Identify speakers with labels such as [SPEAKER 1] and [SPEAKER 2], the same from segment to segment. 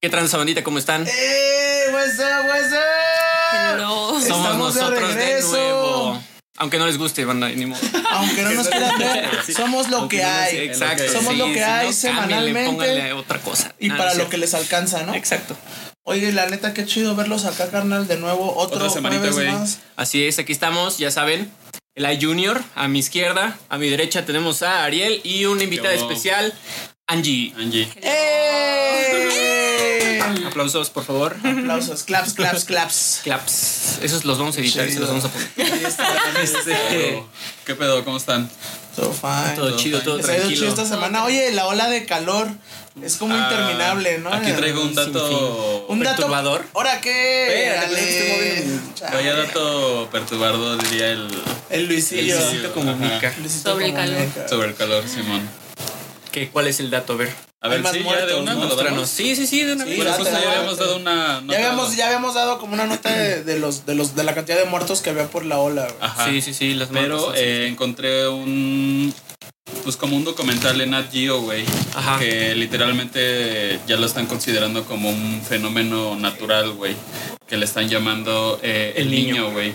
[SPEAKER 1] ¿Qué tranza bandita? ¿Cómo están?
[SPEAKER 2] ¡Eh! What's up, what's up?
[SPEAKER 3] No.
[SPEAKER 1] Somos
[SPEAKER 2] Estamos de
[SPEAKER 1] nosotros de,
[SPEAKER 2] regreso.
[SPEAKER 1] nuevo. Aunque no les guste, banda, ni modo.
[SPEAKER 2] Aunque no nos quieran ver, somos lo
[SPEAKER 1] Aunque
[SPEAKER 2] que
[SPEAKER 1] no les-
[SPEAKER 2] hay.
[SPEAKER 1] Exacto.
[SPEAKER 2] Somos lo que hay
[SPEAKER 1] no, cámbienle,
[SPEAKER 2] semanalmente.
[SPEAKER 1] pónganle otra cosa.
[SPEAKER 2] Y
[SPEAKER 1] Ah,
[SPEAKER 2] para
[SPEAKER 1] sí.
[SPEAKER 2] lo que les alcanza, ¿no?
[SPEAKER 1] Exacto.
[SPEAKER 2] Oye, la neta, qué chido verlos acá, carnal, de nuevo. Otro
[SPEAKER 4] Otra semanita,
[SPEAKER 2] jueves
[SPEAKER 4] güey.
[SPEAKER 2] más.
[SPEAKER 1] Así es, aquí estamos, ya saben. El I Junior, a mi izquierda, a mi derecha tenemos a Ariel y una invitada
[SPEAKER 4] Yo.
[SPEAKER 1] especial, Angie.
[SPEAKER 4] Angie.
[SPEAKER 2] ¡Eh!
[SPEAKER 1] Aplausos, por favor.
[SPEAKER 2] Aplausos, claps, claps, claps.
[SPEAKER 1] Claps. Esos los vamos a editar y se los vamos a poner.
[SPEAKER 2] Ahí está,
[SPEAKER 1] Este,
[SPEAKER 4] Eh, ¿Qué pedo? ¿Cómo están?
[SPEAKER 2] So fine.
[SPEAKER 1] todo chido, todo
[SPEAKER 2] Les ha ido chido
[SPEAKER 1] tranquilo.
[SPEAKER 2] esta semana. Oye, la ola de calor es como
[SPEAKER 4] Ah,
[SPEAKER 2] interminable, ¿no?
[SPEAKER 4] Aquí traigo un
[SPEAKER 1] Sin
[SPEAKER 4] dato.
[SPEAKER 2] Un dato.
[SPEAKER 1] perturbador.
[SPEAKER 2] ¿Ahora qué?
[SPEAKER 4] Espérate, pues,
[SPEAKER 2] Dale.
[SPEAKER 4] estoy moviendo.
[SPEAKER 2] Chale.
[SPEAKER 4] Vaya dato perturbador, diría el.
[SPEAKER 2] El
[SPEAKER 4] el
[SPEAKER 2] Luisillo.
[SPEAKER 4] Luisito Comunica.
[SPEAKER 2] Luisito
[SPEAKER 3] Sobre el calor.
[SPEAKER 2] Comunica.
[SPEAKER 4] Sobre el calor, Simón.
[SPEAKER 1] ¿Qué? ¿Cuál es el dato? A ver.
[SPEAKER 4] A
[SPEAKER 2] Hay
[SPEAKER 4] ver,
[SPEAKER 2] más
[SPEAKER 4] sí, ya
[SPEAKER 2] muertos,
[SPEAKER 4] de una,
[SPEAKER 2] ¿no?
[SPEAKER 4] me lo
[SPEAKER 1] Tráenos.
[SPEAKER 4] damos.
[SPEAKER 1] Sí, sí, sí, de una vez.
[SPEAKER 4] Bueno,
[SPEAKER 2] date,
[SPEAKER 4] justo ya
[SPEAKER 2] date.
[SPEAKER 4] habíamos dado una. nota.
[SPEAKER 2] Ya habíamos, ya habíamos dado como una nota de, de los, de los de la cantidad de muertos que había por la ola. güey.
[SPEAKER 4] Ajá.
[SPEAKER 1] Sí, sí, sí, las
[SPEAKER 4] Pero
[SPEAKER 1] marcas, así.
[SPEAKER 4] eh, encontré un. Pues como un documental en Nat Geo, güey.
[SPEAKER 1] Ajá.
[SPEAKER 4] Que literalmente ya lo están considerando como un fenómeno natural, güey. Que le están llamando eh, el,
[SPEAKER 1] El niño.
[SPEAKER 4] niño, güey.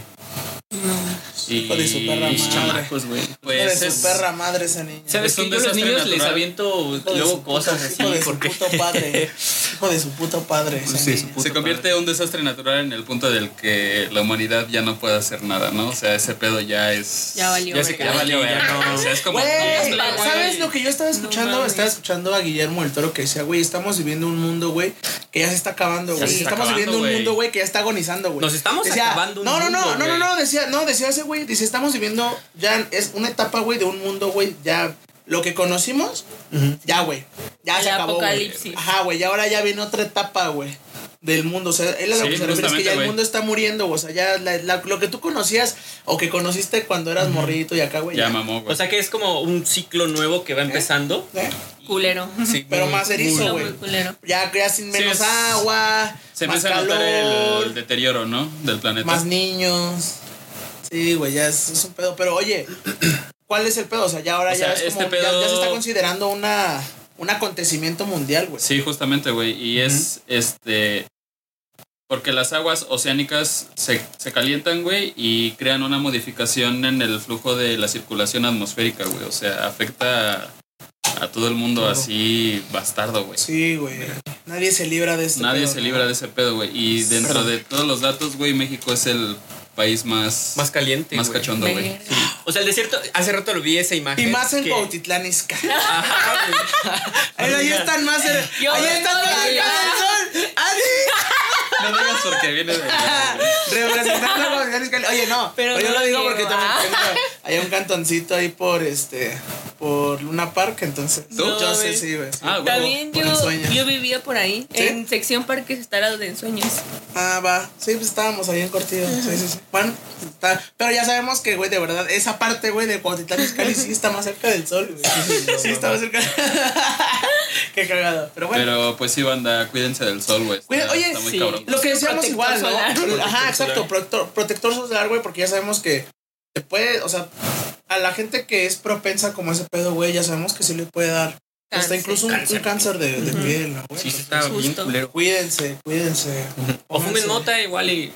[SPEAKER 4] Y-
[SPEAKER 2] Hijo de su perra madre.
[SPEAKER 4] y
[SPEAKER 1] chamacos, güey.
[SPEAKER 4] Pues
[SPEAKER 2] Hijo de
[SPEAKER 4] es,
[SPEAKER 2] su perra madre ese niño.
[SPEAKER 1] ¿Sabes
[SPEAKER 4] Es un
[SPEAKER 1] que Yo a los
[SPEAKER 4] desastre
[SPEAKER 1] niños les
[SPEAKER 4] natural.
[SPEAKER 1] aviento
[SPEAKER 2] Hijo de su
[SPEAKER 1] luego
[SPEAKER 2] puta-
[SPEAKER 1] cosas así
[SPEAKER 2] Hijo de su
[SPEAKER 1] porque
[SPEAKER 2] puto padre. Hijo de su puto padre. ese
[SPEAKER 1] Sí, su
[SPEAKER 2] niño.
[SPEAKER 1] puto
[SPEAKER 4] se convierte en un desastre natural en el punto del que la humanidad ya no puede hacer nada, ¿no? O sea, ese pedo ya es.
[SPEAKER 3] Ya valió,
[SPEAKER 1] Ya se
[SPEAKER 3] verga.
[SPEAKER 1] quedó valió,
[SPEAKER 4] ya
[SPEAKER 1] verga.
[SPEAKER 4] no. O sea, es como.
[SPEAKER 2] Güey,
[SPEAKER 3] Tómala, güey.
[SPEAKER 2] ¿sabes lo que yo estaba escuchando?
[SPEAKER 3] mames.
[SPEAKER 2] estaba escuchando a Guillermo el Toro que decía, güey, estamos viviendo un mundo, güey, que ya se está acabando, güey.
[SPEAKER 1] se está
[SPEAKER 2] Estamos
[SPEAKER 4] acabando,
[SPEAKER 2] viviendo un
[SPEAKER 4] güey.
[SPEAKER 2] mundo, güey, que ya está agonizando, güey.
[SPEAKER 1] Nos estamos
[SPEAKER 2] Decía,
[SPEAKER 1] acabando un
[SPEAKER 2] no, no,
[SPEAKER 1] mundo,
[SPEAKER 2] No, no, no,
[SPEAKER 1] güey.
[SPEAKER 2] no, decía, no, decía ese güey, dice, estamos viviendo, ya es una etapa, güey, de un mundo, güey, ya lo que conocimos, ya, güey, ya
[SPEAKER 3] El
[SPEAKER 2] se acabó, güey.
[SPEAKER 3] apocalipsis.
[SPEAKER 2] Ajá, güey, y ahora ya viene otra etapa, güey. Del mundo, o sea, él a lo
[SPEAKER 4] Sí,
[SPEAKER 2] que se refiere es que
[SPEAKER 4] justamente,
[SPEAKER 2] ya el
[SPEAKER 4] güey.
[SPEAKER 2] mundo está muriendo, güey, o sea, ya la- la- lo que tú conocías o que conociste cuando eras morrito y acá, güey.
[SPEAKER 4] Ya mamó, güey.
[SPEAKER 1] O sea que es como un ciclo nuevo que va empezando.
[SPEAKER 2] ¿Eh?
[SPEAKER 3] Culero.
[SPEAKER 1] Sí,
[SPEAKER 2] Pero
[SPEAKER 1] muy-
[SPEAKER 2] más
[SPEAKER 1] muy-
[SPEAKER 2] erizo,
[SPEAKER 3] Está
[SPEAKER 2] güey.
[SPEAKER 3] muy culero.
[SPEAKER 2] Ya, ya sin
[SPEAKER 4] Sí,
[SPEAKER 2] menos
[SPEAKER 4] es-
[SPEAKER 2] agua,
[SPEAKER 4] se
[SPEAKER 2] más
[SPEAKER 4] empieza a
[SPEAKER 2] calor,
[SPEAKER 4] notar el, el deterioro, ¿no? Del planeta.
[SPEAKER 2] más niños. Sí, güey, ya es, es un pedo. Pero oye, ¿cuál es el pedo? O sea, ya ahora
[SPEAKER 4] O
[SPEAKER 2] ya,
[SPEAKER 4] sea,
[SPEAKER 2] es como-
[SPEAKER 4] este
[SPEAKER 2] ya- ya,
[SPEAKER 4] pedo-
[SPEAKER 2] se está considerando una, un acontecimiento mundial, güey.
[SPEAKER 4] Sí, justamente, güey. Y es este. Porque las aguas oceánicas se, se calientan, güey, y crean una modificación en el flujo de la circulación atmosférica, güey. O sea, afecta a, a todo el mundo así bastardo, güey.
[SPEAKER 2] Sí, güey. Nadie se libra de este esto.
[SPEAKER 4] Nadie se libra de ese pedo, güey. Y dentro de todos los datos, güey, México es el país más,
[SPEAKER 1] Más caliente.
[SPEAKER 4] más
[SPEAKER 1] güey.
[SPEAKER 4] cachondo, güey.
[SPEAKER 3] Verga.
[SPEAKER 1] O sea, el desierto, hace rato lo vi esa
[SPEAKER 2] Y
[SPEAKER 1] imagen.
[SPEAKER 4] este
[SPEAKER 2] más en
[SPEAKER 1] que-
[SPEAKER 2] Cuautitlán Izca.
[SPEAKER 1] Ajá, güey.
[SPEAKER 2] Ahí están más. cer-
[SPEAKER 3] Yo
[SPEAKER 2] Ahí
[SPEAKER 3] vengo
[SPEAKER 2] están
[SPEAKER 3] de
[SPEAKER 2] más ¡Ah, cerca
[SPEAKER 3] allá.
[SPEAKER 2] del sol. ¡Así!
[SPEAKER 4] No digas porque viene de.
[SPEAKER 2] Representando a Cuautitlán Izcalli. Oye, no.
[SPEAKER 3] Pero
[SPEAKER 2] yo
[SPEAKER 3] no
[SPEAKER 2] lo digo
[SPEAKER 3] llegó,
[SPEAKER 2] porque también
[SPEAKER 3] ah.
[SPEAKER 2] tengo- hay un cantoncito ahí por este por Luna Park, entonces.
[SPEAKER 4] ¿Tú?
[SPEAKER 2] Yo sé,
[SPEAKER 3] güey.
[SPEAKER 2] sí, güey. sí.
[SPEAKER 4] Ah, güey.
[SPEAKER 3] También
[SPEAKER 2] por
[SPEAKER 3] yo,
[SPEAKER 2] ensueño.
[SPEAKER 3] yo vivía por ahí,
[SPEAKER 2] ¿Sí?
[SPEAKER 3] en sección Parques Estarado de Ensueños.
[SPEAKER 2] Ah, va. Sí, pues estábamos ahí en Cortillo. Sí, sí, sí. Bueno, está. Pero ya sabemos que, güey, de verdad, esa parte, güey, de Cuautitlán Izcalli sí está más cerca del sol, güey. Sí, está más cerca. Qué cagado. Pero bueno.
[SPEAKER 4] Pero pues sí, banda, cuídense del sol, güey.
[SPEAKER 2] Cuida-
[SPEAKER 4] Está-
[SPEAKER 2] oye,
[SPEAKER 4] está muy
[SPEAKER 3] sí.
[SPEAKER 4] cabrón.
[SPEAKER 2] Lo que
[SPEAKER 3] Busquen
[SPEAKER 2] decíamos
[SPEAKER 3] protector
[SPEAKER 2] igual, ¿no?
[SPEAKER 3] solar.
[SPEAKER 2] Ajá, exacto, protector, protector solar, güey, porque ya sabemos que te puede, o sea, a la gente que es propensa como ese pedo, güey, ya sabemos que sí le puede dar hasta
[SPEAKER 3] Cáncer.
[SPEAKER 2] incluso un un cáncer,
[SPEAKER 1] Cáncer.
[SPEAKER 2] de, de piel, ¿no, güey.
[SPEAKER 1] Sí, sí, está bien
[SPEAKER 3] Justo.
[SPEAKER 1] culero.
[SPEAKER 2] Cuídense, cuídense.
[SPEAKER 1] O fumen
[SPEAKER 2] Pónganse.
[SPEAKER 1] mota igual y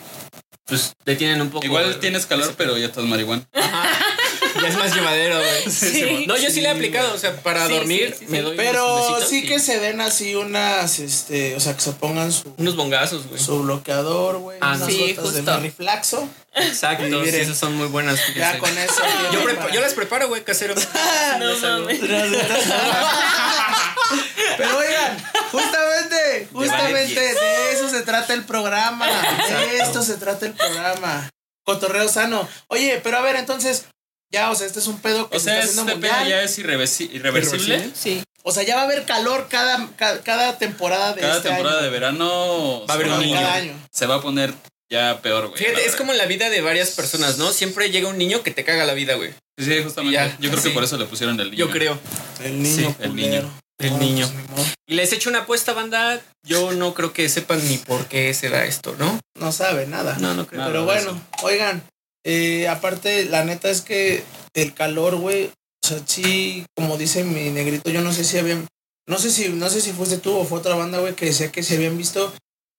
[SPEAKER 1] pues detienen un poco.
[SPEAKER 4] Igual
[SPEAKER 1] güey.
[SPEAKER 4] tienes calor, pero ya estás marihuana.
[SPEAKER 1] Ya es más llevadero, güey.
[SPEAKER 3] Sí.
[SPEAKER 1] No, yo sí le he aplicado, o sea, para
[SPEAKER 3] Sí,
[SPEAKER 1] dormir
[SPEAKER 3] sí, sí, sí.
[SPEAKER 1] me doy unos
[SPEAKER 2] Pero
[SPEAKER 1] besitos
[SPEAKER 2] sí
[SPEAKER 1] y
[SPEAKER 2] que se den así unas, este, o sea, que se pongan su,
[SPEAKER 1] unos bongazos, güey.
[SPEAKER 2] su bloqueador, güey,
[SPEAKER 1] Ah,
[SPEAKER 2] unas
[SPEAKER 3] sí,
[SPEAKER 2] gotas de
[SPEAKER 3] justo.
[SPEAKER 2] meriflaxo.
[SPEAKER 1] Exacto, sí,
[SPEAKER 2] Miren.
[SPEAKER 1] esas son muy buenas.
[SPEAKER 2] Ya
[SPEAKER 1] fíjense.
[SPEAKER 2] con eso.
[SPEAKER 1] Yo,
[SPEAKER 2] tienen
[SPEAKER 1] prepa-
[SPEAKER 2] para-
[SPEAKER 1] yo las preparo, güey, casero.
[SPEAKER 3] No mames.
[SPEAKER 2] Pero oigan, justamente, justamente de eso se trata el programa. De esto se trata el programa. Cotorreo sano. Oye, pero a ver, entonces, ya, o sea, este es un pedo que
[SPEAKER 4] O
[SPEAKER 2] se
[SPEAKER 4] sea,
[SPEAKER 2] está haciendo
[SPEAKER 4] este pedo
[SPEAKER 2] mundial.
[SPEAKER 4] ya es irreversi- irreversible.
[SPEAKER 3] Sí.
[SPEAKER 2] O sea, ya va a haber calor cada, cada, cada temporada de
[SPEAKER 4] Cada
[SPEAKER 2] este
[SPEAKER 4] temporada
[SPEAKER 2] año.
[SPEAKER 4] de verano
[SPEAKER 1] Va a haber
[SPEAKER 4] se
[SPEAKER 1] un
[SPEAKER 4] a
[SPEAKER 1] niño.
[SPEAKER 4] poner-
[SPEAKER 2] Cada año.
[SPEAKER 4] se va a poner ya peor, güey. la
[SPEAKER 1] Fíjate, es
[SPEAKER 4] verdad.
[SPEAKER 1] como en la vida de varias personas, ¿no? Siempre llega un niño que te caga la vida, güey.
[SPEAKER 4] Sí, justamente.
[SPEAKER 1] Ya,
[SPEAKER 4] Yo creo
[SPEAKER 1] sí.
[SPEAKER 4] que por eso le pusieron el niño.
[SPEAKER 1] Yo creo.
[SPEAKER 2] El niño,
[SPEAKER 4] Sí, el
[SPEAKER 2] culero.
[SPEAKER 4] niño.
[SPEAKER 1] El
[SPEAKER 2] No,
[SPEAKER 1] niño.
[SPEAKER 2] pues, ni modo.
[SPEAKER 1] Y les echo una apuesta, banda. Yo no creo que sepan ni por qué se da esto, ¿no?
[SPEAKER 2] no sabe nada.
[SPEAKER 1] No, no creo.
[SPEAKER 4] Nada
[SPEAKER 2] Pero
[SPEAKER 4] de
[SPEAKER 2] bueno,
[SPEAKER 4] eso.
[SPEAKER 2] oigan, eh, aparte, la neta es que el calor, güey, o sea, sí, como dice mi negrito, yo no sé si habían, No sé si, no sé si fuiste tú o fue otra banda, güey, que decía que se habían visto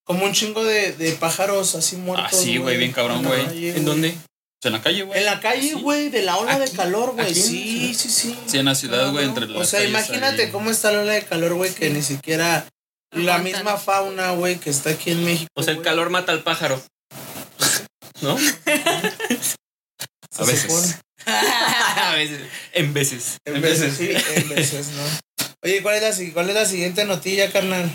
[SPEAKER 2] como un chingo de, de pájaros así muertos.
[SPEAKER 4] Ah, sí, güey, bien cabrón,
[SPEAKER 2] la
[SPEAKER 4] güey.
[SPEAKER 2] calle,
[SPEAKER 1] ¿En dónde?
[SPEAKER 4] En la calle, güey.
[SPEAKER 2] En la calle,
[SPEAKER 4] Sí.
[SPEAKER 2] güey, de la ola
[SPEAKER 1] Aquí,
[SPEAKER 2] de calor, güey.
[SPEAKER 1] aquí.
[SPEAKER 2] Sí, sí, sí.
[SPEAKER 4] Sí, en la ciudad, güey, entre las
[SPEAKER 2] O sea,
[SPEAKER 4] calles
[SPEAKER 2] imagínate
[SPEAKER 4] ahí.
[SPEAKER 2] cómo está la ola de calor, güey, que ni siquiera la
[SPEAKER 3] Aguantan.
[SPEAKER 2] misma fauna, güey, que está aquí en México.
[SPEAKER 1] O sea, el
[SPEAKER 2] güey,
[SPEAKER 1] calor mata al pájaro. ¿No?
[SPEAKER 2] se
[SPEAKER 4] a veces.
[SPEAKER 2] supone.
[SPEAKER 1] A veces. En veces.
[SPEAKER 2] En
[SPEAKER 4] En
[SPEAKER 2] veces,
[SPEAKER 4] veces.
[SPEAKER 2] sí, en veces, ¿no? Oye, ¿cuál es la, si- cuál es la siguiente notilla, carnal?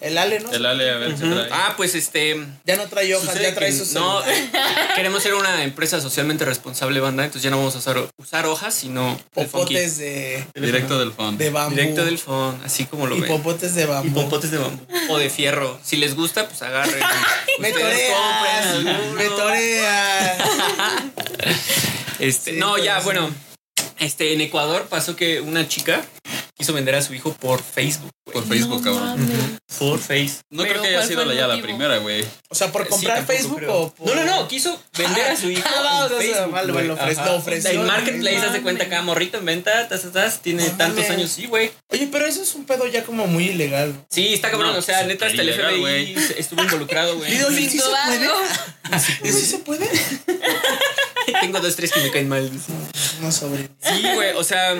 [SPEAKER 2] El Ale, ¿no?
[SPEAKER 4] El Ale, a ver qué trae.
[SPEAKER 1] Ah, pues este.
[SPEAKER 2] Ya no trae hojas,
[SPEAKER 1] sucede
[SPEAKER 2] ya trae
[SPEAKER 1] que
[SPEAKER 2] sus.
[SPEAKER 1] No, queremos ser una empresa socialmente responsable, banda. Entonces ya no vamos a usar, usar hojas, sino el funky.
[SPEAKER 2] popotes de,
[SPEAKER 4] Directo del fondo.
[SPEAKER 2] de bambú.
[SPEAKER 1] Directo del phone, así como lo
[SPEAKER 2] Y
[SPEAKER 1] ven.
[SPEAKER 2] popotes de
[SPEAKER 1] Y
[SPEAKER 2] bambú.
[SPEAKER 1] popotes de bambú. O de fierro. Si les gusta, pues agarren.
[SPEAKER 2] Me
[SPEAKER 1] Ustedes
[SPEAKER 2] toreas,
[SPEAKER 1] compren alguno.
[SPEAKER 2] me toreas.
[SPEAKER 1] Este,
[SPEAKER 2] Sí,
[SPEAKER 1] no,
[SPEAKER 2] pero
[SPEAKER 1] ya,
[SPEAKER 2] sí.
[SPEAKER 1] bueno. Este, en Ecuador pasó que una chica quiso vender a su hijo por Facebook. güey.
[SPEAKER 4] Por Facebook, cabrón.
[SPEAKER 1] Por Facebook.
[SPEAKER 4] No
[SPEAKER 3] Pero,
[SPEAKER 4] creo que haya
[SPEAKER 3] ¿cuál fue
[SPEAKER 4] sido
[SPEAKER 3] el
[SPEAKER 4] la ya la
[SPEAKER 3] motivo?
[SPEAKER 4] primera, güey.
[SPEAKER 2] O sea, por
[SPEAKER 1] Sí,
[SPEAKER 2] comprar
[SPEAKER 1] tampoco
[SPEAKER 2] Facebook
[SPEAKER 1] creo.
[SPEAKER 2] o por...
[SPEAKER 1] No, no, no, quiso vender a su hijo.
[SPEAKER 2] Ah,
[SPEAKER 1] en
[SPEAKER 2] o sea,
[SPEAKER 1] Facebook,
[SPEAKER 2] vale,
[SPEAKER 1] güey.
[SPEAKER 2] lo ofreció-
[SPEAKER 1] Ajá.
[SPEAKER 2] lo ofreció,
[SPEAKER 1] En
[SPEAKER 2] lo
[SPEAKER 1] Marketplace,
[SPEAKER 3] ofreció.
[SPEAKER 1] hace cuenta acá, morrito en venta, tas, tas, tas, tiene
[SPEAKER 2] No
[SPEAKER 1] tantos
[SPEAKER 2] mames.
[SPEAKER 1] años, sí, güey.
[SPEAKER 2] Oye, pero eso es un pedo ya como muy ilegal.
[SPEAKER 1] Sí, está cabrón,
[SPEAKER 4] No,
[SPEAKER 1] o sea,
[SPEAKER 4] sí,
[SPEAKER 1] neta, hasta el
[SPEAKER 4] ilegal,
[SPEAKER 1] FBI
[SPEAKER 4] güey.
[SPEAKER 1] estuvo involucrado, güey.
[SPEAKER 2] Digo,
[SPEAKER 3] Sin
[SPEAKER 2] ¿sí se
[SPEAKER 3] dudarlo.
[SPEAKER 2] puede? ¿Sí se puede?
[SPEAKER 1] Tengo dos, tres que me caen mal. dice.
[SPEAKER 2] No sobre.
[SPEAKER 1] Sí, güey, o sea,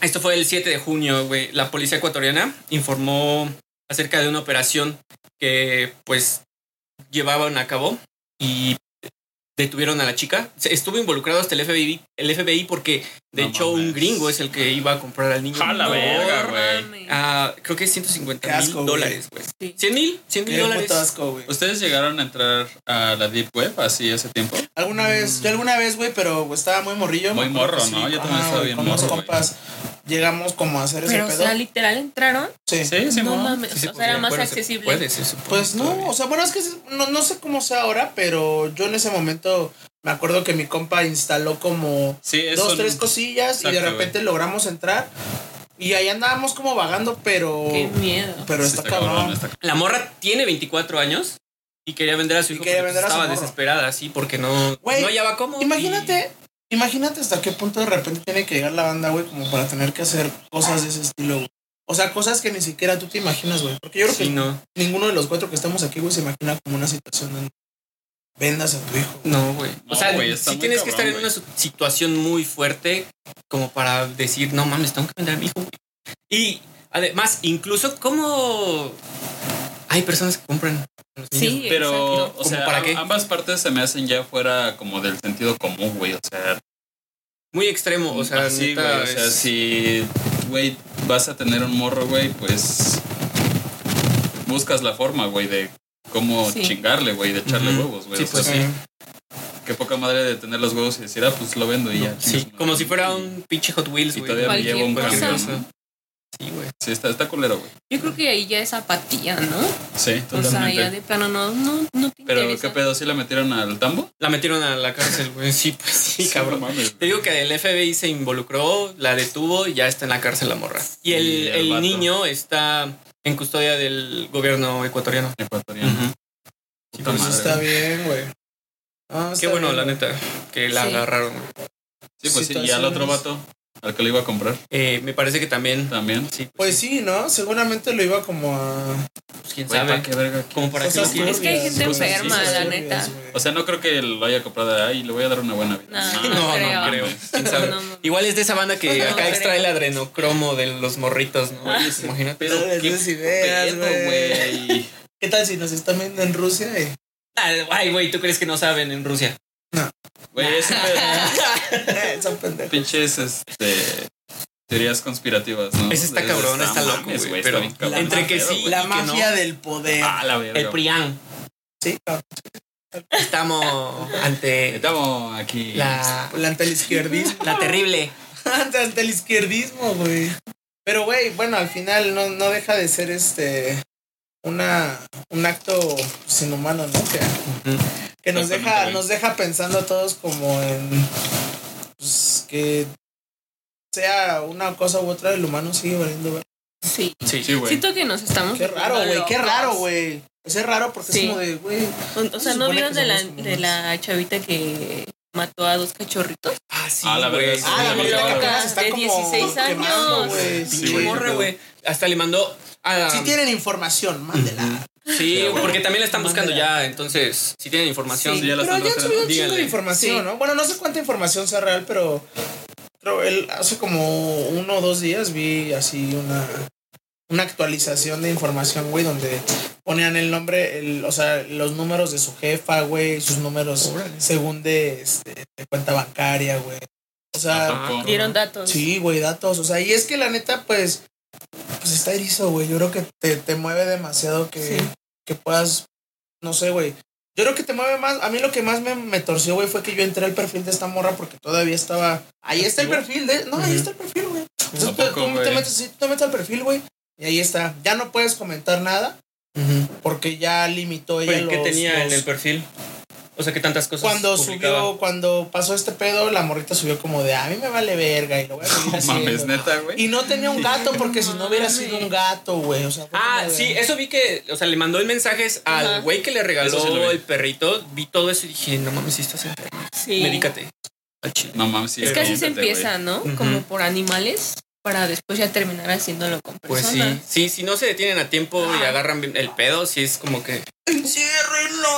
[SPEAKER 1] esto fue el 7 de junio, güey. La policía ecuatoriana informó acerca de una operación que, pues, llevaban a cabo y detuvieron a la chica. Se- Estuvo involucrado hasta el FBI, el FBI porque, de
[SPEAKER 4] No
[SPEAKER 1] hecho, un
[SPEAKER 4] mames.
[SPEAKER 1] gringo es el que iba a comprar al niño.
[SPEAKER 4] A la
[SPEAKER 1] No.
[SPEAKER 4] verga, güey.
[SPEAKER 3] mames.
[SPEAKER 1] Ah, creo que es 150
[SPEAKER 2] Qué
[SPEAKER 1] mil
[SPEAKER 2] asco, güey.
[SPEAKER 1] dólares, güey.
[SPEAKER 3] Sí.
[SPEAKER 1] 100 mil, 100 mil
[SPEAKER 2] Qué
[SPEAKER 1] dólares. Pues,
[SPEAKER 2] puto asco, güey.
[SPEAKER 4] ¿Ustedes llegaron a entrar a la Deep Web así hace tiempo?
[SPEAKER 1] mm.
[SPEAKER 2] Alguna vez, yo alguna vez, güey, pero güey, estaba muy morrillo.
[SPEAKER 4] Muy
[SPEAKER 2] me acuerdo que
[SPEAKER 4] morro, ¿no? Yo también
[SPEAKER 2] ajá,
[SPEAKER 4] estaba
[SPEAKER 2] güey,
[SPEAKER 4] bien
[SPEAKER 2] con
[SPEAKER 4] morro,
[SPEAKER 2] los
[SPEAKER 4] güey.
[SPEAKER 2] compas llegamos como a hacer ese
[SPEAKER 3] Pero, o
[SPEAKER 2] pedo.
[SPEAKER 3] sea, literal entraron.
[SPEAKER 2] sí.
[SPEAKER 4] Sí, sí,
[SPEAKER 3] no
[SPEAKER 4] mo.
[SPEAKER 3] mames.
[SPEAKER 1] Sí se
[SPEAKER 3] o sea, era
[SPEAKER 1] podía.
[SPEAKER 3] más
[SPEAKER 1] Bueno, se
[SPEAKER 3] accesible.
[SPEAKER 1] puede, se supone
[SPEAKER 2] Pues no,
[SPEAKER 1] todavía.
[SPEAKER 2] o sea, bueno, es que es- no, no sé cómo sea ahora, pero yo en ese momento me acuerdo que mi compa instaló como
[SPEAKER 4] Sí, es
[SPEAKER 2] dos,
[SPEAKER 4] un-
[SPEAKER 2] tres cosillas y de
[SPEAKER 4] Exacto,
[SPEAKER 2] repente logramos entrar y ahí andábamos como vagando, pero...
[SPEAKER 3] Qué miedo.
[SPEAKER 2] Pero
[SPEAKER 4] sí,
[SPEAKER 2] está, cabrón.
[SPEAKER 4] está-
[SPEAKER 1] La morra tiene 24 años y quería vender a su hijo
[SPEAKER 2] quería
[SPEAKER 1] porque pues,
[SPEAKER 2] vender a su
[SPEAKER 1] estaba
[SPEAKER 2] morro.
[SPEAKER 1] desesperada, así, porque no,
[SPEAKER 2] Güey,
[SPEAKER 1] no hallaba cómo.
[SPEAKER 2] Imagínate, imagínate hasta qué punto de repente tiene que llegar la banda, güey, como para tener que hacer cosas de ese estilo, güey. O sea, cosas que ni siquiera tú te imaginas, güey. Porque yo
[SPEAKER 1] Y,
[SPEAKER 2] creo
[SPEAKER 1] sí,
[SPEAKER 2] que
[SPEAKER 1] no,
[SPEAKER 2] ninguno de los cuatro que estamos aquí, güey, se imagina como una situación donde vendas a tu hijo.
[SPEAKER 1] no, güey. o
[SPEAKER 4] No,
[SPEAKER 1] sea,
[SPEAKER 4] güey, está
[SPEAKER 1] sí
[SPEAKER 4] muy
[SPEAKER 1] tienes que estar
[SPEAKER 4] cabrón,
[SPEAKER 1] en
[SPEAKER 4] güey.
[SPEAKER 1] una su- situación muy fuerte como para decir, no mames, tengo que vender a mi hijo. güey". Y además, incluso, ¿cómo hay personas que compran a los niños?
[SPEAKER 3] Sí,
[SPEAKER 4] Pero,
[SPEAKER 3] exacto.
[SPEAKER 4] o sea,
[SPEAKER 1] ¿Cómo para qué?
[SPEAKER 4] ambas partes se me hacen ya fuera como del sentido común, güey. O sea,
[SPEAKER 1] Muy extremo, o sea,
[SPEAKER 4] así,
[SPEAKER 1] neta,
[SPEAKER 4] güey, o sea,
[SPEAKER 1] es-
[SPEAKER 4] si, güey, vas a tener un morro, güey, pues buscas la forma, güey, de cómo
[SPEAKER 3] Sí.
[SPEAKER 4] chingarle, güey, de echarle
[SPEAKER 1] Ujú.
[SPEAKER 4] huevos, güey.
[SPEAKER 1] Sí,
[SPEAKER 4] o sea,
[SPEAKER 1] pues, sí.
[SPEAKER 4] qué poca madre de tener los huevos y decir, ah, pues lo vendo y ya.
[SPEAKER 1] Sí,
[SPEAKER 4] chingas,
[SPEAKER 1] como
[SPEAKER 4] madre.
[SPEAKER 1] si fuera un pinche Hot Wheels,
[SPEAKER 4] Y
[SPEAKER 1] güey.
[SPEAKER 4] todavía me
[SPEAKER 3] Cualquier
[SPEAKER 4] llevo un
[SPEAKER 1] Cualquier
[SPEAKER 4] camión.
[SPEAKER 1] cosa. Sí, güey.
[SPEAKER 4] Sí, está, está culero, güey.
[SPEAKER 3] Yo creo que ahí ya es apatía, ¿no?
[SPEAKER 4] Sí,
[SPEAKER 3] O sea,
[SPEAKER 4] totalmente.
[SPEAKER 3] ya de plano no, no, no te
[SPEAKER 4] Pero,
[SPEAKER 3] interesa.
[SPEAKER 4] ¿qué pedo? ¿Sí la metieron al tambo?
[SPEAKER 1] La metieron a la cárcel, güey. Sí, pues sí, cabrón.
[SPEAKER 4] no mames,
[SPEAKER 1] Te digo que el FBI se involucró, la detuvo y ya está en la cárcel la morra. Y el,
[SPEAKER 4] Y el
[SPEAKER 1] el
[SPEAKER 4] vato.
[SPEAKER 1] niño está en custodia del gobierno ecuatoriano.
[SPEAKER 4] ecuatoriano.
[SPEAKER 1] Sí,
[SPEAKER 4] Puta
[SPEAKER 1] pues,
[SPEAKER 4] madre.
[SPEAKER 2] Está bien, güey. Ah,
[SPEAKER 1] Qué
[SPEAKER 2] está
[SPEAKER 1] bueno,
[SPEAKER 2] bien,
[SPEAKER 1] la
[SPEAKER 2] güey.
[SPEAKER 1] neta, que la
[SPEAKER 3] Sí.
[SPEAKER 1] agarraron.
[SPEAKER 4] Sí, pues sí, y al otro vato, al que le iba a comprar,
[SPEAKER 1] Eh, me parece que también.
[SPEAKER 4] también.
[SPEAKER 1] Sí,
[SPEAKER 2] Pues sí, ¿no? Seguramente lo iba como a...
[SPEAKER 1] pues, quién
[SPEAKER 4] Güey,
[SPEAKER 1] sabe.
[SPEAKER 4] ¿pa' qué verga?
[SPEAKER 1] Como para
[SPEAKER 2] cosas
[SPEAKER 1] qué lo quieres?
[SPEAKER 3] Es que hay
[SPEAKER 2] turbias,
[SPEAKER 3] gente
[SPEAKER 2] cosas así,
[SPEAKER 4] enferma,
[SPEAKER 2] cosas
[SPEAKER 3] la
[SPEAKER 2] turbias,
[SPEAKER 3] neta.
[SPEAKER 2] güey.
[SPEAKER 4] O sea, no creo que lo haya comprado de ahí, le voy a dar una buena vida.
[SPEAKER 3] No,
[SPEAKER 1] No, no creo.
[SPEAKER 3] creo.
[SPEAKER 1] ¿Quién sabe?
[SPEAKER 3] No, no.
[SPEAKER 1] Igual es de esa banda que
[SPEAKER 3] No
[SPEAKER 1] acá
[SPEAKER 3] creo. Ah.
[SPEAKER 1] extrae el adrenocromo de los morritos, ¿no? Pues,
[SPEAKER 4] Oye, sí.
[SPEAKER 1] Imagínate.
[SPEAKER 4] Pero
[SPEAKER 2] No les
[SPEAKER 4] qué
[SPEAKER 2] des ideas,
[SPEAKER 4] pedo,
[SPEAKER 2] güey.
[SPEAKER 4] güey.
[SPEAKER 2] ¿Qué tal si nos están viendo en Rusia? eh?
[SPEAKER 1] Ah, Ay, güey, ¿tú crees que no saben en Rusia?
[SPEAKER 4] Güey, ese pedo.
[SPEAKER 2] Son pendejos.
[SPEAKER 4] Pinches, este. Teorías conspirativas, ¿no?
[SPEAKER 1] Ese está
[SPEAKER 4] De-
[SPEAKER 1] cabrón,
[SPEAKER 4] no
[SPEAKER 1] está loco,
[SPEAKER 4] mames,
[SPEAKER 1] güey,
[SPEAKER 4] está
[SPEAKER 1] pero
[SPEAKER 4] bien cabrón.
[SPEAKER 1] entre
[SPEAKER 4] Ah,
[SPEAKER 1] que
[SPEAKER 4] pedo,
[SPEAKER 1] sí,
[SPEAKER 4] güey.
[SPEAKER 2] La
[SPEAKER 1] que
[SPEAKER 2] mafia
[SPEAKER 1] no.
[SPEAKER 2] del poder.
[SPEAKER 4] Ah, la verga.
[SPEAKER 1] El Prián.
[SPEAKER 2] Sí, cabrón.
[SPEAKER 1] Estamos ante
[SPEAKER 4] Estamos aquí.
[SPEAKER 1] la,
[SPEAKER 2] El antelisquierdismo.
[SPEAKER 1] la terrible.
[SPEAKER 2] Ante el izquierdismo, güey. Pero, güey, bueno, al final no, no deja de ser este. Una, un acto pues, inhumano, ¿no? Que, que nos,
[SPEAKER 4] Exactamente,
[SPEAKER 2] deja,
[SPEAKER 4] güey.
[SPEAKER 2] nos deja pensando a todos como en. Pues que. Sea una cosa u otra, el humano sigue valiendo, güey.
[SPEAKER 3] Sí.
[SPEAKER 4] Sí, sí, güey.
[SPEAKER 3] Siento que nos estamos.
[SPEAKER 2] Qué raro, güey. Qué raro, güey. Es raro porque
[SPEAKER 3] Sí.
[SPEAKER 2] es como de, güey.
[SPEAKER 3] O, o sea,
[SPEAKER 2] Se
[SPEAKER 3] ¿no
[SPEAKER 2] supone
[SPEAKER 3] vieron
[SPEAKER 2] que
[SPEAKER 3] de la,
[SPEAKER 2] somos
[SPEAKER 3] de la chavita que mató a dos cachorritos.
[SPEAKER 1] Ah, sí,
[SPEAKER 4] Ah, la
[SPEAKER 1] güey.
[SPEAKER 4] verga, sí.
[SPEAKER 2] Ah, la
[SPEAKER 4] Sí,
[SPEAKER 2] morrita que
[SPEAKER 4] cabrón.
[SPEAKER 2] apenas está
[SPEAKER 3] De
[SPEAKER 2] como
[SPEAKER 3] 16 años.
[SPEAKER 2] quemando, güey.
[SPEAKER 1] Pinche
[SPEAKER 4] Sí, güey.
[SPEAKER 1] morra, güey. Hasta le mandó a la-
[SPEAKER 2] Si tienen información, mándela.
[SPEAKER 1] Sí,
[SPEAKER 4] güey.
[SPEAKER 1] porque también la están buscando
[SPEAKER 2] Mándala.
[SPEAKER 1] ya, entonces, si tienen información.
[SPEAKER 4] Sí, ya
[SPEAKER 2] Pero
[SPEAKER 4] la están
[SPEAKER 2] ya han
[SPEAKER 4] buscando.
[SPEAKER 2] subido un chingo
[SPEAKER 1] Díganle.
[SPEAKER 2] de información,
[SPEAKER 3] Sí.
[SPEAKER 2] ¿no? Bueno, no sé cuánta información sea real, pero creo él hace como uno o dos días vi así una una actualización de información, güey, donde ponían el nombre, el, o sea, los números de su jefa, güey, sus números según de, este, de cuenta bancaria, güey. O
[SPEAKER 1] Ah,
[SPEAKER 2] sea,
[SPEAKER 4] ¿A poco?
[SPEAKER 3] Dieron datos.
[SPEAKER 2] Sí, güey, datos. O sea, y es que la neta, pues, pues está erizo, güey. Yo creo que te, te mueve demasiado que,
[SPEAKER 3] Sí.
[SPEAKER 2] que puedas, no sé, güey. Yo creo que te mueve más. A mí lo que más me, me torció, güey, fue que yo entré al perfil de esta morra porque todavía estaba. Ahí está el perfil de. No, ahí
[SPEAKER 1] Ujú.
[SPEAKER 2] está el perfil, güey. O sea,
[SPEAKER 4] ¿A
[SPEAKER 2] tú,
[SPEAKER 4] poco,
[SPEAKER 2] tú te
[SPEAKER 4] güey?
[SPEAKER 2] metes, sí, tú te metes al perfil, güey. Y ahí está. Ya no puedes comentar nada
[SPEAKER 1] Ujú.
[SPEAKER 2] porque ya limitó ella
[SPEAKER 1] Oye,
[SPEAKER 2] los,
[SPEAKER 1] ¿Qué tenía en
[SPEAKER 2] los-
[SPEAKER 1] el perfil? O sea, ¿qué tantas cosas
[SPEAKER 2] cuando
[SPEAKER 1] publicaba?
[SPEAKER 2] subió, cuando pasó este pedo, la morrita subió como de a mí me vale verga y lo voy a seguir
[SPEAKER 4] No mames,
[SPEAKER 2] haciendo".
[SPEAKER 4] neta, güey.
[SPEAKER 2] Y no tenía un gato porque si no hubiera sido un gato, güey. O sea, fue
[SPEAKER 1] Ah,
[SPEAKER 2] como de-
[SPEAKER 1] sí, eso vi que, o sea, le mandó el mensajes
[SPEAKER 3] Ajá.
[SPEAKER 1] al güey que le regaló
[SPEAKER 4] Eso sí lo vi.
[SPEAKER 1] el perrito. Vi todo eso y dije, no mames, si estás enfermo,
[SPEAKER 3] Sí.
[SPEAKER 1] medícate. Al chile.
[SPEAKER 4] No mames, sí.
[SPEAKER 3] Es que así se
[SPEAKER 4] aviéntate, este güey.
[SPEAKER 3] empieza, ¿no?
[SPEAKER 1] Ujú.
[SPEAKER 3] Como por animales, para después ya terminar haciéndolo con
[SPEAKER 1] Pues
[SPEAKER 3] personas.
[SPEAKER 1] sí, sí, si no se detienen a tiempo y agarran el pedo, sí es como que
[SPEAKER 2] ¡Enciérrenlo!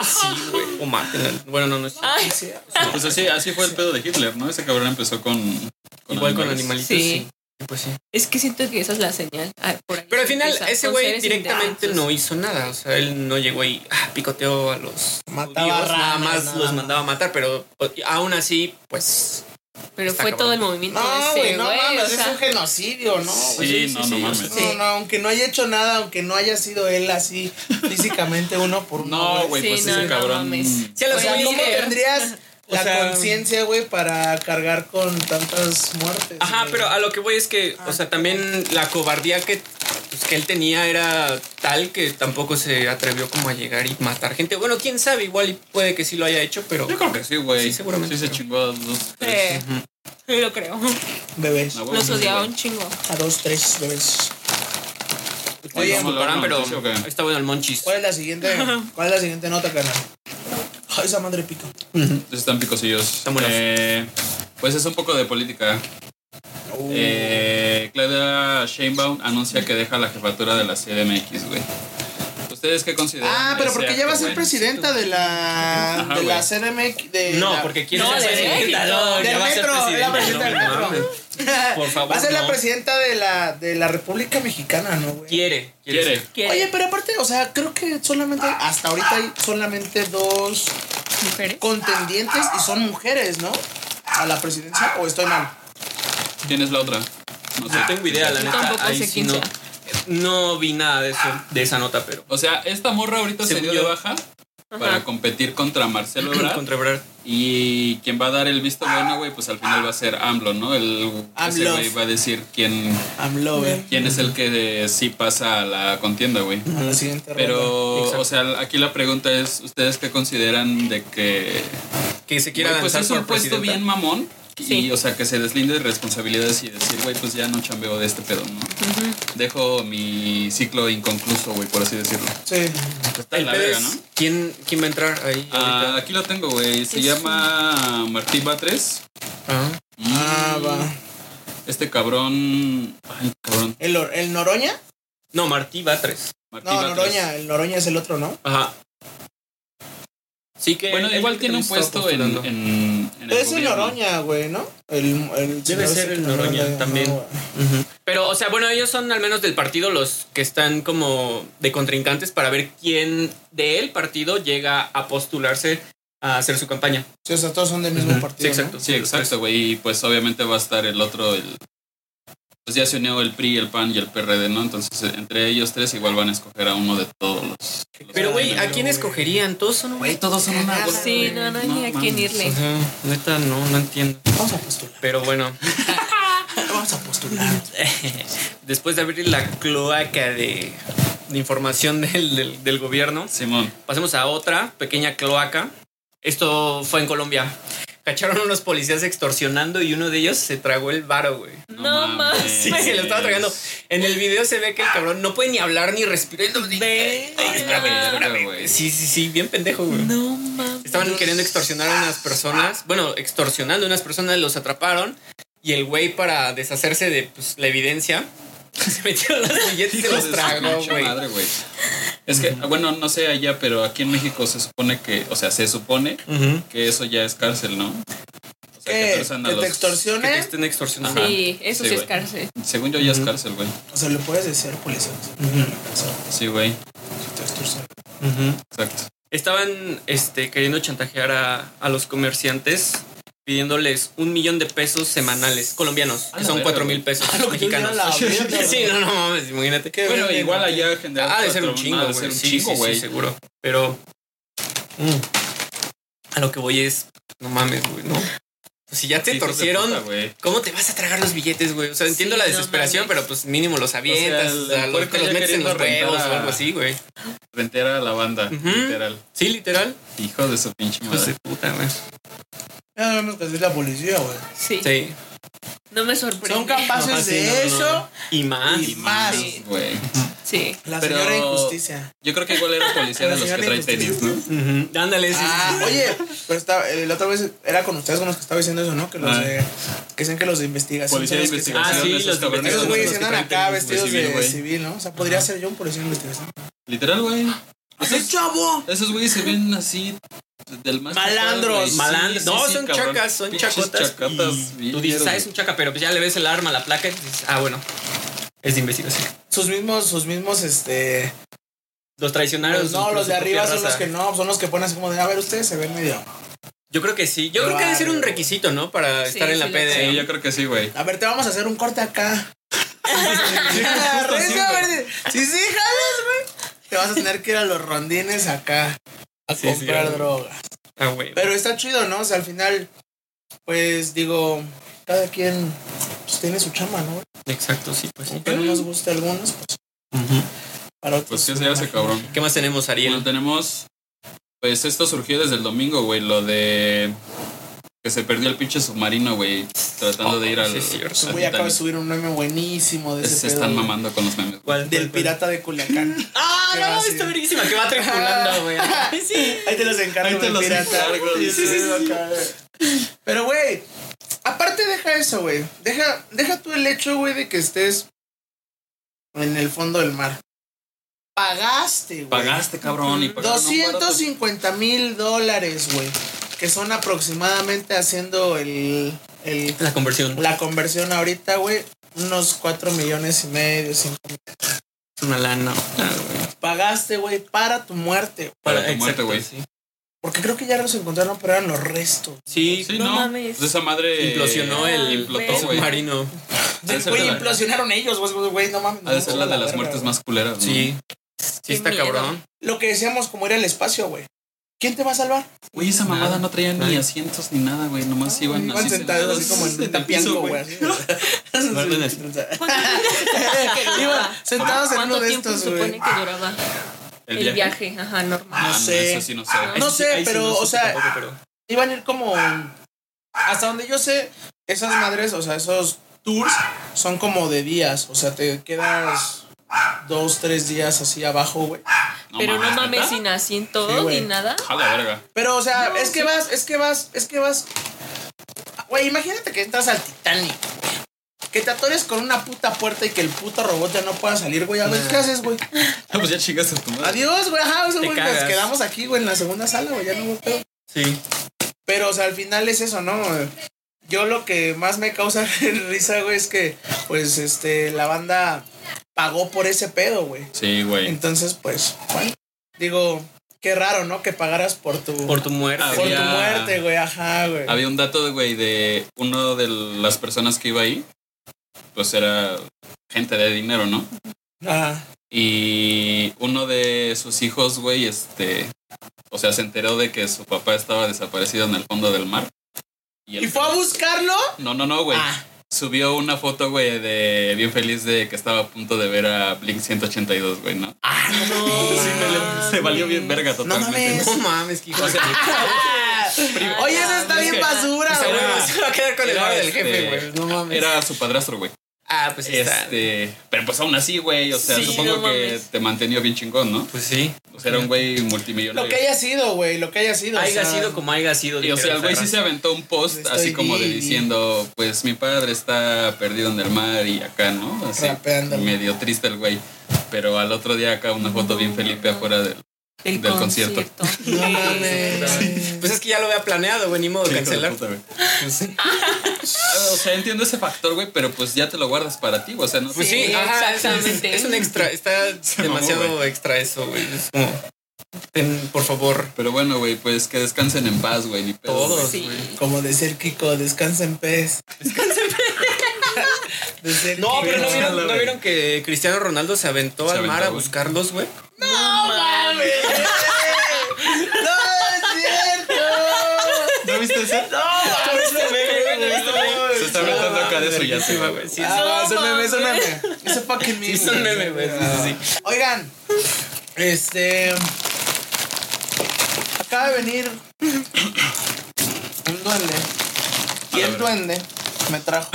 [SPEAKER 1] sí, güey, o mátenla. Bueno, no, no es
[SPEAKER 3] Ay,
[SPEAKER 2] Sí,
[SPEAKER 4] Pues así, así fue el pedo de Hitler, ¿no? Ese cabrón empezó con.
[SPEAKER 1] igual con animalitos.
[SPEAKER 3] Sí.
[SPEAKER 1] Sí. Pues sí.
[SPEAKER 3] es que siento que esa es la señal. Ah, por ahí
[SPEAKER 1] Pero al final,
[SPEAKER 3] empieza,
[SPEAKER 1] ese
[SPEAKER 3] con
[SPEAKER 1] güey
[SPEAKER 3] seres
[SPEAKER 1] directamente
[SPEAKER 3] intensos.
[SPEAKER 1] no hizo nada. O sea, él no llegó y ah, picoteó a los
[SPEAKER 2] Mataba
[SPEAKER 1] judíos, nada
[SPEAKER 2] ranas,
[SPEAKER 1] más
[SPEAKER 2] nada
[SPEAKER 1] los
[SPEAKER 2] más.
[SPEAKER 1] mandaba a matar, pero o- aún así, pues
[SPEAKER 3] Pero
[SPEAKER 1] Está
[SPEAKER 3] fue
[SPEAKER 1] cabrón.
[SPEAKER 3] todo el movimiento
[SPEAKER 2] No,
[SPEAKER 3] de
[SPEAKER 2] güey,
[SPEAKER 3] ese
[SPEAKER 2] no
[SPEAKER 3] güey.
[SPEAKER 2] mames,
[SPEAKER 3] o sea,
[SPEAKER 2] es un genocidio, ¿no? güey?
[SPEAKER 4] Sí,
[SPEAKER 1] Sí,
[SPEAKER 4] no,
[SPEAKER 1] sí,
[SPEAKER 4] no
[SPEAKER 1] sí,
[SPEAKER 4] mames.
[SPEAKER 3] sí.
[SPEAKER 2] No, no, aunque no haya hecho nada, aunque no haya sido él así físicamente uno por uno.
[SPEAKER 4] No, güey,
[SPEAKER 3] Sí,
[SPEAKER 4] pues
[SPEAKER 3] no,
[SPEAKER 4] ese
[SPEAKER 3] no
[SPEAKER 4] cabrón.
[SPEAKER 3] mames.
[SPEAKER 1] Sí, a los
[SPEAKER 2] O sea,
[SPEAKER 1] güeyes
[SPEAKER 2] ¿cómo
[SPEAKER 1] que-
[SPEAKER 2] tendrías
[SPEAKER 1] O
[SPEAKER 2] la
[SPEAKER 1] sea-
[SPEAKER 2] conciencia, güey, para cargar con tantas muertes?
[SPEAKER 1] Ajá,
[SPEAKER 2] güey?
[SPEAKER 1] pero a lo que voy es que, o sea, también la cobardía que, pues, que él tenía era tal que tampoco se atrevió como a llegar y matar gente. Bueno, quién sabe, igual y puede que sí lo haya hecho, pero...
[SPEAKER 4] Yo creo que sí, güey.
[SPEAKER 1] Sí, seguramente.
[SPEAKER 4] Sí, se chingó a dos.
[SPEAKER 3] eh,
[SPEAKER 4] tres.
[SPEAKER 3] yo lo creo.
[SPEAKER 2] Bebés.
[SPEAKER 4] No, güey,
[SPEAKER 3] Los
[SPEAKER 4] sí,
[SPEAKER 3] odiaba
[SPEAKER 4] güey.
[SPEAKER 3] un chingo.
[SPEAKER 2] A dos, tres bebés.
[SPEAKER 1] Oye,
[SPEAKER 4] Vamos a hablar
[SPEAKER 1] disculparán,
[SPEAKER 4] de
[SPEAKER 1] pero
[SPEAKER 4] noticia, ¿o qué?
[SPEAKER 1] está bueno el monchis.
[SPEAKER 2] ¿Cuál es la siguiente? ¿Cuál es la siguiente nota, carnal? Ay, esa madre pica.
[SPEAKER 4] Entonces están picosillos.
[SPEAKER 1] Están buenos.
[SPEAKER 4] Eh, pues es un poco de política.
[SPEAKER 2] Uh.
[SPEAKER 4] Eh, Claudia Sheinbaum anuncia que deja la jefatura de la CDMX, güey. ¿Ustedes qué consideran?
[SPEAKER 2] Ah, pero
[SPEAKER 4] ese
[SPEAKER 2] porque
[SPEAKER 4] acto,
[SPEAKER 2] ya va a ser
[SPEAKER 4] güey?
[SPEAKER 2] presidenta de la
[SPEAKER 4] Ajá,
[SPEAKER 2] de la
[SPEAKER 4] güey.
[SPEAKER 2] CDMX de
[SPEAKER 1] No,
[SPEAKER 2] la-
[SPEAKER 1] porque quiere
[SPEAKER 3] No,
[SPEAKER 1] ser
[SPEAKER 3] de
[SPEAKER 1] presidenta.
[SPEAKER 3] México.
[SPEAKER 1] No, ya
[SPEAKER 2] Del
[SPEAKER 1] va a ser
[SPEAKER 2] metro, la
[SPEAKER 1] presidenta.
[SPEAKER 2] presidenta
[SPEAKER 1] no
[SPEAKER 2] del metro.
[SPEAKER 1] mames. Por favor,
[SPEAKER 2] va a ser la
[SPEAKER 1] no.
[SPEAKER 2] presidenta de la de la República Mexicana, ¿no, güey?
[SPEAKER 1] Quiere, quiere.
[SPEAKER 4] Quiere.
[SPEAKER 1] ser.
[SPEAKER 3] ¿Quiere
[SPEAKER 2] Oye, pero aparte, o sea, creo que solamente hasta ahorita hay solamente dos
[SPEAKER 3] mujeres?
[SPEAKER 2] contendientes y son mujeres, ¿no? A la presidencia o estoy mal.
[SPEAKER 4] ¿Quién es la otra? No sé.
[SPEAKER 1] No Ah, tengo idea, la
[SPEAKER 3] Yo
[SPEAKER 1] neta.
[SPEAKER 3] tampoco
[SPEAKER 1] ahí
[SPEAKER 3] sé
[SPEAKER 1] sí
[SPEAKER 3] quién
[SPEAKER 1] no,
[SPEAKER 3] sea.
[SPEAKER 1] no vi nada de eso, de esa nota, pero...
[SPEAKER 4] O sea, esta morra ahorita se
[SPEAKER 1] Según
[SPEAKER 4] dio
[SPEAKER 1] yo.
[SPEAKER 4] de baja para competir contra Marcelo Ebrard.
[SPEAKER 1] Contra Ebrard.
[SPEAKER 4] Y quien va a dar el visto bueno, güey, pues al final va a ser AMLO, ¿no? El, ese
[SPEAKER 2] AMLO.
[SPEAKER 4] güey va a decir quién,
[SPEAKER 2] I'm lover.
[SPEAKER 4] quién es el que eh, sí pasa a la contienda, güey.
[SPEAKER 2] A la siguiente ronda.
[SPEAKER 4] Pero,
[SPEAKER 1] Exacto.
[SPEAKER 4] o sea, aquí la pregunta es, ¿ustedes qué consideran de que...
[SPEAKER 1] Que se quiera
[SPEAKER 4] Güey, pues
[SPEAKER 1] lanzar
[SPEAKER 4] es un
[SPEAKER 1] por
[SPEAKER 4] puesto
[SPEAKER 1] presidenta.
[SPEAKER 4] bien mamón. Y,
[SPEAKER 3] Sí.
[SPEAKER 4] o sea, que se deslinde de responsabilidades y decir, güey, pues ya no chambeo de este pedo, ¿no? Dejo mi ciclo inconcluso, güey, por así decirlo.
[SPEAKER 2] Sí.
[SPEAKER 4] Está
[SPEAKER 1] El
[SPEAKER 4] la
[SPEAKER 1] pedo
[SPEAKER 4] verga,
[SPEAKER 1] es,
[SPEAKER 4] ¿no?
[SPEAKER 1] ¿quién, ¿Quién va a entrar ahí
[SPEAKER 4] Ah,
[SPEAKER 1] ahorita?
[SPEAKER 4] aquí lo tengo, güey. Se
[SPEAKER 3] Es
[SPEAKER 4] llama Martí Batres.
[SPEAKER 1] Ah.
[SPEAKER 2] Ah, va.
[SPEAKER 4] Este cabrón. Ay, cabrón.
[SPEAKER 2] El, or- el Noroña?
[SPEAKER 1] No, Martí Batres.
[SPEAKER 4] Martí
[SPEAKER 2] No,
[SPEAKER 4] Batres.
[SPEAKER 2] Noroña, el Noroña es el otro, ¿no?
[SPEAKER 1] Ajá. Sí que...
[SPEAKER 4] Bueno,
[SPEAKER 2] Eh,
[SPEAKER 1] él-
[SPEAKER 4] igual
[SPEAKER 1] él
[SPEAKER 4] tiene un
[SPEAKER 1] también estaba
[SPEAKER 4] puesto en,
[SPEAKER 1] postulando.
[SPEAKER 4] en- en
[SPEAKER 2] Es el
[SPEAKER 4] gobierno.
[SPEAKER 2] Noroña, güey, ¿no? El, el
[SPEAKER 1] Debe
[SPEAKER 2] señor
[SPEAKER 1] ser el
[SPEAKER 2] ese
[SPEAKER 1] Noroña
[SPEAKER 2] güey,
[SPEAKER 1] también.
[SPEAKER 2] ¿no?
[SPEAKER 1] Ujú. Pero, o sea, bueno, ellos son al menos del partido los que están como de contrincantes para ver quién de el partido llega a postularse a hacer su campaña.
[SPEAKER 2] Sí, o sea, todos son del mismo
[SPEAKER 1] Ujú.
[SPEAKER 2] partido.
[SPEAKER 1] Sí, exacto.
[SPEAKER 4] Sí, exacto, güey. Y pues obviamente va a estar el otro, el. Pues ya se unió el PRI, el PAN y el PRD, ¿no? Entonces, eh, entre ellos tres igual van a escoger a uno de todos los. los
[SPEAKER 1] Pero, güey, ¿a
[SPEAKER 4] candidatos.
[SPEAKER 1] quién escogerían? Todos son...
[SPEAKER 4] Güey, todos son una
[SPEAKER 2] Cagada,
[SPEAKER 4] bola,
[SPEAKER 3] Pues Sí,
[SPEAKER 4] güey.
[SPEAKER 3] no, no hay ni a
[SPEAKER 4] mames.
[SPEAKER 3] quién irle.
[SPEAKER 1] Ajá, neta, no, no entiendo.
[SPEAKER 2] ¿no? Vamos a postular.
[SPEAKER 1] Pero bueno,
[SPEAKER 2] Vamos a postular.
[SPEAKER 1] después de abrir la cloaca de, de información del, del- del gobierno,
[SPEAKER 4] Simón.
[SPEAKER 1] pasemos a otra pequeña cloaca. Esto fue en Colombia. Cacharon unos policías extorsionando y uno de ellos se tragó el varo, güey.
[SPEAKER 3] No mames.
[SPEAKER 1] Sí, se lo estaba tragando. En el video se ve que el cabrón no puede ni hablar ni respirar.
[SPEAKER 3] Verga.
[SPEAKER 1] Sí, sí, sí, bien pendejo, güey.
[SPEAKER 3] No mames.
[SPEAKER 1] estaban queriendo extorsionar a unas personas. Bueno, extorsionando a unas personas, los atraparon. Y el güey, para deshacerse de pues, la evidencia, se metió los billetes y se
[SPEAKER 4] Hijo
[SPEAKER 1] los
[SPEAKER 4] de su
[SPEAKER 1] tragó,
[SPEAKER 4] pinche
[SPEAKER 1] güey.
[SPEAKER 4] madre, güey. Es que, bueno, no sé allá, pero aquí en México se supone que, o sea, se supone
[SPEAKER 1] Ujú.
[SPEAKER 4] que eso ya es cárcel, ¿no? O sea,
[SPEAKER 2] ¿Qué?
[SPEAKER 4] torcen
[SPEAKER 2] ¿Que
[SPEAKER 4] a
[SPEAKER 2] te
[SPEAKER 4] los-
[SPEAKER 1] Que te
[SPEAKER 2] extorsionen?
[SPEAKER 1] estén extorsionando.
[SPEAKER 4] Ajá.
[SPEAKER 3] Sí, eso
[SPEAKER 4] Sí,
[SPEAKER 3] sí, es
[SPEAKER 4] güey.
[SPEAKER 3] cárcel.
[SPEAKER 4] Según yo ya es
[SPEAKER 1] Ujú.
[SPEAKER 4] cárcel, güey.
[SPEAKER 2] O sea, le puedes decir al policía que se mete a la cárcel
[SPEAKER 4] Sí, güey.
[SPEAKER 2] si te extorsionan.
[SPEAKER 1] Ujú.
[SPEAKER 4] Exacto.
[SPEAKER 1] Estaban este, queriendo chantajear a, a los comerciantes pidiéndoles un millón de pesos semanales colombianos,
[SPEAKER 4] A
[SPEAKER 1] que
[SPEAKER 4] la
[SPEAKER 1] son
[SPEAKER 4] verga,
[SPEAKER 1] cuatro mil
[SPEAKER 4] güey.
[SPEAKER 1] pesos
[SPEAKER 2] lo que te
[SPEAKER 1] mexicanos.
[SPEAKER 2] dieron la verga,
[SPEAKER 1] sí, no, no mames, imagínate.
[SPEAKER 2] Qué
[SPEAKER 4] Bueno,
[SPEAKER 2] verga,
[SPEAKER 4] igual
[SPEAKER 2] ¿no?
[SPEAKER 4] allá general.
[SPEAKER 1] Ah, ha de ser un
[SPEAKER 4] cuatro,
[SPEAKER 1] chingo,
[SPEAKER 4] ha de
[SPEAKER 1] güey.
[SPEAKER 4] ser un
[SPEAKER 1] Sí,
[SPEAKER 4] chingo,
[SPEAKER 1] sí, sí,
[SPEAKER 4] güey.
[SPEAKER 1] seguro. Pero mm, a lo que voy es, no mames, güey, no. Pues si ya te
[SPEAKER 4] Sí, hijos de
[SPEAKER 1] torcieron,
[SPEAKER 4] puta, güey.
[SPEAKER 1] ¿cómo te vas a tragar los billetes, güey? O sea, entiendo
[SPEAKER 3] Sí,
[SPEAKER 1] la
[SPEAKER 3] no
[SPEAKER 1] desesperación,
[SPEAKER 3] mames.
[SPEAKER 1] pero pues mínimo los avientas,
[SPEAKER 4] el-
[SPEAKER 1] o sea,
[SPEAKER 4] el
[SPEAKER 1] los-
[SPEAKER 4] puerco
[SPEAKER 1] te los
[SPEAKER 4] ya
[SPEAKER 1] metes en
[SPEAKER 4] queriendo
[SPEAKER 1] los huevos
[SPEAKER 4] rentar
[SPEAKER 1] o
[SPEAKER 4] a-
[SPEAKER 1] algo así, güey.
[SPEAKER 4] Rentera a la banda,
[SPEAKER 1] Ujú. Pues
[SPEAKER 4] literal.
[SPEAKER 1] Sí, literal.
[SPEAKER 4] Hijo pues, de su pinche
[SPEAKER 1] Hijos de
[SPEAKER 4] madre.
[SPEAKER 1] puta, güey.
[SPEAKER 2] Ya no vemos que es la policía, güey.
[SPEAKER 3] Sí.
[SPEAKER 1] Sí.
[SPEAKER 3] No me sorprende.
[SPEAKER 2] Son capaces
[SPEAKER 1] Ajá, sí,
[SPEAKER 2] de
[SPEAKER 1] no, no, no,
[SPEAKER 2] eso.
[SPEAKER 1] no. Y más.
[SPEAKER 2] Y más.
[SPEAKER 3] Sí.
[SPEAKER 4] Güey.
[SPEAKER 3] Sí.
[SPEAKER 2] La
[SPEAKER 4] Pero-
[SPEAKER 2] señora injusticia.
[SPEAKER 4] Yo creo que igual era policía
[SPEAKER 2] La
[SPEAKER 4] de los que
[SPEAKER 2] señora
[SPEAKER 4] traen tenis, ¿no?
[SPEAKER 1] Ujú. Ándale, sí, sí,
[SPEAKER 2] Ah,
[SPEAKER 1] sí.
[SPEAKER 2] oye, pero estaba, eh, la otra vez era con ustedes con los que estaba diciendo eso, ¿no? Que los
[SPEAKER 4] Ah.
[SPEAKER 2] de, que dicen que los de investigación.
[SPEAKER 4] Policía
[SPEAKER 2] son
[SPEAKER 4] de
[SPEAKER 2] los que se-
[SPEAKER 4] investigación.
[SPEAKER 1] Ah, sí,
[SPEAKER 4] esos
[SPEAKER 1] los investigadores
[SPEAKER 4] cabrones
[SPEAKER 2] Esos
[SPEAKER 4] son
[SPEAKER 2] güeyes
[SPEAKER 4] los que
[SPEAKER 2] andan
[SPEAKER 4] traen
[SPEAKER 2] acá
[SPEAKER 4] tenis, güey,
[SPEAKER 2] vestidos
[SPEAKER 4] civil,
[SPEAKER 2] de
[SPEAKER 4] güey.
[SPEAKER 2] civil, ¿no? O sea, podría ser yo un policía de investigación.
[SPEAKER 4] Literal, güey.
[SPEAKER 2] ¡Ese chavo!
[SPEAKER 4] Esos güeyes se ven así del más
[SPEAKER 2] Malandros,
[SPEAKER 4] güey. Sí,
[SPEAKER 1] malandros.
[SPEAKER 4] sí,
[SPEAKER 1] no,
[SPEAKER 4] sí,
[SPEAKER 1] son
[SPEAKER 4] cabrón.
[SPEAKER 1] chacas, son
[SPEAKER 4] Pinches
[SPEAKER 1] chacotas.
[SPEAKER 4] chacatas
[SPEAKER 1] y
[SPEAKER 4] bien
[SPEAKER 1] tú dices,
[SPEAKER 4] culeros,
[SPEAKER 1] ah, es un chaca, pero pues ya le ves el arma, la placa y dices, ah, bueno, es de investigación.
[SPEAKER 2] Sus mismos, sus mismos, este.
[SPEAKER 1] Los traicionarios.
[SPEAKER 2] pues, no,
[SPEAKER 1] su-
[SPEAKER 2] los
[SPEAKER 1] su propia
[SPEAKER 2] de arriba son
[SPEAKER 1] raza.
[SPEAKER 2] los que no, pues, son los que ponen así como de, a ver, ustedes se ven medio.
[SPEAKER 1] Yo creo que sí. Yo
[SPEAKER 2] Qué
[SPEAKER 1] creo que debe ser un
[SPEAKER 2] bárbaro.
[SPEAKER 1] requisito, ¿no? Para
[SPEAKER 3] Sí,
[SPEAKER 1] estar en
[SPEAKER 3] sí,
[SPEAKER 1] la
[SPEAKER 3] lo
[SPEAKER 1] PD.
[SPEAKER 3] creo.
[SPEAKER 4] güey. Sí,
[SPEAKER 1] ¿no?
[SPEAKER 4] yo creo que sí, güey.
[SPEAKER 2] A ver, te vamos a hacer un corte acá.
[SPEAKER 4] justo así,
[SPEAKER 2] Reza,
[SPEAKER 4] güey.
[SPEAKER 2] verde. Sí, sí, jalas, güey. Te vas a tener que ir a los rondines acá a
[SPEAKER 1] Sí, sí,
[SPEAKER 2] comprar
[SPEAKER 1] güey.
[SPEAKER 2] droga.
[SPEAKER 1] Ah, güey.
[SPEAKER 2] Pero está chido, ¿no? O sea, al final, pues digo, cada quien pues, tiene su chama, ¿no?
[SPEAKER 1] Exacto, sí, pues sí.
[SPEAKER 2] Aunque no nos guste a algunos, pues
[SPEAKER 1] Ujú.
[SPEAKER 2] para otros.
[SPEAKER 4] Pues sí, se hace cabrón.
[SPEAKER 1] ¿Qué más tenemos,
[SPEAKER 4] Bueno,
[SPEAKER 1] Ariel?
[SPEAKER 4] tenemos. Pues esto surgió desde el domingo, güey. Lo de. Que se perdió el pinche submarino, güey. Tratando de ir
[SPEAKER 1] Oh,
[SPEAKER 4] al.
[SPEAKER 1] sí, es cierto.
[SPEAKER 4] al
[SPEAKER 2] Pues, Voy a acabar de
[SPEAKER 4] Titanic.
[SPEAKER 2] subir un meme buenísimo de ese
[SPEAKER 4] Se
[SPEAKER 2] pedo,
[SPEAKER 4] están
[SPEAKER 2] güey,
[SPEAKER 4] mamando con los memes. güey.
[SPEAKER 1] ¿Cuál?
[SPEAKER 2] Del
[SPEAKER 1] cuál, cuál?
[SPEAKER 2] pirata de Culiacán.
[SPEAKER 1] Ah,
[SPEAKER 2] Que
[SPEAKER 1] no,
[SPEAKER 2] va
[SPEAKER 1] mames,
[SPEAKER 2] así.
[SPEAKER 1] está verguísima, que va triangulando, güey. Sí.
[SPEAKER 2] Ahí te los encargo,
[SPEAKER 4] Ahí te
[SPEAKER 2] del
[SPEAKER 4] los
[SPEAKER 2] pirata.
[SPEAKER 4] encargo,
[SPEAKER 2] Sí, sí, sí,
[SPEAKER 4] dice.
[SPEAKER 2] acá, güey. Pero, güey, aparte deja eso, güey. Deja, deja tú el hecho, güey, de que estés en el fondo del mar. Pagaste, güey.
[SPEAKER 4] Pagaste, cabrón. Y pagaron un barato.
[SPEAKER 2] 250 mil dólares, güey. Que son aproximadamente haciendo el, el-
[SPEAKER 1] La conversión.
[SPEAKER 2] la conversión ahorita, güey. Unos 4 millones y medio. cinco.
[SPEAKER 1] Es una lana. ah, güey.
[SPEAKER 2] Pagaste, güey, para tu muerte.
[SPEAKER 4] Para tu
[SPEAKER 1] exacto,
[SPEAKER 4] muerte, güey.
[SPEAKER 1] Sí,
[SPEAKER 2] Porque creo que ya los encontraron, pero eran los restos.
[SPEAKER 1] sí,
[SPEAKER 4] Sí,
[SPEAKER 3] No
[SPEAKER 4] no.
[SPEAKER 3] mames.
[SPEAKER 4] Pues esa madre. ah,
[SPEAKER 1] implosionó el
[SPEAKER 4] Implotó, güey.
[SPEAKER 1] submarino.
[SPEAKER 4] Ha de ser
[SPEAKER 2] Güey,
[SPEAKER 4] de la-
[SPEAKER 2] implosionaron ellos, güey, güey, no mames.
[SPEAKER 4] Ha de ser
[SPEAKER 2] no,
[SPEAKER 4] la de las
[SPEAKER 2] verga,
[SPEAKER 4] muertes
[SPEAKER 2] güey.
[SPEAKER 4] más culeras, ¿no?
[SPEAKER 1] Sí. Sí,
[SPEAKER 3] Qué
[SPEAKER 1] está
[SPEAKER 3] miedo.
[SPEAKER 1] cabrón.
[SPEAKER 2] Lo que decíamos, como ir al espacio, güey. ¿Quién te va a salvar?
[SPEAKER 4] Güey, esa mamada
[SPEAKER 1] Nada.
[SPEAKER 4] no traía ni
[SPEAKER 1] Nadie.
[SPEAKER 4] asientos ni nada, güey. Nomás iban,
[SPEAKER 2] Ah, Iban
[SPEAKER 4] así
[SPEAKER 2] sentados así como en un
[SPEAKER 4] el piso,
[SPEAKER 2] tapianco, güey. así, güey.
[SPEAKER 1] Órdenes.
[SPEAKER 2] Iban sentados en uno
[SPEAKER 3] ¿Cuánto
[SPEAKER 2] de
[SPEAKER 3] tiempo
[SPEAKER 2] estos,
[SPEAKER 3] supone
[SPEAKER 2] güey.
[SPEAKER 3] que duraba
[SPEAKER 4] El
[SPEAKER 3] el,
[SPEAKER 4] viaje.
[SPEAKER 3] viaje? Ajá, normal.
[SPEAKER 4] Ah,
[SPEAKER 2] No sé.
[SPEAKER 4] eso sí no sé.
[SPEAKER 3] Ah,
[SPEAKER 2] No
[SPEAKER 1] Ahí sí-
[SPEAKER 2] sé,
[SPEAKER 1] ahí sí
[SPEAKER 2] pero,
[SPEAKER 1] no
[SPEAKER 2] o
[SPEAKER 1] supe
[SPEAKER 2] sea-
[SPEAKER 1] tampoco, pero-
[SPEAKER 2] Iban a ir como. Hasta donde yo sé, esas madres, o sea, esos tours son como de días. O sea, te quedas dos, tres días así abajo, güey.
[SPEAKER 3] Pero no mames,
[SPEAKER 4] ¿neta?
[SPEAKER 3] sin
[SPEAKER 2] Sí,
[SPEAKER 3] asiento
[SPEAKER 2] güey.
[SPEAKER 3] ni nada.
[SPEAKER 4] A la verga.
[SPEAKER 2] Pero, o sea,
[SPEAKER 3] No,
[SPEAKER 2] es que
[SPEAKER 3] sí.
[SPEAKER 2] vas, es que vas, es que vas. Güey, imagínate que entras al Titanic, güey. Que te atores con una puta puerta y que el puto robot ya no pueda salir, güey. A ver, ¿qué haces, güey?
[SPEAKER 4] No, pues ya chingaste a tu madre.
[SPEAKER 2] Adiós, güey. Ajá, o sea,
[SPEAKER 1] Te
[SPEAKER 2] güey, nos
[SPEAKER 1] cagas.
[SPEAKER 2] quedamos aquí, güey, en la segunda sala, güey. Ya no hubo pedo.
[SPEAKER 1] Sí.
[SPEAKER 2] Pero, o sea, al final es eso, ¿no? Yo lo que más me causa risa, güey, es que, pues, este, la banda pagó por ese pedo, güey.
[SPEAKER 4] Sí, güey.
[SPEAKER 2] Entonces, pues, bueno, digo, qué raro, ¿no? Que pagaras por tu,
[SPEAKER 1] Por tu muerte.
[SPEAKER 4] Ah,
[SPEAKER 2] por
[SPEAKER 4] había-
[SPEAKER 2] tu muerte, güey. Ajá, güey.
[SPEAKER 4] Había un dato, de, güey, de uno de las personas que iba ahí. Pues era gente de dinero, ¿no?
[SPEAKER 2] Ajá.
[SPEAKER 4] Y uno de sus hijos, güey, este. O sea, se enteró de que su papá estaba desaparecido en el fondo del mar. él-
[SPEAKER 2] ¿Y fue a buscarlo?
[SPEAKER 4] No, no, no, güey.
[SPEAKER 2] Ah,
[SPEAKER 4] Subió una foto, güey, de bien feliz de que estaba a punto de ver a Blink 182, güey, ¿no?
[SPEAKER 2] Ah,
[SPEAKER 3] No.
[SPEAKER 4] Sí, me le- se valió bien verga totalmente.
[SPEAKER 2] mames.
[SPEAKER 1] No mames, que hijo
[SPEAKER 4] O
[SPEAKER 1] de-
[SPEAKER 4] sea,
[SPEAKER 2] Oye, eso está
[SPEAKER 4] Es
[SPEAKER 2] bien
[SPEAKER 4] que-
[SPEAKER 2] basura,
[SPEAKER 1] Seguro
[SPEAKER 2] güey.
[SPEAKER 1] se va a quedar con el
[SPEAKER 4] Era
[SPEAKER 1] barrio del
[SPEAKER 4] este-
[SPEAKER 1] jefe, güey. No mames.
[SPEAKER 4] era su padrastro, güey.
[SPEAKER 1] Ah, pues está.
[SPEAKER 4] Este, pero pues aún así, güey, o sea,
[SPEAKER 1] Sí,
[SPEAKER 4] supongo
[SPEAKER 1] no
[SPEAKER 4] que
[SPEAKER 1] mames.
[SPEAKER 4] te mantenió bien chingón, ¿no?
[SPEAKER 1] Pues sí.
[SPEAKER 4] O sea, era un güey
[SPEAKER 2] Lo
[SPEAKER 4] multimillonario.
[SPEAKER 2] que haya sido, güey, lo que haya sido. o
[SPEAKER 1] Haiga
[SPEAKER 2] sea,
[SPEAKER 1] sido como haiga sido.
[SPEAKER 4] Y o sea, el güey sí se aventó un post
[SPEAKER 2] Estoy
[SPEAKER 4] así como de
[SPEAKER 2] bien.
[SPEAKER 4] diciendo, pues mi padre está perdido en el mar y acá, ¿no? Así
[SPEAKER 2] Rapeando.
[SPEAKER 4] medio triste el güey. Pero al otro día acá una foto bien Felipe afuera del...
[SPEAKER 3] Del,
[SPEAKER 4] Del concierto.
[SPEAKER 3] concierto.
[SPEAKER 2] No mames.
[SPEAKER 1] Pues es que ya lo había planeado, güey, ni modo
[SPEAKER 4] Hijo de
[SPEAKER 1] cancelar.
[SPEAKER 4] puta, güey.
[SPEAKER 1] Pues sí.
[SPEAKER 4] Ah, O sea, entiendo ese factor, güey, pero pues ya te lo guardas para ti, güey, o sea, no
[SPEAKER 1] Pues
[SPEAKER 4] sé.
[SPEAKER 1] sí,
[SPEAKER 3] Sí,
[SPEAKER 1] ajá,
[SPEAKER 3] exactamente.
[SPEAKER 1] Es un extra, está
[SPEAKER 4] mamó,
[SPEAKER 1] demasiado extra eso, güey. Es como, ten, por favor,
[SPEAKER 4] Pero bueno, güey, pues que descansen en paz, güey, ni pedo. güey.
[SPEAKER 1] todos,
[SPEAKER 3] Sí.
[SPEAKER 1] güey.
[SPEAKER 2] Como decía el Kiko, descansa en pez. Descansa en pez.
[SPEAKER 1] No, pero no
[SPEAKER 4] mira-
[SPEAKER 1] vieron, ¿no vieron que Cristiano Ronaldo se aventó
[SPEAKER 4] Se
[SPEAKER 1] al mar
[SPEAKER 4] aventó,
[SPEAKER 1] a
[SPEAKER 4] güey.
[SPEAKER 1] buscarlos, güey.
[SPEAKER 2] ¡No
[SPEAKER 4] ¿No viste eso?
[SPEAKER 2] es cierto! No,
[SPEAKER 4] Se está aventando acá de su yate, güey.
[SPEAKER 1] güey. Sí,
[SPEAKER 2] Ah, es un meme, es un meme. Es un fucking meme.
[SPEAKER 1] es un meme, güey, sí, sí,
[SPEAKER 2] Oigan, este. Acaba de venir un duende. Y
[SPEAKER 4] A
[SPEAKER 2] el
[SPEAKER 4] ver.
[SPEAKER 2] duende me trajo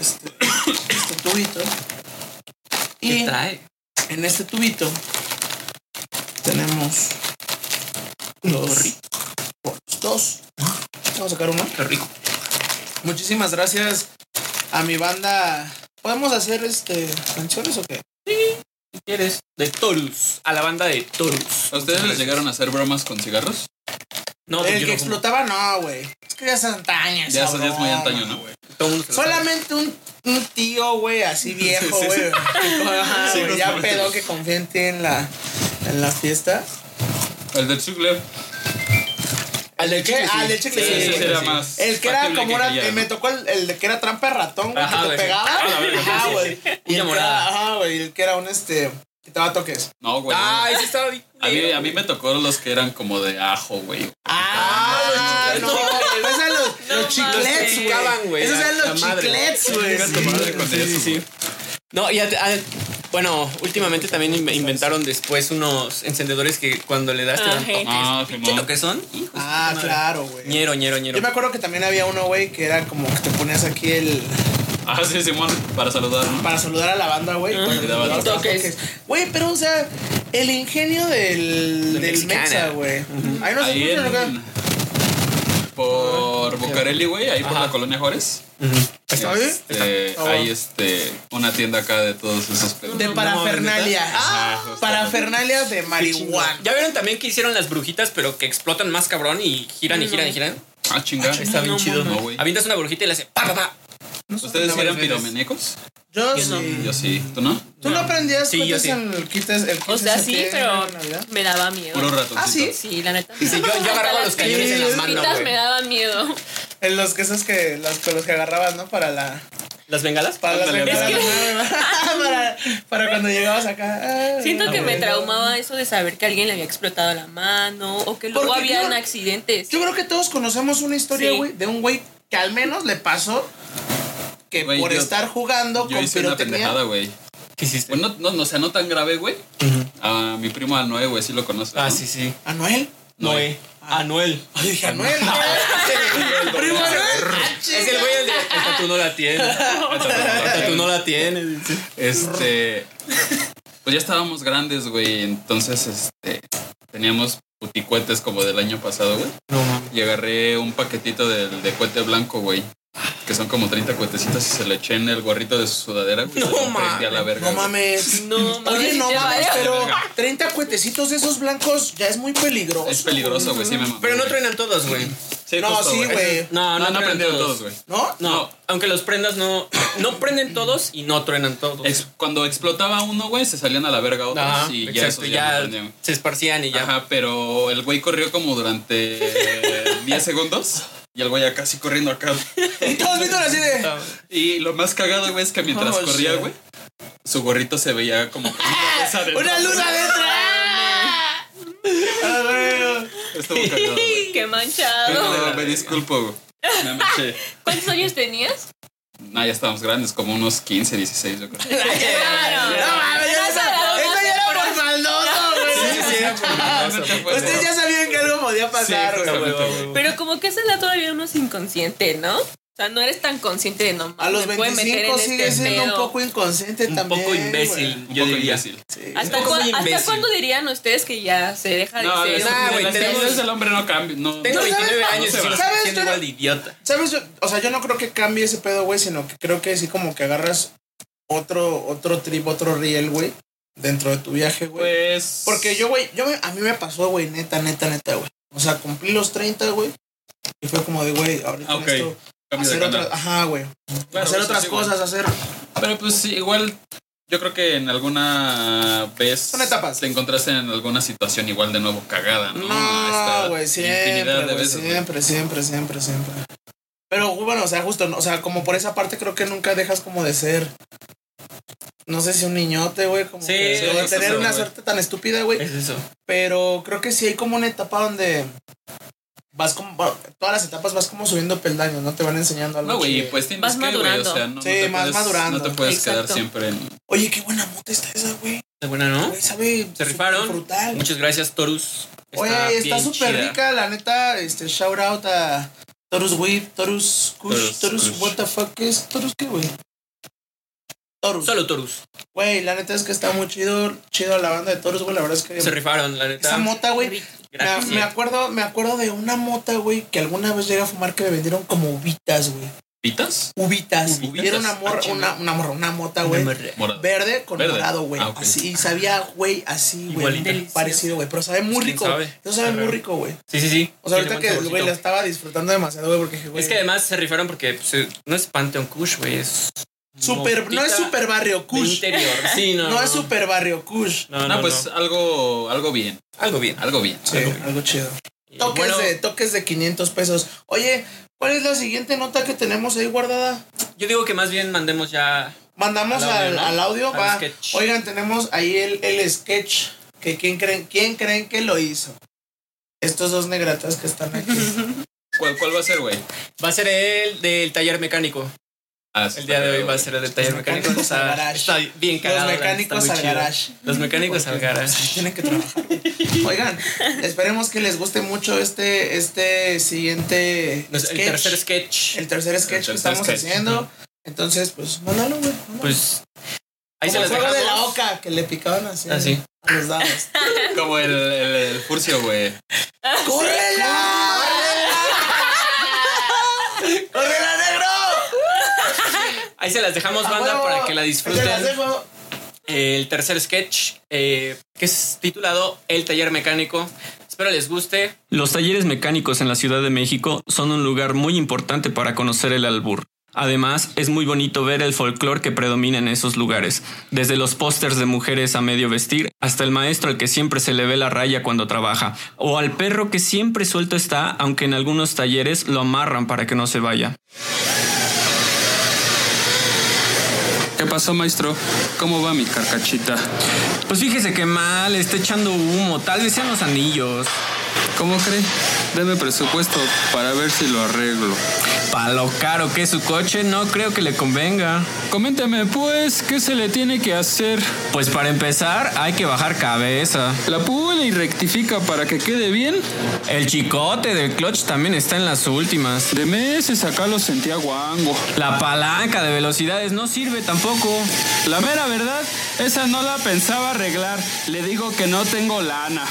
[SPEAKER 2] este, este tubito.
[SPEAKER 1] ¿Qué
[SPEAKER 2] Y
[SPEAKER 1] trae?
[SPEAKER 2] en este tubito tenemos los, los dos. Vamos a sacar uno.
[SPEAKER 1] Qué rico.
[SPEAKER 2] Muchísimas gracias a mi banda. ¿Podemos hacer este canciones o qué?
[SPEAKER 1] ¿Qué quieres? De Torus, a la banda de Torus.
[SPEAKER 4] ¿A ustedes les llegaron a hacer bromas con cigarros?
[SPEAKER 1] No, porque
[SPEAKER 2] El
[SPEAKER 1] yo
[SPEAKER 2] que
[SPEAKER 1] no fumo.
[SPEAKER 2] explotaba, no, güey. Es que ya es antaño.
[SPEAKER 4] Ya,
[SPEAKER 2] esa
[SPEAKER 4] eso ya es muy
[SPEAKER 2] broma.
[SPEAKER 4] antaño, ¿no? güey?
[SPEAKER 1] Todo el mundo se lo sabe.
[SPEAKER 2] Solamente un, un tío, güey, así viejo,
[SPEAKER 4] sí,
[SPEAKER 2] güey.
[SPEAKER 4] sí.
[SPEAKER 2] Ajá,
[SPEAKER 4] Sí,
[SPEAKER 2] güey,
[SPEAKER 4] no
[SPEAKER 2] ya
[SPEAKER 4] sabes.
[SPEAKER 2] pedo que confía en ti en la, en la fiesta.
[SPEAKER 4] El del Zugler.
[SPEAKER 2] ¿Al de qué? Ah, el de chicle,
[SPEAKER 4] Sí,
[SPEAKER 2] sí,
[SPEAKER 4] ese
[SPEAKER 2] güey.
[SPEAKER 4] era más.
[SPEAKER 2] El que era
[SPEAKER 4] factible
[SPEAKER 2] como una.
[SPEAKER 4] cayera,
[SPEAKER 2] eh,
[SPEAKER 4] ¿no?
[SPEAKER 2] me tocó el, el de que era trampa de ratón, güey,
[SPEAKER 1] Ajá,
[SPEAKER 2] que te
[SPEAKER 1] güey, sí.
[SPEAKER 2] pegaba.
[SPEAKER 1] Ah, la verga, sí,
[SPEAKER 2] Ajá,
[SPEAKER 1] sí,
[SPEAKER 2] güey. Y el que era,
[SPEAKER 1] morada.
[SPEAKER 2] ajá, güey. y El que era un este. Que te va a toques.
[SPEAKER 4] No, güey.
[SPEAKER 1] Ay, sí Ah, estaba bien.
[SPEAKER 4] a, mí, a mí me tocó los que eran como de ajo, güey.
[SPEAKER 2] Ah,
[SPEAKER 1] güey,
[SPEAKER 2] no,
[SPEAKER 1] no.
[SPEAKER 2] güey, esos eran los,
[SPEAKER 3] No
[SPEAKER 2] los chiclets,
[SPEAKER 1] mames.
[SPEAKER 2] güey.
[SPEAKER 1] güey,
[SPEAKER 2] Esos eran
[SPEAKER 1] la
[SPEAKER 2] los
[SPEAKER 1] madre.
[SPEAKER 2] chiclets, güey.
[SPEAKER 4] Chinga tu madre con
[SPEAKER 1] Sí, sí,
[SPEAKER 4] eso,
[SPEAKER 1] sí.
[SPEAKER 4] güey.
[SPEAKER 1] No, y a- a- bueno, últimamente también in- inventaron después unos encendedores que cuando le das te dan
[SPEAKER 3] Ajá.
[SPEAKER 1] toques.
[SPEAKER 4] Ah,
[SPEAKER 1] ¿Qué
[SPEAKER 4] Simón.
[SPEAKER 1] lo que son? Hijo de su
[SPEAKER 2] Ah,
[SPEAKER 1] madre.
[SPEAKER 2] claro, güey.
[SPEAKER 1] Ñero, ñero, ñero.
[SPEAKER 2] Yo me acuerdo que también había uno, güey, que era como que te ponías aquí el.
[SPEAKER 4] Ah, sí, Simón. Para saludar, ¿no?
[SPEAKER 2] para saludar a la banda, güey. cuando
[SPEAKER 4] Y dabas
[SPEAKER 2] dabas
[SPEAKER 4] los
[SPEAKER 2] toques. Güey, pero o sea, el ingenio
[SPEAKER 1] Del
[SPEAKER 2] del, del
[SPEAKER 1] mexicano.
[SPEAKER 2] Mexa, güey. Ahí no se
[SPEAKER 4] Ahí
[SPEAKER 2] escucha, ¿no?
[SPEAKER 4] en... Por Bucareli, güey. Ahí por
[SPEAKER 1] Ajá.
[SPEAKER 4] la colonia Juárez.
[SPEAKER 1] Ujú.
[SPEAKER 2] ¿Está bien?
[SPEAKER 4] Este,
[SPEAKER 2] Está
[SPEAKER 4] Hay
[SPEAKER 2] bien.
[SPEAKER 4] este, una tienda acá de todos esos pedos.
[SPEAKER 2] De parafernalia.
[SPEAKER 4] Ah,
[SPEAKER 2] Ah, parafernalia de marihuana.
[SPEAKER 1] Ya vieron también que hicieron las brujitas, pero que explotan más cabrón y giran y giran y giran.
[SPEAKER 4] Ah, chinga.
[SPEAKER 1] Está bien
[SPEAKER 3] No,
[SPEAKER 1] chido.
[SPEAKER 4] no, güey.
[SPEAKER 1] Avientas una brujita y le hace pa, pa, pa.
[SPEAKER 4] ¿Ustedes sí eran piromenecos?
[SPEAKER 2] Yo
[SPEAKER 3] Yo no.
[SPEAKER 2] sí.
[SPEAKER 4] Yo sí. ¿Tú no?
[SPEAKER 2] ¿Tú no aprendías
[SPEAKER 1] Sí, yo
[SPEAKER 2] cuentas
[SPEAKER 1] sí.
[SPEAKER 2] en el kit el
[SPEAKER 3] O sea, sí,
[SPEAKER 2] 15
[SPEAKER 3] pero
[SPEAKER 2] en Navidad?
[SPEAKER 3] me daba miedo.
[SPEAKER 4] Puro ratoncito.
[SPEAKER 2] Ah, sí.
[SPEAKER 3] Sí, la neta.
[SPEAKER 1] Dice, yo- yo agarraba los cañones
[SPEAKER 2] en la
[SPEAKER 3] las
[SPEAKER 2] mano,
[SPEAKER 3] pistolas
[SPEAKER 1] güey.
[SPEAKER 3] me daba miedo.
[SPEAKER 2] En los que esos que los, con los que agarrabas, ¿no? Para la
[SPEAKER 1] ¿Las bengalas?
[SPEAKER 2] para las
[SPEAKER 4] Ándale,
[SPEAKER 2] para,
[SPEAKER 4] ándale.
[SPEAKER 2] para, para cuando llegabas acá.
[SPEAKER 3] Siento que me
[SPEAKER 2] Bueno.
[SPEAKER 3] traumaba eso de saber que alguien le había explotado la mano o que luego
[SPEAKER 2] Porque
[SPEAKER 3] habían
[SPEAKER 2] yo-
[SPEAKER 3] accidentes.
[SPEAKER 2] Yo creo que todos conocemos una historia,
[SPEAKER 3] Sí.
[SPEAKER 2] güey, de un güey que al menos le pasó que
[SPEAKER 4] Güey,
[SPEAKER 2] por
[SPEAKER 4] yo-
[SPEAKER 2] estar jugando
[SPEAKER 4] Yo
[SPEAKER 2] con
[SPEAKER 4] hice una pendejada,
[SPEAKER 2] pirotecnia.
[SPEAKER 4] güey.
[SPEAKER 1] ¿Qué hiciste?
[SPEAKER 4] Bueno, no, no, o sea, no tan grave, güey. A mi primo Anoe, güey, sí lo conoce.
[SPEAKER 1] Ah, sí, sí.
[SPEAKER 2] ¿Anuel?
[SPEAKER 1] Noé. Anuel. Ay, dije
[SPEAKER 2] Ah. ¿Anuel?
[SPEAKER 1] Primo Anuel. Es el güey el de. Esta tú no la tienes. Esta tú no la tienes.
[SPEAKER 4] Este. Pues ya estábamos grandes, güey. Entonces, este. Teníamos puticuetes como del año pasado, güey.
[SPEAKER 1] No mames.
[SPEAKER 4] Y agarré un paquetito del de cohete blanco, güey. Que son como 30 cuetecitos y se lo eché en el gorrito de su sudadera, güey.
[SPEAKER 1] No
[SPEAKER 4] se lo prendí a la
[SPEAKER 1] mames,
[SPEAKER 4] verga.
[SPEAKER 2] No
[SPEAKER 4] güey.
[SPEAKER 2] mames.
[SPEAKER 3] No, mames,
[SPEAKER 2] Oye, no
[SPEAKER 3] te
[SPEAKER 2] mames,
[SPEAKER 3] valió.
[SPEAKER 2] pero 30 cuetecitos de esos blancos ya es muy peligroso.
[SPEAKER 4] Es peligroso, güey. Sí, me mamé,
[SPEAKER 1] Pero no
[SPEAKER 4] güey.
[SPEAKER 1] truenan todos, güey.
[SPEAKER 4] Sí,
[SPEAKER 2] No,
[SPEAKER 4] justo,
[SPEAKER 2] sí, güey.
[SPEAKER 1] No,
[SPEAKER 4] No, no,
[SPEAKER 1] truenan
[SPEAKER 4] prendieron todos, güey.
[SPEAKER 2] ¿No?
[SPEAKER 1] No,
[SPEAKER 4] No.
[SPEAKER 1] aunque los prendas no. No prenden todos y no truenan todos.
[SPEAKER 4] Ex- cuando explotaba uno, güey, se salían a la verga otros
[SPEAKER 1] Ajá,
[SPEAKER 4] y ya
[SPEAKER 1] exacto,
[SPEAKER 4] eso ya, no
[SPEAKER 1] ya,
[SPEAKER 4] prendían.
[SPEAKER 1] se esparcían y ya.
[SPEAKER 4] Ajá, pero el güey corrió como durante 10 segundos y el güey acá así corriendo acá.
[SPEAKER 2] Y todos viendo así de.
[SPEAKER 4] Y lo más cagado, güey, es que mientras
[SPEAKER 2] Oh,
[SPEAKER 4] corría,
[SPEAKER 2] shit.
[SPEAKER 4] güey, su gorrito se veía como que una luz adentro.
[SPEAKER 2] ¡Una luz adentro! Ah, güey.
[SPEAKER 4] Estuvo cagado,
[SPEAKER 3] Qué
[SPEAKER 4] güey. Pero
[SPEAKER 3] manchado.
[SPEAKER 4] me disculpo, güey. Me manché.
[SPEAKER 3] ¿Cuántos años tenías?
[SPEAKER 4] Nah, ya estábamos grandes, como unos 15, 16, yo creo. Sí,
[SPEAKER 3] Claro.
[SPEAKER 2] No mames, ya esa- esa ya era por maldoso, güey.
[SPEAKER 4] sí, era por
[SPEAKER 1] Ah,
[SPEAKER 4] maldoso, güey.
[SPEAKER 2] Ustedes ya sabían que algo podía
[SPEAKER 4] Sí,
[SPEAKER 2] pasar, güey.
[SPEAKER 4] justamente,
[SPEAKER 1] huevo,
[SPEAKER 4] güey.
[SPEAKER 1] huevo.
[SPEAKER 3] Pero como que esa edad todavía uno es inconsciente, ¿no? O sea, no eres tan consciente de no
[SPEAKER 2] A los
[SPEAKER 3] me puede meter
[SPEAKER 2] 25
[SPEAKER 3] en
[SPEAKER 2] sigue
[SPEAKER 3] este
[SPEAKER 2] siendo un
[SPEAKER 3] pedo.
[SPEAKER 2] poco inconsciente
[SPEAKER 1] Un
[SPEAKER 2] también.
[SPEAKER 1] poco imbécil,
[SPEAKER 2] güey.
[SPEAKER 4] Un
[SPEAKER 1] yo
[SPEAKER 4] poco
[SPEAKER 1] diría.
[SPEAKER 4] imbécil.
[SPEAKER 2] Sí.
[SPEAKER 3] ¿Hasta,
[SPEAKER 1] Un poco
[SPEAKER 3] cuán- hasta
[SPEAKER 1] imbécil.
[SPEAKER 3] cuándo dirían ustedes que ya se deja de
[SPEAKER 4] No,
[SPEAKER 3] ser?
[SPEAKER 4] las-
[SPEAKER 1] nah, güey,
[SPEAKER 4] las
[SPEAKER 1] tenemos-
[SPEAKER 4] tendencias del hombre no cambian. No,
[SPEAKER 1] Tengo
[SPEAKER 2] No, ¿sabes?
[SPEAKER 1] 29 años y
[SPEAKER 4] No se
[SPEAKER 1] sigo
[SPEAKER 4] va.
[SPEAKER 2] ¿Sabes?
[SPEAKER 1] siendo
[SPEAKER 2] Yo-
[SPEAKER 1] igual de idiota.
[SPEAKER 2] ¿Sabes? Yo- o sea, yo no creo que cambie ese pedo, güey, sino que creo que sí como que agarras otro, otro trip, otro riel, güey, dentro de tu viaje, güey.
[SPEAKER 4] Pues.
[SPEAKER 2] Porque yo, güey, yo me- a mí me pasó, güey, neta, neta, neta, güey. O sea, cumplí los 30, güey. Y fue como de, güey, ahorita
[SPEAKER 4] Ah, ok.
[SPEAKER 2] necesito
[SPEAKER 4] Cambio de
[SPEAKER 2] hacer
[SPEAKER 4] canal.
[SPEAKER 2] otras, ajá, güey.
[SPEAKER 4] Claro,
[SPEAKER 2] hacer
[SPEAKER 4] eso
[SPEAKER 2] otras
[SPEAKER 4] sí, güey.
[SPEAKER 2] cosas, hacer.
[SPEAKER 4] Pero pues sí, igual. Yo creo que en alguna vez.
[SPEAKER 2] Son etapas.
[SPEAKER 4] Te encontraste en alguna situación igual de nuevo cagada, ¿no?
[SPEAKER 2] No,
[SPEAKER 4] Esta
[SPEAKER 2] güey,
[SPEAKER 4] infinidad
[SPEAKER 2] siempre,
[SPEAKER 4] de
[SPEAKER 2] güey,
[SPEAKER 4] veces, güey.
[SPEAKER 2] siempre, siempre, siempre, siempre. Pero bueno, o sea, justo, o sea, como por esa parte creo que nunca dejas como de ser. No sé si un niñote, güey, como
[SPEAKER 1] Sí,
[SPEAKER 2] que,
[SPEAKER 1] sí,
[SPEAKER 2] o de
[SPEAKER 1] eso
[SPEAKER 2] tener
[SPEAKER 1] sí,
[SPEAKER 2] una
[SPEAKER 1] güey.
[SPEAKER 2] suerte tan estúpida, güey.
[SPEAKER 1] Es eso.
[SPEAKER 2] Pero creo que sí hay como una etapa donde vas como. va- Todas las etapas vas como subiendo peldaños, ¿no? Te van enseñando algo.
[SPEAKER 4] No, güey,
[SPEAKER 2] que-
[SPEAKER 4] pues tienes
[SPEAKER 3] Vas
[SPEAKER 4] que, güey, o
[SPEAKER 3] madurando.
[SPEAKER 4] sea, no, no
[SPEAKER 2] Sí,
[SPEAKER 4] te
[SPEAKER 2] más
[SPEAKER 4] puedes,
[SPEAKER 2] madurando.
[SPEAKER 4] No te puedes quedar
[SPEAKER 3] Exacto.
[SPEAKER 4] siempre en...
[SPEAKER 2] Oye, qué buena mota está esa, güey.
[SPEAKER 1] Está buena, ¿no?
[SPEAKER 2] Güey, sabe.
[SPEAKER 1] ¿Ah? Se rifaron.
[SPEAKER 2] Brutal.
[SPEAKER 1] Muchas gracias, Torus.
[SPEAKER 2] Güey, está
[SPEAKER 1] bien
[SPEAKER 2] súper
[SPEAKER 1] chida.
[SPEAKER 2] rica, la neta. Este, shout out a Torus Whip, Torus Kush,
[SPEAKER 4] Torus
[SPEAKER 2] Torus,
[SPEAKER 4] Kush.
[SPEAKER 2] what the fuck ¿qué es Torus qué, güey. Torus.
[SPEAKER 1] Solo Torus.
[SPEAKER 2] Güey, la neta es que está muy chido, chido la banda de Torus, güey. La verdad es que.
[SPEAKER 1] Se rifaron, la neta.
[SPEAKER 2] Em, Esa mota, güey. Me,
[SPEAKER 1] Gracias.
[SPEAKER 2] me acuerdo, me acuerdo de una mota, güey, que alguna vez llegué a fumar que me vendieron como uvitas, güey.
[SPEAKER 4] ¿Pitas?
[SPEAKER 2] Uvitas.
[SPEAKER 4] Uvitas.
[SPEAKER 2] Y era una morra,
[SPEAKER 4] Ah, chinga.
[SPEAKER 2] una, una morra, una mota, güey.
[SPEAKER 1] Me amarré.
[SPEAKER 4] Morado.
[SPEAKER 2] Verde con
[SPEAKER 4] Verde.
[SPEAKER 2] morado, güey.
[SPEAKER 4] Ah, ok.
[SPEAKER 2] Así, y sabía, güey, así, güey.
[SPEAKER 1] Igualita.
[SPEAKER 2] Parecido, güey. Pero sabe muy
[SPEAKER 1] ¿Quién
[SPEAKER 2] rico.
[SPEAKER 1] sabe?
[SPEAKER 2] Eso sabe
[SPEAKER 1] Está
[SPEAKER 2] muy
[SPEAKER 1] raro.
[SPEAKER 2] rico, güey.
[SPEAKER 1] Sí, sí, sí.
[SPEAKER 2] O sea,
[SPEAKER 1] Tiene
[SPEAKER 2] ahorita que,
[SPEAKER 1] buen
[SPEAKER 2] güey, la
[SPEAKER 1] saborcito.
[SPEAKER 2] estaba disfrutando demasiado, güey, porque dije, güey.
[SPEAKER 1] Es que además se rifaron porque pues, eh, no es Panteon Kush, güey. Es.
[SPEAKER 2] super, no es
[SPEAKER 1] motita
[SPEAKER 2] super barrio
[SPEAKER 1] de
[SPEAKER 2] kush.
[SPEAKER 1] interior. Sí, no.
[SPEAKER 2] No, es super barrio kush.
[SPEAKER 1] No,
[SPEAKER 4] No,
[SPEAKER 1] no,
[SPEAKER 4] pues
[SPEAKER 1] no.
[SPEAKER 4] Algo, algo bien,
[SPEAKER 1] algo bien.
[SPEAKER 4] algo bien.
[SPEAKER 2] Sí,
[SPEAKER 4] algo bien.
[SPEAKER 2] algo chido.
[SPEAKER 1] Y
[SPEAKER 2] Toques,
[SPEAKER 1] bueno,
[SPEAKER 2] de, toques de 500 pesos. Oye, ¿cuál es la siguiente nota que tenemos ahí guardada?
[SPEAKER 1] Yo digo que más bien mandemos ya.
[SPEAKER 2] Mandamos
[SPEAKER 1] Al audio,
[SPEAKER 2] al,
[SPEAKER 1] ¿no?
[SPEAKER 2] al audio,
[SPEAKER 1] Al
[SPEAKER 2] va.
[SPEAKER 1] sketch.
[SPEAKER 2] Oigan, tenemos ahí el, el sketch. Que quién creen, ¿Quién creen que lo hizo? Estos dos negratas que están aquí.
[SPEAKER 4] ¿Cuál, cuál va a ser, güey?
[SPEAKER 1] Va a ser el del taller mecánico.
[SPEAKER 4] Ah, sí,
[SPEAKER 1] El día de hoy va a
[SPEAKER 4] güey.
[SPEAKER 1] ser el del taller mecánico.
[SPEAKER 2] mecánicos al
[SPEAKER 1] Está,
[SPEAKER 2] garage.
[SPEAKER 1] está bien
[SPEAKER 2] Los
[SPEAKER 1] cagado. la neta, está
[SPEAKER 2] mecánicos
[SPEAKER 1] muy
[SPEAKER 2] al
[SPEAKER 1] chido.
[SPEAKER 2] garage.
[SPEAKER 1] Los mecánicos al
[SPEAKER 2] Porque, pues, ahí
[SPEAKER 1] garage.
[SPEAKER 2] tienen que trabajar. güey. Oigan, esperemos que les guste mucho este, este siguiente
[SPEAKER 1] Nos-
[SPEAKER 2] sketch.
[SPEAKER 1] El tercer sketch.
[SPEAKER 2] el tercer sketch que
[SPEAKER 4] tercer
[SPEAKER 2] estamos
[SPEAKER 4] sketch,
[SPEAKER 2] haciendo. Entonces, pues, mándalo, güey. mándalo.
[SPEAKER 1] Pues. Ahí se
[SPEAKER 2] Como
[SPEAKER 1] las
[SPEAKER 2] el juego de la
[SPEAKER 1] dejamos. Ah,
[SPEAKER 2] oca que le picaban así.
[SPEAKER 1] Así.
[SPEAKER 2] A los dados.
[SPEAKER 4] Como el, el, el furcio, güey.
[SPEAKER 2] ¡Córrela! ¡Córrela, negro!
[SPEAKER 1] Ahí se las dejamos, banda,
[SPEAKER 2] ¡A huevo!
[SPEAKER 1] para que la
[SPEAKER 2] Te las
[SPEAKER 1] disfruten.
[SPEAKER 2] dejo.
[SPEAKER 1] El tercer sketch, eh, que es titulado El taller mecánico. Espero les guste.
[SPEAKER 5] Los talleres mecánicos en la Ciudad de México son un lugar muy importante para conocer el albur. Además, es muy bonito ver el folclore que predomina en esos lugares, desde los pósters de mujeres a medio vestir hasta el maestro al que siempre se le ve la raya cuando trabaja, o al perro que siempre suelto está, aunque en algunos talleres lo amarran para que no se vaya.
[SPEAKER 6] ¿Qué pasó, maestro? ¿Cómo va mi carcachita?
[SPEAKER 5] Pues fíjese que mal, está echando humo, tal vez sean los anillos.
[SPEAKER 6] ¿Cómo cree? Deme presupuesto para ver si lo arreglo.
[SPEAKER 5] Pa' lo caro que es su coche, no creo que le convenga.
[SPEAKER 6] Coméntame, pues, ¿qué se le tiene que hacer?
[SPEAKER 5] Pues para empezar, hay que bajar cabeza.
[SPEAKER 6] ¿La pule y rectifica para que quede bien?
[SPEAKER 5] El chicote del clutch también está en las últimas.
[SPEAKER 6] De meses acá lo sentía guango.
[SPEAKER 5] La palanca de velocidades no sirve tampoco.
[SPEAKER 6] La mera verdad, esa no la pensaba arreglar. Le digo que no tengo lana.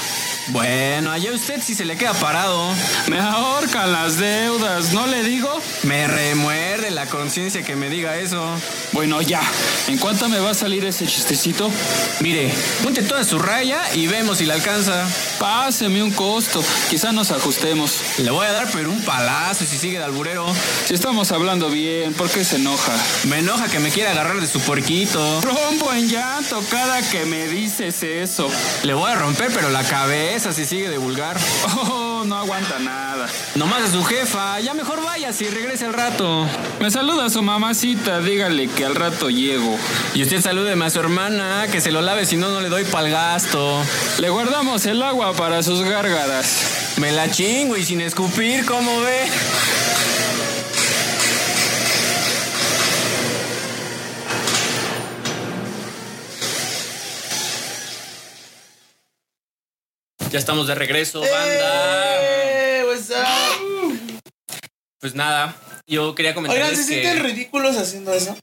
[SPEAKER 5] Bueno, allá usted si se le queda parado.
[SPEAKER 6] Me ahorcan las deudas, ¿no le digo?
[SPEAKER 5] Me remuerde la conciencia que me diga eso.
[SPEAKER 6] Bueno, ya. ¿En cuánto me va a salir ese chistecito?
[SPEAKER 5] Mire, ponte toda su raya y vemos si la alcanza.
[SPEAKER 6] Páseme un costo. Quizá nos ajustemos.
[SPEAKER 5] Le voy a dar pero un palazo si sigue de alburero.
[SPEAKER 6] Si estamos hablando bien, ¿por qué se enoja?
[SPEAKER 5] Me enoja que me quiera agarrar de su porquito.
[SPEAKER 6] Rompo en llanto cada que me dices eso.
[SPEAKER 5] Le voy a romper pero la cabeza si sigue de vulgar.
[SPEAKER 6] Oh, no aguanta nada.
[SPEAKER 5] Nomás a su jefa, ya mejor vaya si regrese al rato.
[SPEAKER 6] Me saluda su mamacita, dígale que al rato llego.
[SPEAKER 5] Y usted salúdeme a su hermana, que se lo lave, si no, no le doy pa'l gasto.
[SPEAKER 6] Le guardamos el agua para sus gárgaras.
[SPEAKER 5] Me la chingo y sin escupir, ¿cómo ve?
[SPEAKER 1] Ya estamos de regreso, banda.
[SPEAKER 2] ¡Eh! What's up?
[SPEAKER 1] Pues nada, yo quería
[SPEAKER 2] Oigan, ¿se
[SPEAKER 1] comentarles
[SPEAKER 2] sienten
[SPEAKER 1] que...
[SPEAKER 2] ridículos haciendo eso?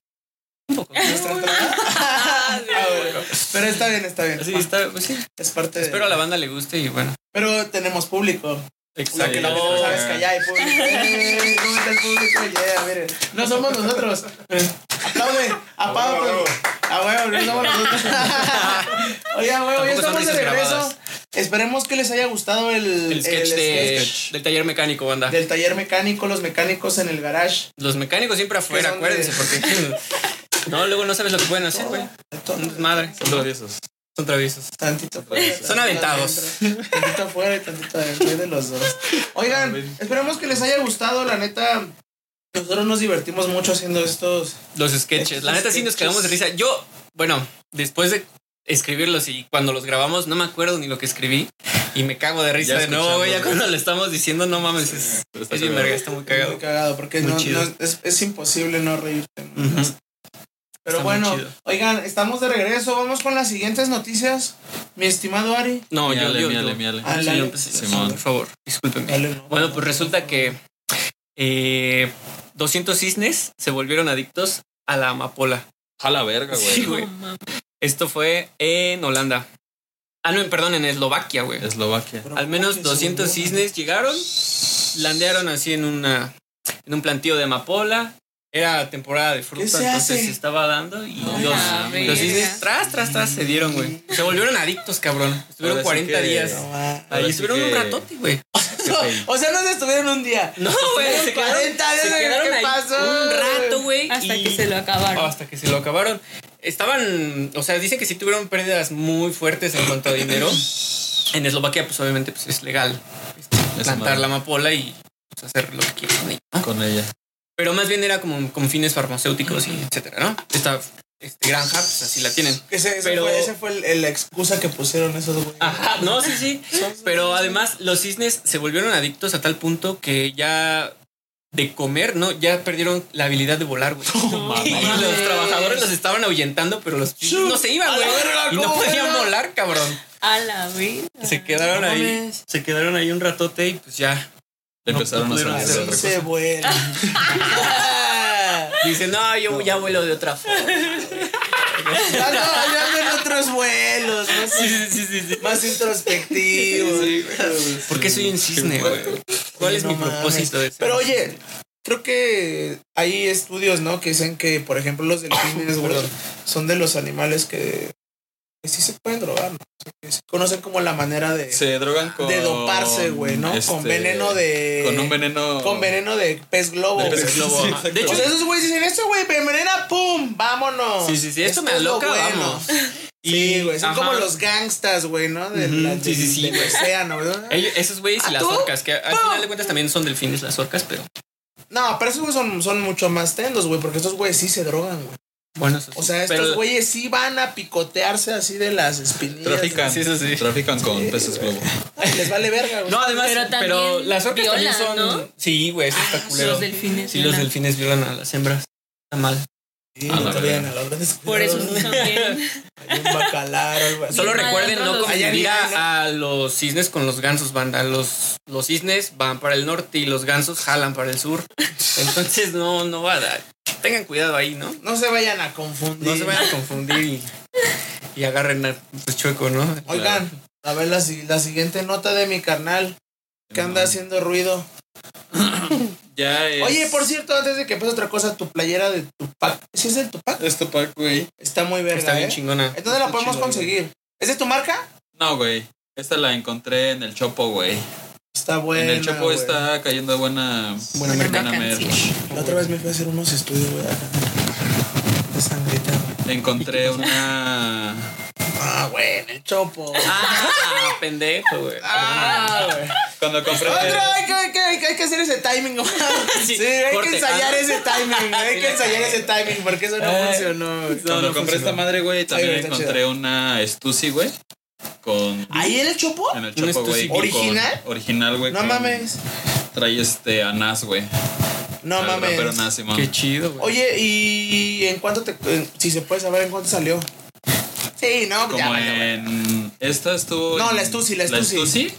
[SPEAKER 1] Un poco.
[SPEAKER 2] ¿Nuestra entrada?
[SPEAKER 3] Ah,
[SPEAKER 2] Ah, bueno. Pero está bien, está bien.
[SPEAKER 1] Sí, está, pues sí.
[SPEAKER 2] Es parte de...
[SPEAKER 1] Espero a la banda le guste y bueno.
[SPEAKER 2] Pero tenemos público. La que la
[SPEAKER 1] Sí.
[SPEAKER 2] gente no sabes que allá hay público. ¡Ey! ¿Cómo está el público? Yeah, miren. No somos nosotros. Eh, Aplaude, aplaude. A huevo, no somos nosotros. Oye, a huevo, ya
[SPEAKER 1] Tampoco son
[SPEAKER 2] estamos de
[SPEAKER 1] risas
[SPEAKER 2] regreso.
[SPEAKER 1] grabadas.
[SPEAKER 2] Esperemos que les haya gustado el,
[SPEAKER 1] El sketch, de- del taller mecánico, banda.
[SPEAKER 2] del taller mecánico, los mecánicos en el garage.
[SPEAKER 1] Los mecánicos siempre afuera,
[SPEAKER 2] son de-
[SPEAKER 1] acuérdense, porque... no, luego no sabes lo que pueden hacer, güey. Madre. Son traviesos. Son traviesos.
[SPEAKER 2] Tantito fuera.
[SPEAKER 1] Son aventados.
[SPEAKER 2] Tantito afuera y tantito adentro hay de los dos. Oigan, esperemos que les haya gustado, la neta. Nosotros nos divertimos mucho haciendo estos.
[SPEAKER 1] Los sketches. La
[SPEAKER 2] Los
[SPEAKER 1] neta sí nos
[SPEAKER 2] sketches.
[SPEAKER 1] quedamos de risa. Yo, bueno, después de escribirlos y cuando los grabamos, no me acuerdo ni lo que escribí y me cago de risa
[SPEAKER 4] Ya
[SPEAKER 1] de nuevo, güey. Ya
[SPEAKER 4] escuchando.
[SPEAKER 1] cuando le estamos diciendo, no mames, es,
[SPEAKER 4] Pero está
[SPEAKER 1] es bien
[SPEAKER 4] cagado.
[SPEAKER 1] verga, está muy
[SPEAKER 2] Muy
[SPEAKER 1] cagado.
[SPEAKER 2] cagado, porque
[SPEAKER 1] Muy
[SPEAKER 2] no,
[SPEAKER 1] chido.
[SPEAKER 2] no- es, es imposible no reírte. ¿no?
[SPEAKER 1] Ujú.
[SPEAKER 2] Pero
[SPEAKER 1] Está muy
[SPEAKER 2] bueno,
[SPEAKER 1] chido.
[SPEAKER 2] oigan, estamos de regreso. Vamos con las siguientes noticias. Mi estimado Ari.
[SPEAKER 1] No, yo,
[SPEAKER 4] Miale,
[SPEAKER 1] yo, yo.
[SPEAKER 4] miale, miale.
[SPEAKER 2] Ah,
[SPEAKER 1] Sí, pues,
[SPEAKER 2] dale.
[SPEAKER 1] yo empecé.
[SPEAKER 4] Simón.
[SPEAKER 1] Por favor, discúlpenme.
[SPEAKER 2] Dale, no.
[SPEAKER 1] Bueno, pues resulta que eh, 200 cisnes se volvieron adictos a la amapola.
[SPEAKER 4] A la verga, güey.
[SPEAKER 1] Sí, güey. Esto fue en Holanda. Ah, no, perdón, en Eslovaquia, güey.
[SPEAKER 4] Eslovaquia.
[SPEAKER 2] Pero
[SPEAKER 1] Al
[SPEAKER 2] ¿cómo
[SPEAKER 1] menos
[SPEAKER 2] que se
[SPEAKER 1] 200
[SPEAKER 2] murió?
[SPEAKER 1] cisnes llegaron, landearon así en una en un plantío de amapola. Era temporada de fruta,
[SPEAKER 2] ¿Qué se
[SPEAKER 1] entonces
[SPEAKER 2] hace?
[SPEAKER 1] se estaba dando y
[SPEAKER 4] No
[SPEAKER 1] los,
[SPEAKER 4] mames.
[SPEAKER 1] los cisnes tras, tras, tras se dieron, güey. Se volvieron adictos, cabrón. Estuvieron
[SPEAKER 4] Ahora sí
[SPEAKER 1] 40
[SPEAKER 4] que-
[SPEAKER 1] días.
[SPEAKER 2] No, va.
[SPEAKER 1] Ahí
[SPEAKER 4] Ahora sí
[SPEAKER 1] estuvieron un
[SPEAKER 4] que-
[SPEAKER 1] ratote, güey.
[SPEAKER 2] O sea, no se estuvieron un día.
[SPEAKER 1] No, güey. Se quedaron,
[SPEAKER 2] 40 días,
[SPEAKER 1] se quedaron
[SPEAKER 2] ¿qué
[SPEAKER 1] ahí
[SPEAKER 2] pasó?
[SPEAKER 1] un rato, güey.
[SPEAKER 3] Hasta
[SPEAKER 1] y- Ah.
[SPEAKER 3] que se lo acabaron.
[SPEAKER 1] Hasta que se lo acabaron. Estaban, o sea, dicen que sí tuvieron pérdidas muy fuertes en cuanto a dinero. En Eslovaquia, pues obviamente pues, es legal este,
[SPEAKER 4] Es
[SPEAKER 1] plantar
[SPEAKER 4] madre.
[SPEAKER 1] la amapola y pues, hacer lo que quieran con ella,
[SPEAKER 2] Ah.
[SPEAKER 1] ¿no?
[SPEAKER 4] Con ella.
[SPEAKER 1] Pero más bien era como con fines farmacéuticos y etcétera, ¿no? Esta este, granja, pues así la tienen.
[SPEAKER 2] Ese, ese
[SPEAKER 1] Pero-
[SPEAKER 2] fue, ese fue el- el- la excusa que pusieron esos güeyes.
[SPEAKER 1] Ajá, no, sí, sí. Pero además los cisnes se volvieron adictos a tal punto que ya de comer, ¿no? Ya perdieron la habilidad de volar, güey.
[SPEAKER 4] mames.
[SPEAKER 1] y los trabajadores los estaban ahuyentando, pero los cisnes no se iban,
[SPEAKER 2] A
[SPEAKER 1] güey.
[SPEAKER 2] la verga,
[SPEAKER 1] Y no
[SPEAKER 2] ¿cómo
[SPEAKER 1] podían
[SPEAKER 2] vuelan?
[SPEAKER 1] volar, cabrón.
[SPEAKER 3] A la vida.
[SPEAKER 1] Se quedaron
[SPEAKER 2] No
[SPEAKER 1] ahí.
[SPEAKER 2] mames.
[SPEAKER 1] Se quedaron ahí un ratote y pues ya.
[SPEAKER 4] Le
[SPEAKER 1] No
[SPEAKER 4] empezaron a
[SPEAKER 1] pudieron
[SPEAKER 4] salir
[SPEAKER 1] hacer
[SPEAKER 4] de otra
[SPEAKER 2] Así
[SPEAKER 4] cosa.
[SPEAKER 2] se vuelan.
[SPEAKER 1] Dicen, no, yo ya vuelo de otra forma.
[SPEAKER 2] Ya Ah, no, ya no en otros vuelos, más,
[SPEAKER 1] sí, sí, sí.
[SPEAKER 2] más introspectivos.
[SPEAKER 1] ¿Por qué soy un cisne, güey? ¿Cuál es
[SPEAKER 2] No
[SPEAKER 1] mi
[SPEAKER 2] mames.
[SPEAKER 1] propósito de ser?
[SPEAKER 2] Pero oye, creo que hay estudios, ¿no? Que dicen que, por ejemplo, los delfines, güey,
[SPEAKER 1] Perdón.
[SPEAKER 2] son de los animales que, que sí se pueden drogar, ¿no? O sea, que sí conocen como la manera de,
[SPEAKER 4] Se drogan con.
[SPEAKER 2] de doparse, güey, ¿no?
[SPEAKER 4] este,
[SPEAKER 2] con veneno de.
[SPEAKER 4] Con un veneno.
[SPEAKER 2] con veneno de pez globo.
[SPEAKER 4] de
[SPEAKER 2] güey.
[SPEAKER 4] pez globo.
[SPEAKER 1] Sí,
[SPEAKER 4] ajá.
[SPEAKER 1] exacto.
[SPEAKER 2] O sea, esos güeyes dicen, esto güey, me envenena, ¡pum! ¡Vámonos!
[SPEAKER 1] Sí, sí, sí, esto me
[SPEAKER 2] es lo
[SPEAKER 1] aloca, vamos.
[SPEAKER 2] Sí, güey, son
[SPEAKER 1] Ajá.
[SPEAKER 2] como los gangstas, güey, ¿no? Del,
[SPEAKER 1] Ujú,
[SPEAKER 2] la-
[SPEAKER 1] sí, sí, sí,
[SPEAKER 2] del
[SPEAKER 1] güey.
[SPEAKER 2] océano, ¿verdad?
[SPEAKER 1] Ellos- esos güeyes
[SPEAKER 2] ¿Ah,
[SPEAKER 1] y las
[SPEAKER 2] tú?
[SPEAKER 1] orcas, que al
[SPEAKER 2] No.
[SPEAKER 1] final de cuentas también son delfines las orcas, pero
[SPEAKER 2] No, pero esos güeyes son, son mucho más tendos, güey, porque estos güeyes sí se drogan, güey.
[SPEAKER 1] bueno, eso sí.
[SPEAKER 2] O sea, estos
[SPEAKER 1] Pero-
[SPEAKER 2] güeyes sí van a picotearse así de las espinillas.
[SPEAKER 4] Trafican.
[SPEAKER 1] Sí, eso sí.
[SPEAKER 4] Trafican con peces globo.
[SPEAKER 2] Ay, Les vale verga, güey.
[SPEAKER 1] No, además,
[SPEAKER 3] Pero
[SPEAKER 1] pero,
[SPEAKER 3] también
[SPEAKER 1] las orcas también son.
[SPEAKER 3] violan, ¿no? Ah,
[SPEAKER 1] Sí, güey, eso está culero.
[SPEAKER 3] Los delfines.
[SPEAKER 1] sí, los
[SPEAKER 3] ¿verdad?
[SPEAKER 1] delfines violan a las hembras. Está mal.
[SPEAKER 2] Sí,
[SPEAKER 4] a la
[SPEAKER 2] está
[SPEAKER 4] verga.
[SPEAKER 2] bien, a la hora de escuchar
[SPEAKER 3] Por eso
[SPEAKER 2] un-
[SPEAKER 3] sí son bien.
[SPEAKER 2] hay un bacalao, algo así.
[SPEAKER 1] Solo
[SPEAKER 3] mal,
[SPEAKER 1] recuerden
[SPEAKER 3] ¿no?
[SPEAKER 1] no
[SPEAKER 3] Los-
[SPEAKER 1] confundir
[SPEAKER 2] Allá ni-
[SPEAKER 1] a, a los cisnes con los gansos, banda. Los, los cisnes van para el norte y los gansos jalan para el sur. Entonces no, no va a dar. Tengan cuidado ahí, ¿no?
[SPEAKER 2] No se vayan a confundir.
[SPEAKER 1] No se vayan a confundir y, y agarren a- pues, chueco, ¿no?
[SPEAKER 2] Oigan, a ver la, si- la siguiente nota de mi carnal que anda haciendo ruido.
[SPEAKER 4] Ya es.
[SPEAKER 2] Oye, por cierto, antes de que pase otra cosa, tu playera de Tupac. ¿Sí es de Tupac?
[SPEAKER 4] Es Tupac, güey.
[SPEAKER 2] Está muy verga,
[SPEAKER 1] Está bien
[SPEAKER 2] ¿eh?
[SPEAKER 1] chingona.
[SPEAKER 2] ¿En dónde la podemos conseguir? ¿Es de tu marca?
[SPEAKER 4] No, güey. Esta la encontré en el Chopo, güey.
[SPEAKER 2] Está buena.
[SPEAKER 4] en el Chopo
[SPEAKER 2] güey.
[SPEAKER 4] está cayendo buena.
[SPEAKER 1] Buena
[SPEAKER 3] merca.
[SPEAKER 4] merch.
[SPEAKER 3] Mercancía.
[SPEAKER 2] La otra vez me fui a hacer unos estudios, güey, acá. De sangrita.
[SPEAKER 4] Encontré una.
[SPEAKER 2] Ah, güey, en el chopo.
[SPEAKER 1] Ah, pendejo, güey.
[SPEAKER 2] Ah, güey.
[SPEAKER 4] Cuando compré.
[SPEAKER 2] Otra, hay que, hay, que, hay que- hay que hacer ese timing, güey. Sí, Ah. hay
[SPEAKER 1] corte.
[SPEAKER 2] que ensayar ese timing, güey. Hay que ensayar ese timing porque eso no
[SPEAKER 4] Eh,
[SPEAKER 2] funcionó, güey.
[SPEAKER 4] Cuando compré esta madre, güey,
[SPEAKER 2] güey,
[SPEAKER 4] también
[SPEAKER 2] está
[SPEAKER 4] encontré
[SPEAKER 2] chida.
[SPEAKER 4] una Stussy, güey. Con.
[SPEAKER 2] ¿Ahí en el chopo?
[SPEAKER 4] En el
[SPEAKER 1] ¿Una
[SPEAKER 4] Chopo,
[SPEAKER 1] Stussy
[SPEAKER 4] güey. con-
[SPEAKER 2] original?
[SPEAKER 4] Original, güey.
[SPEAKER 2] No
[SPEAKER 4] con-
[SPEAKER 2] mames.
[SPEAKER 4] Trae este anás, güey.
[SPEAKER 2] Ah, No
[SPEAKER 4] Al
[SPEAKER 2] mames.
[SPEAKER 4] rapero Nas, Simón.
[SPEAKER 1] Qué chido, güey.
[SPEAKER 2] Oye, ¿y en cuánto te.? en- si se puede saber en cuánto salió? Sí, no, pues
[SPEAKER 4] Como
[SPEAKER 2] ya. vale, vale.
[SPEAKER 4] en. Esta estuvo.
[SPEAKER 2] No,
[SPEAKER 4] en-
[SPEAKER 2] la Stussy, la Stussy.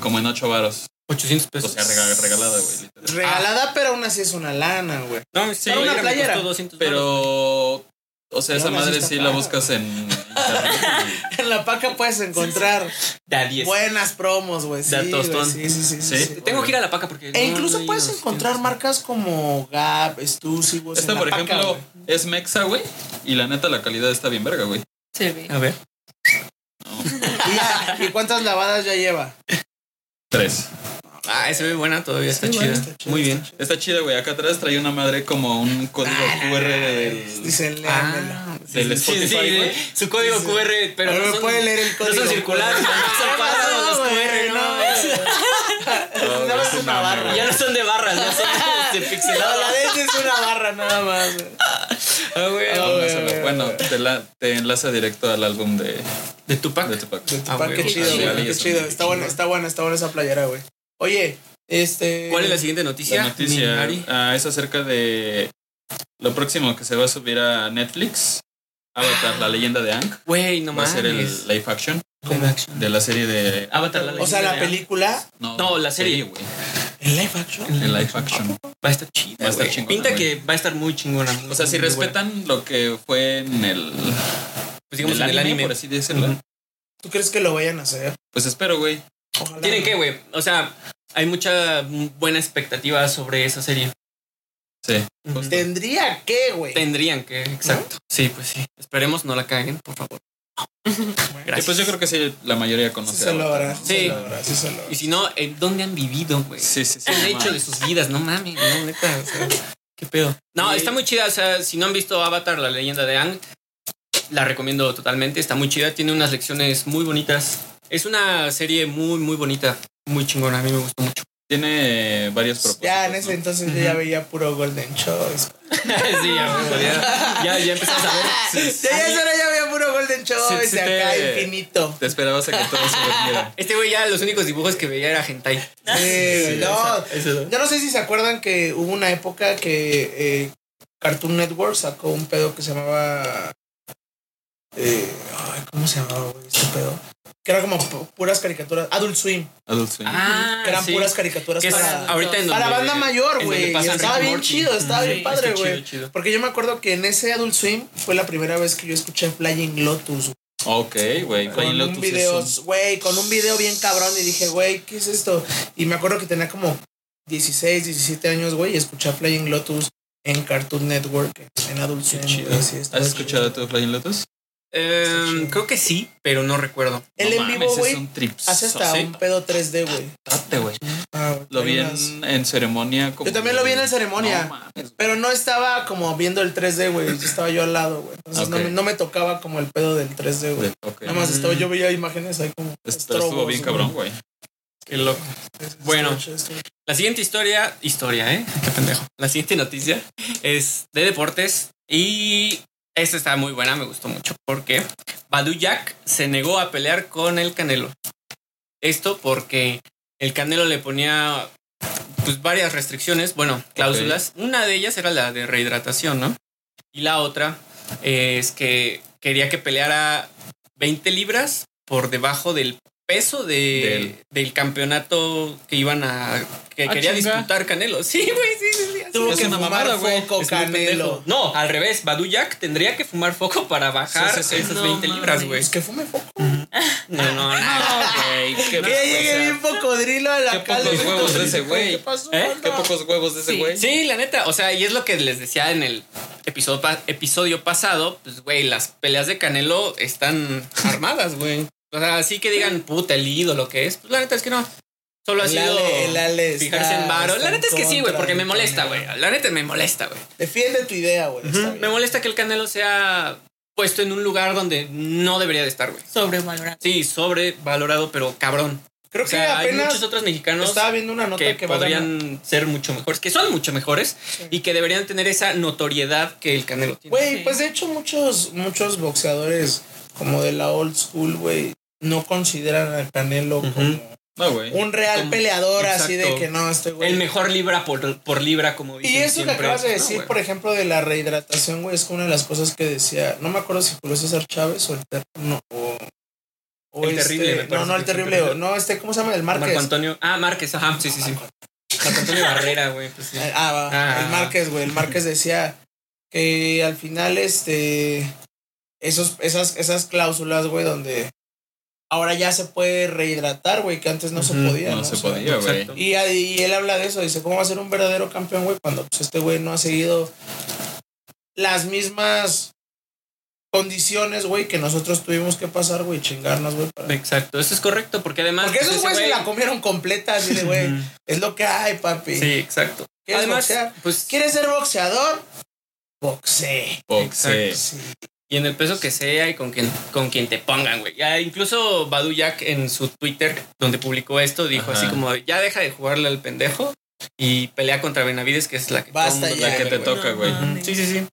[SPEAKER 4] Como en 8 varos.
[SPEAKER 1] 800
[SPEAKER 4] O
[SPEAKER 1] pesos.
[SPEAKER 4] sea, rega- regalada, güey. literal.
[SPEAKER 1] Ah.
[SPEAKER 2] Regalada, pero aún así es una lana, güey.
[SPEAKER 1] no, sí,
[SPEAKER 2] Para una
[SPEAKER 1] me
[SPEAKER 2] playera.
[SPEAKER 1] costó 200 baros.
[SPEAKER 4] Pero. O sea,
[SPEAKER 2] No,
[SPEAKER 4] esa
[SPEAKER 2] me
[SPEAKER 4] madre
[SPEAKER 2] asusta
[SPEAKER 4] sí la
[SPEAKER 2] cara,
[SPEAKER 4] buscas en. internet,
[SPEAKER 2] En la paca puedes encontrar
[SPEAKER 1] Da 10.
[SPEAKER 2] buenas promos, güey. Sí,
[SPEAKER 1] Da
[SPEAKER 2] güey,
[SPEAKER 1] tostón.
[SPEAKER 2] sí, sí, sí, sí,
[SPEAKER 4] Sí.
[SPEAKER 2] sí.
[SPEAKER 1] Tengo que ir a la paca porque.
[SPEAKER 2] E
[SPEAKER 1] no,
[SPEAKER 2] incluso
[SPEAKER 1] no he
[SPEAKER 2] puedes
[SPEAKER 1] ido, sí,
[SPEAKER 2] encontrar
[SPEAKER 1] tienes-
[SPEAKER 2] marcas como Gap, Stussy, güey.
[SPEAKER 4] güey. Esta,
[SPEAKER 2] en la
[SPEAKER 4] por
[SPEAKER 2] paca,
[SPEAKER 4] ejemplo,
[SPEAKER 2] güey.
[SPEAKER 4] es Mexa, güey. Y la neta, la calidad está bien verga, güey.
[SPEAKER 3] Se ve.
[SPEAKER 1] A ver.
[SPEAKER 2] Y ya, ¿Y cuántas lavadas ya lleva?
[SPEAKER 4] Tres.
[SPEAKER 1] Ah, se ve buena todavía, está
[SPEAKER 2] Sí,
[SPEAKER 1] chida.
[SPEAKER 2] bueno, está chida,
[SPEAKER 1] Muy
[SPEAKER 2] está
[SPEAKER 1] bien.
[SPEAKER 4] Está chida, güey. Acá atrás trae una madre como un código
[SPEAKER 2] Ah,
[SPEAKER 6] Ah,
[SPEAKER 4] QR del.
[SPEAKER 1] Ah,
[SPEAKER 2] Dicen, léanmela.
[SPEAKER 4] Del Spotify, güey.
[SPEAKER 1] Su código
[SPEAKER 2] Sí, sí.
[SPEAKER 1] QR, pero
[SPEAKER 2] A ver,
[SPEAKER 1] no
[SPEAKER 2] ¿me
[SPEAKER 1] son,
[SPEAKER 2] puede leer el
[SPEAKER 1] no
[SPEAKER 2] código?
[SPEAKER 1] son circulares, no son cuadrados los QR, no.
[SPEAKER 4] No,
[SPEAKER 2] Nada más
[SPEAKER 4] es un
[SPEAKER 2] una
[SPEAKER 4] mame,
[SPEAKER 2] barra.
[SPEAKER 1] Ya no son de barras, ya son de
[SPEAKER 2] No,
[SPEAKER 1] pixelados.
[SPEAKER 2] la de ese es una barra nada más, güey.
[SPEAKER 1] Ah, güey.
[SPEAKER 4] No, no
[SPEAKER 2] güey,
[SPEAKER 4] se lo-
[SPEAKER 2] güey,
[SPEAKER 4] Bueno, te, la- te enlaza directo al álbum de,
[SPEAKER 1] De Tupac.
[SPEAKER 4] de Tupac.
[SPEAKER 2] De tu
[SPEAKER 1] Ah,
[SPEAKER 2] par,
[SPEAKER 1] güey,
[SPEAKER 2] qué
[SPEAKER 1] qué
[SPEAKER 2] chido,
[SPEAKER 4] chido,
[SPEAKER 2] güey, qué
[SPEAKER 4] eso,
[SPEAKER 2] chido.
[SPEAKER 4] qué
[SPEAKER 2] Está buena, está buena, está buena esa playera, güey. Oye, este.
[SPEAKER 1] ¿Cuál es la siguiente noticia?
[SPEAKER 4] La noticia
[SPEAKER 1] Minari.
[SPEAKER 4] ah, es acerca de lo próximo que se va a subir a Netflix. Avatar, la leyenda de Ang.
[SPEAKER 1] Güey, no
[SPEAKER 4] Va a
[SPEAKER 1] mames.
[SPEAKER 4] ser el live action
[SPEAKER 1] Live action.
[SPEAKER 4] de la serie de.
[SPEAKER 1] Avatar, la
[SPEAKER 2] O sea,
[SPEAKER 1] leyenda
[SPEAKER 2] la
[SPEAKER 1] de Aang.
[SPEAKER 2] película
[SPEAKER 1] No, la serie.
[SPEAKER 4] güey.
[SPEAKER 2] en live action.
[SPEAKER 4] El live action.
[SPEAKER 1] Va a estar chida.
[SPEAKER 4] Va a estar
[SPEAKER 1] güey.
[SPEAKER 4] chingona,
[SPEAKER 1] Pinta
[SPEAKER 4] güey.
[SPEAKER 1] que va a estar muy chingona.
[SPEAKER 4] O sea, si
[SPEAKER 1] Muy
[SPEAKER 4] respetan lo que fue en el.
[SPEAKER 1] buena. Pues digamos
[SPEAKER 4] en el anime, por
[SPEAKER 1] pues.
[SPEAKER 4] así decirlo.
[SPEAKER 1] Ujú.
[SPEAKER 2] ¿Tú crees que lo vayan a hacer?
[SPEAKER 4] Pues espero, güey.
[SPEAKER 2] Ojalá.
[SPEAKER 1] Tienen
[SPEAKER 2] no.
[SPEAKER 1] que, güey. O sea, hay mucha mm, buena expectativa sobre esa serie.
[SPEAKER 4] Sí.
[SPEAKER 1] Ujú.
[SPEAKER 2] Tendría que, güey.
[SPEAKER 1] Tendrían que, exacto. Sí, pues sí. Esperemos no la caguen, por favor.
[SPEAKER 4] Y pues yo creo que sí, la mayoría conoce.
[SPEAKER 2] Sí se
[SPEAKER 4] Avatar,
[SPEAKER 2] logra,
[SPEAKER 4] ¿no?
[SPEAKER 2] sí.
[SPEAKER 1] Sí.
[SPEAKER 2] se logra, sí se logra.
[SPEAKER 1] Y si no, ¿en dónde han vivido, güey?
[SPEAKER 4] Sí, sí, sí.
[SPEAKER 1] ¿Qué han
[SPEAKER 4] no
[SPEAKER 1] hecho de
[SPEAKER 4] mames.
[SPEAKER 1] sus vidas? No mames, no, neta. o sea, ¿Qué pedo? No,
[SPEAKER 4] Y-
[SPEAKER 1] está muy chida. O sea, si no han visto Avatar, la leyenda de Ang, la recomiendo totalmente. Está muy chida. Tiene unas lecciones muy bonitas. Es una serie muy, muy bonita. Muy chingona. A mí me gustó mucho.
[SPEAKER 4] Tiene varios propósitos.
[SPEAKER 2] Ya en ese
[SPEAKER 4] ¿no?
[SPEAKER 2] entonces yo ya veía puro Golden Choice.
[SPEAKER 1] sí, ya, güey, ya, ya, ya empezamos a ver.
[SPEAKER 2] Ya ya ahora ya veía puro Golden Choice
[SPEAKER 4] sí
[SPEAKER 2] acá
[SPEAKER 4] te-
[SPEAKER 2] infinito.
[SPEAKER 4] Te esperabas a que todos se durmieran.
[SPEAKER 1] Este güey ya los únicos dibujos que veía era hentai.
[SPEAKER 2] Sí,
[SPEAKER 4] sí,
[SPEAKER 2] no.
[SPEAKER 1] Eso.
[SPEAKER 2] Yo no sé si se acuerdan que hubo una época que eh, Cartoon Network sacó un pedo que se llamaba. eh, ay, ¿Cómo se llamaba, güey? Este pedo. Que era como pu- puras caricaturas. Adult Swim.
[SPEAKER 4] Adult Swim.
[SPEAKER 1] Ah,
[SPEAKER 2] que eran
[SPEAKER 1] sí.
[SPEAKER 2] puras caricaturas
[SPEAKER 1] Que es
[SPEAKER 2] para,
[SPEAKER 1] ahorita en
[SPEAKER 2] para
[SPEAKER 1] donde-
[SPEAKER 2] banda mayor,
[SPEAKER 1] en donde
[SPEAKER 2] güey. Y
[SPEAKER 1] pasan
[SPEAKER 2] Estaba
[SPEAKER 1] Rick y
[SPEAKER 2] bien
[SPEAKER 1] Morty.
[SPEAKER 2] chido, estaba bien
[SPEAKER 1] Está
[SPEAKER 2] padre,
[SPEAKER 1] chido,
[SPEAKER 2] güey.
[SPEAKER 1] chido.
[SPEAKER 2] Porque yo me acuerdo que en ese Adult Swim fue la primera vez que yo escuché Flying Lotus.
[SPEAKER 4] Ok, güey.
[SPEAKER 2] Con
[SPEAKER 4] Flying Lotus
[SPEAKER 2] un
[SPEAKER 4] es
[SPEAKER 2] video,
[SPEAKER 4] un-
[SPEAKER 2] güey, con un video bien cabrón y dije, güey, ¿qué es esto? Y me acuerdo que tenía como 16, 17 años, güey, y escuché Flying Lotus en Cartoon Network, en Adult Swim.
[SPEAKER 4] chido.
[SPEAKER 2] güey, sí, estaba
[SPEAKER 4] ¿Has
[SPEAKER 2] chido.
[SPEAKER 4] escuchado tu Flying Lotus?
[SPEAKER 1] Eh,
[SPEAKER 2] Está chido.
[SPEAKER 1] creo que sí, pero no recuerdo.
[SPEAKER 2] El en vivo,
[SPEAKER 4] mames,
[SPEAKER 2] güey,
[SPEAKER 4] es un trip.
[SPEAKER 2] Hace hasta un pedo 3D, güey.
[SPEAKER 4] güey.
[SPEAKER 2] Ah, güey,
[SPEAKER 4] Lo vi
[SPEAKER 2] trae unas-
[SPEAKER 4] en, en ceremonia. como-
[SPEAKER 2] Yo también lo vi en el ceremonia.
[SPEAKER 4] No mames.
[SPEAKER 2] Pero no estaba como viendo el 3D, güey. Estaba yo al lado, güey. Entonces no
[SPEAKER 4] Ok. mm.
[SPEAKER 2] me- no, me tocaba como el pedo del 3D, güey.
[SPEAKER 4] Ok.
[SPEAKER 2] Nada más estaba, yo veía imágenes ahí como.
[SPEAKER 4] Pero estuvo
[SPEAKER 2] estrobos,
[SPEAKER 4] bien
[SPEAKER 2] güey.
[SPEAKER 4] cabrón, güey.
[SPEAKER 1] Qué loco. Bueno.
[SPEAKER 2] Estuvo chido, estuvo chido.
[SPEAKER 1] La siguiente historia, historia, ¿eh? Qué pendejo. La siguiente noticia es de deportes y esta está muy buena, me gustó mucho porque Badu Jack se negó a pelear con el Canelo. Esto porque el Canelo le ponía pues varias restricciones, bueno, cláusulas. Una de ellas era la de rehidratación, ¿no? Y la otra eh, es que quería que peleara 20 libras por debajo del peso de, del campeonato que iban a que
[SPEAKER 4] Ah,
[SPEAKER 1] quería
[SPEAKER 4] chinga.
[SPEAKER 1] disputar Canelo. Sí, güey, sí, sí, sí, así.
[SPEAKER 2] Tuvo
[SPEAKER 4] Es
[SPEAKER 2] que
[SPEAKER 4] una
[SPEAKER 2] fumar
[SPEAKER 4] mamada, güey.
[SPEAKER 2] foco,
[SPEAKER 1] Es muy pendejo.
[SPEAKER 2] canelo.
[SPEAKER 1] No, al revés, Badu Jack tendría que fumar foco para bajar
[SPEAKER 4] Sí, sí, sí.
[SPEAKER 1] esas
[SPEAKER 3] No
[SPEAKER 1] 20 libras, güey.
[SPEAKER 2] Pues que fume foco.
[SPEAKER 1] No, no, no.
[SPEAKER 4] güey. Qué,
[SPEAKER 2] Que ya llegue bien cocodrilo a
[SPEAKER 4] qué
[SPEAKER 2] la calle.
[SPEAKER 4] pocos huevos de ese güey.
[SPEAKER 2] ¿Qué pasó?
[SPEAKER 1] ¿Eh?
[SPEAKER 2] banda?
[SPEAKER 4] Qué pocos huevos de ese
[SPEAKER 3] Sí.
[SPEAKER 4] güey.
[SPEAKER 1] Sí, la neta, o sea, y es lo que les decía en el episodio, pa- episodio pasado, pues, güey, las peleas de Canelo están armadas, güey. O sea, así que digan, puta, el ídolo que es, pues la neta es que no. Solo ha
[SPEAKER 2] El
[SPEAKER 1] sido
[SPEAKER 2] Ale- el Ale está-
[SPEAKER 1] fijarse en varo.
[SPEAKER 2] está
[SPEAKER 1] La neta es que sí, güey,
[SPEAKER 2] contra
[SPEAKER 1] porque me
[SPEAKER 2] del
[SPEAKER 1] molesta, güey.
[SPEAKER 2] Canelo.
[SPEAKER 1] La neta me molesta, güey.
[SPEAKER 2] Defiende tu idea, güey. está bien.
[SPEAKER 1] Me molesta que el Canelo sea puesto en un lugar donde no debería de estar, güey.
[SPEAKER 3] Sobrevalorado.
[SPEAKER 1] Sí, sobrevalorado, pero cabrón.
[SPEAKER 2] Creo
[SPEAKER 1] O
[SPEAKER 2] que
[SPEAKER 1] sea, hay
[SPEAKER 2] apenas
[SPEAKER 1] muchos otros mexicanos
[SPEAKER 2] estaba viendo una nota
[SPEAKER 1] que,
[SPEAKER 2] que, va a ganar.
[SPEAKER 1] podrían ser mucho mejores, que son mucho mejores y que deberían tener esa notoriedad que el Canelo tiene.
[SPEAKER 2] Güey,
[SPEAKER 3] Sí.
[SPEAKER 2] pues de hecho muchos, muchos boxeadores como de la old school, güey, no consideran al Canelo
[SPEAKER 4] No, güey.
[SPEAKER 2] como un real
[SPEAKER 1] Como-
[SPEAKER 2] peleador así de
[SPEAKER 1] exacto.
[SPEAKER 2] que no, este güey.
[SPEAKER 1] el mejor libra por, por libra, como dicen
[SPEAKER 2] Y eso que
[SPEAKER 1] siempre.
[SPEAKER 2] acabas de
[SPEAKER 1] No,
[SPEAKER 2] decir,
[SPEAKER 1] güey.
[SPEAKER 2] por ejemplo, de la rehidratación, güey, es que una de las cosas que decía, no me acuerdo si Julio César Chávez o el Ter- no, o, o O
[SPEAKER 1] El
[SPEAKER 2] este,
[SPEAKER 1] Terrible, me
[SPEAKER 2] No,
[SPEAKER 1] parece
[SPEAKER 2] no,
[SPEAKER 1] que es
[SPEAKER 2] el
[SPEAKER 1] el
[SPEAKER 2] terrible.
[SPEAKER 1] Terrible.
[SPEAKER 2] No, este, ¿cómo se llama? El Márquez.
[SPEAKER 1] Marco Antonio. Ah, Márquez, ajá. Sí, sí, sí. Marco Antonio Barrera, güey. pues sí.
[SPEAKER 2] Ah, va.
[SPEAKER 1] Ah.
[SPEAKER 2] El Márquez, güey. El Márquez decía que al final, este. Esos, esas, esas cláusulas, güey, donde ahora ya se puede rehidratar, güey, que antes no se
[SPEAKER 1] Ujú,
[SPEAKER 2] podía.
[SPEAKER 4] No se
[SPEAKER 2] O sea,
[SPEAKER 4] podía, güey.
[SPEAKER 1] Exacto.
[SPEAKER 2] Y, ahí- y él habla de eso, dice, ¿cómo va a ser un verdadero campeón, güey? Cuando pues, este güey no ha seguido las mismas condiciones, güey, que nosotros tuvimos que pasar, güey, chingarnos, güey. para-
[SPEAKER 1] Exacto, eso es correcto, porque además.
[SPEAKER 2] Porque
[SPEAKER 1] pues,
[SPEAKER 2] esos
[SPEAKER 1] ese
[SPEAKER 2] güeyes se
[SPEAKER 1] güey-
[SPEAKER 2] la comieron completa, así de, güey,
[SPEAKER 1] Ujú.
[SPEAKER 2] es lo que hay, papi.
[SPEAKER 1] Sí, exacto.
[SPEAKER 2] ¿Quieres
[SPEAKER 1] Además,
[SPEAKER 2] boxear?
[SPEAKER 1] pues
[SPEAKER 2] ¿Quieres ser boxeador? Boxee.
[SPEAKER 4] Boxe.
[SPEAKER 2] Sí.
[SPEAKER 1] y en el peso que sea y con quien, con quien te pongan, güey. Ya, incluso Badu Jack en su Twitter, donde publicó esto, dijo
[SPEAKER 4] Ajá.
[SPEAKER 1] así como: Ya deja de jugarle al pendejo y pelea contra Benavides, que es la que todo
[SPEAKER 2] Basta
[SPEAKER 1] mundo
[SPEAKER 2] ya,
[SPEAKER 1] la que te
[SPEAKER 4] güey.
[SPEAKER 1] toca.
[SPEAKER 4] toca, güey.
[SPEAKER 3] mames.
[SPEAKER 1] Sí, sí, sí.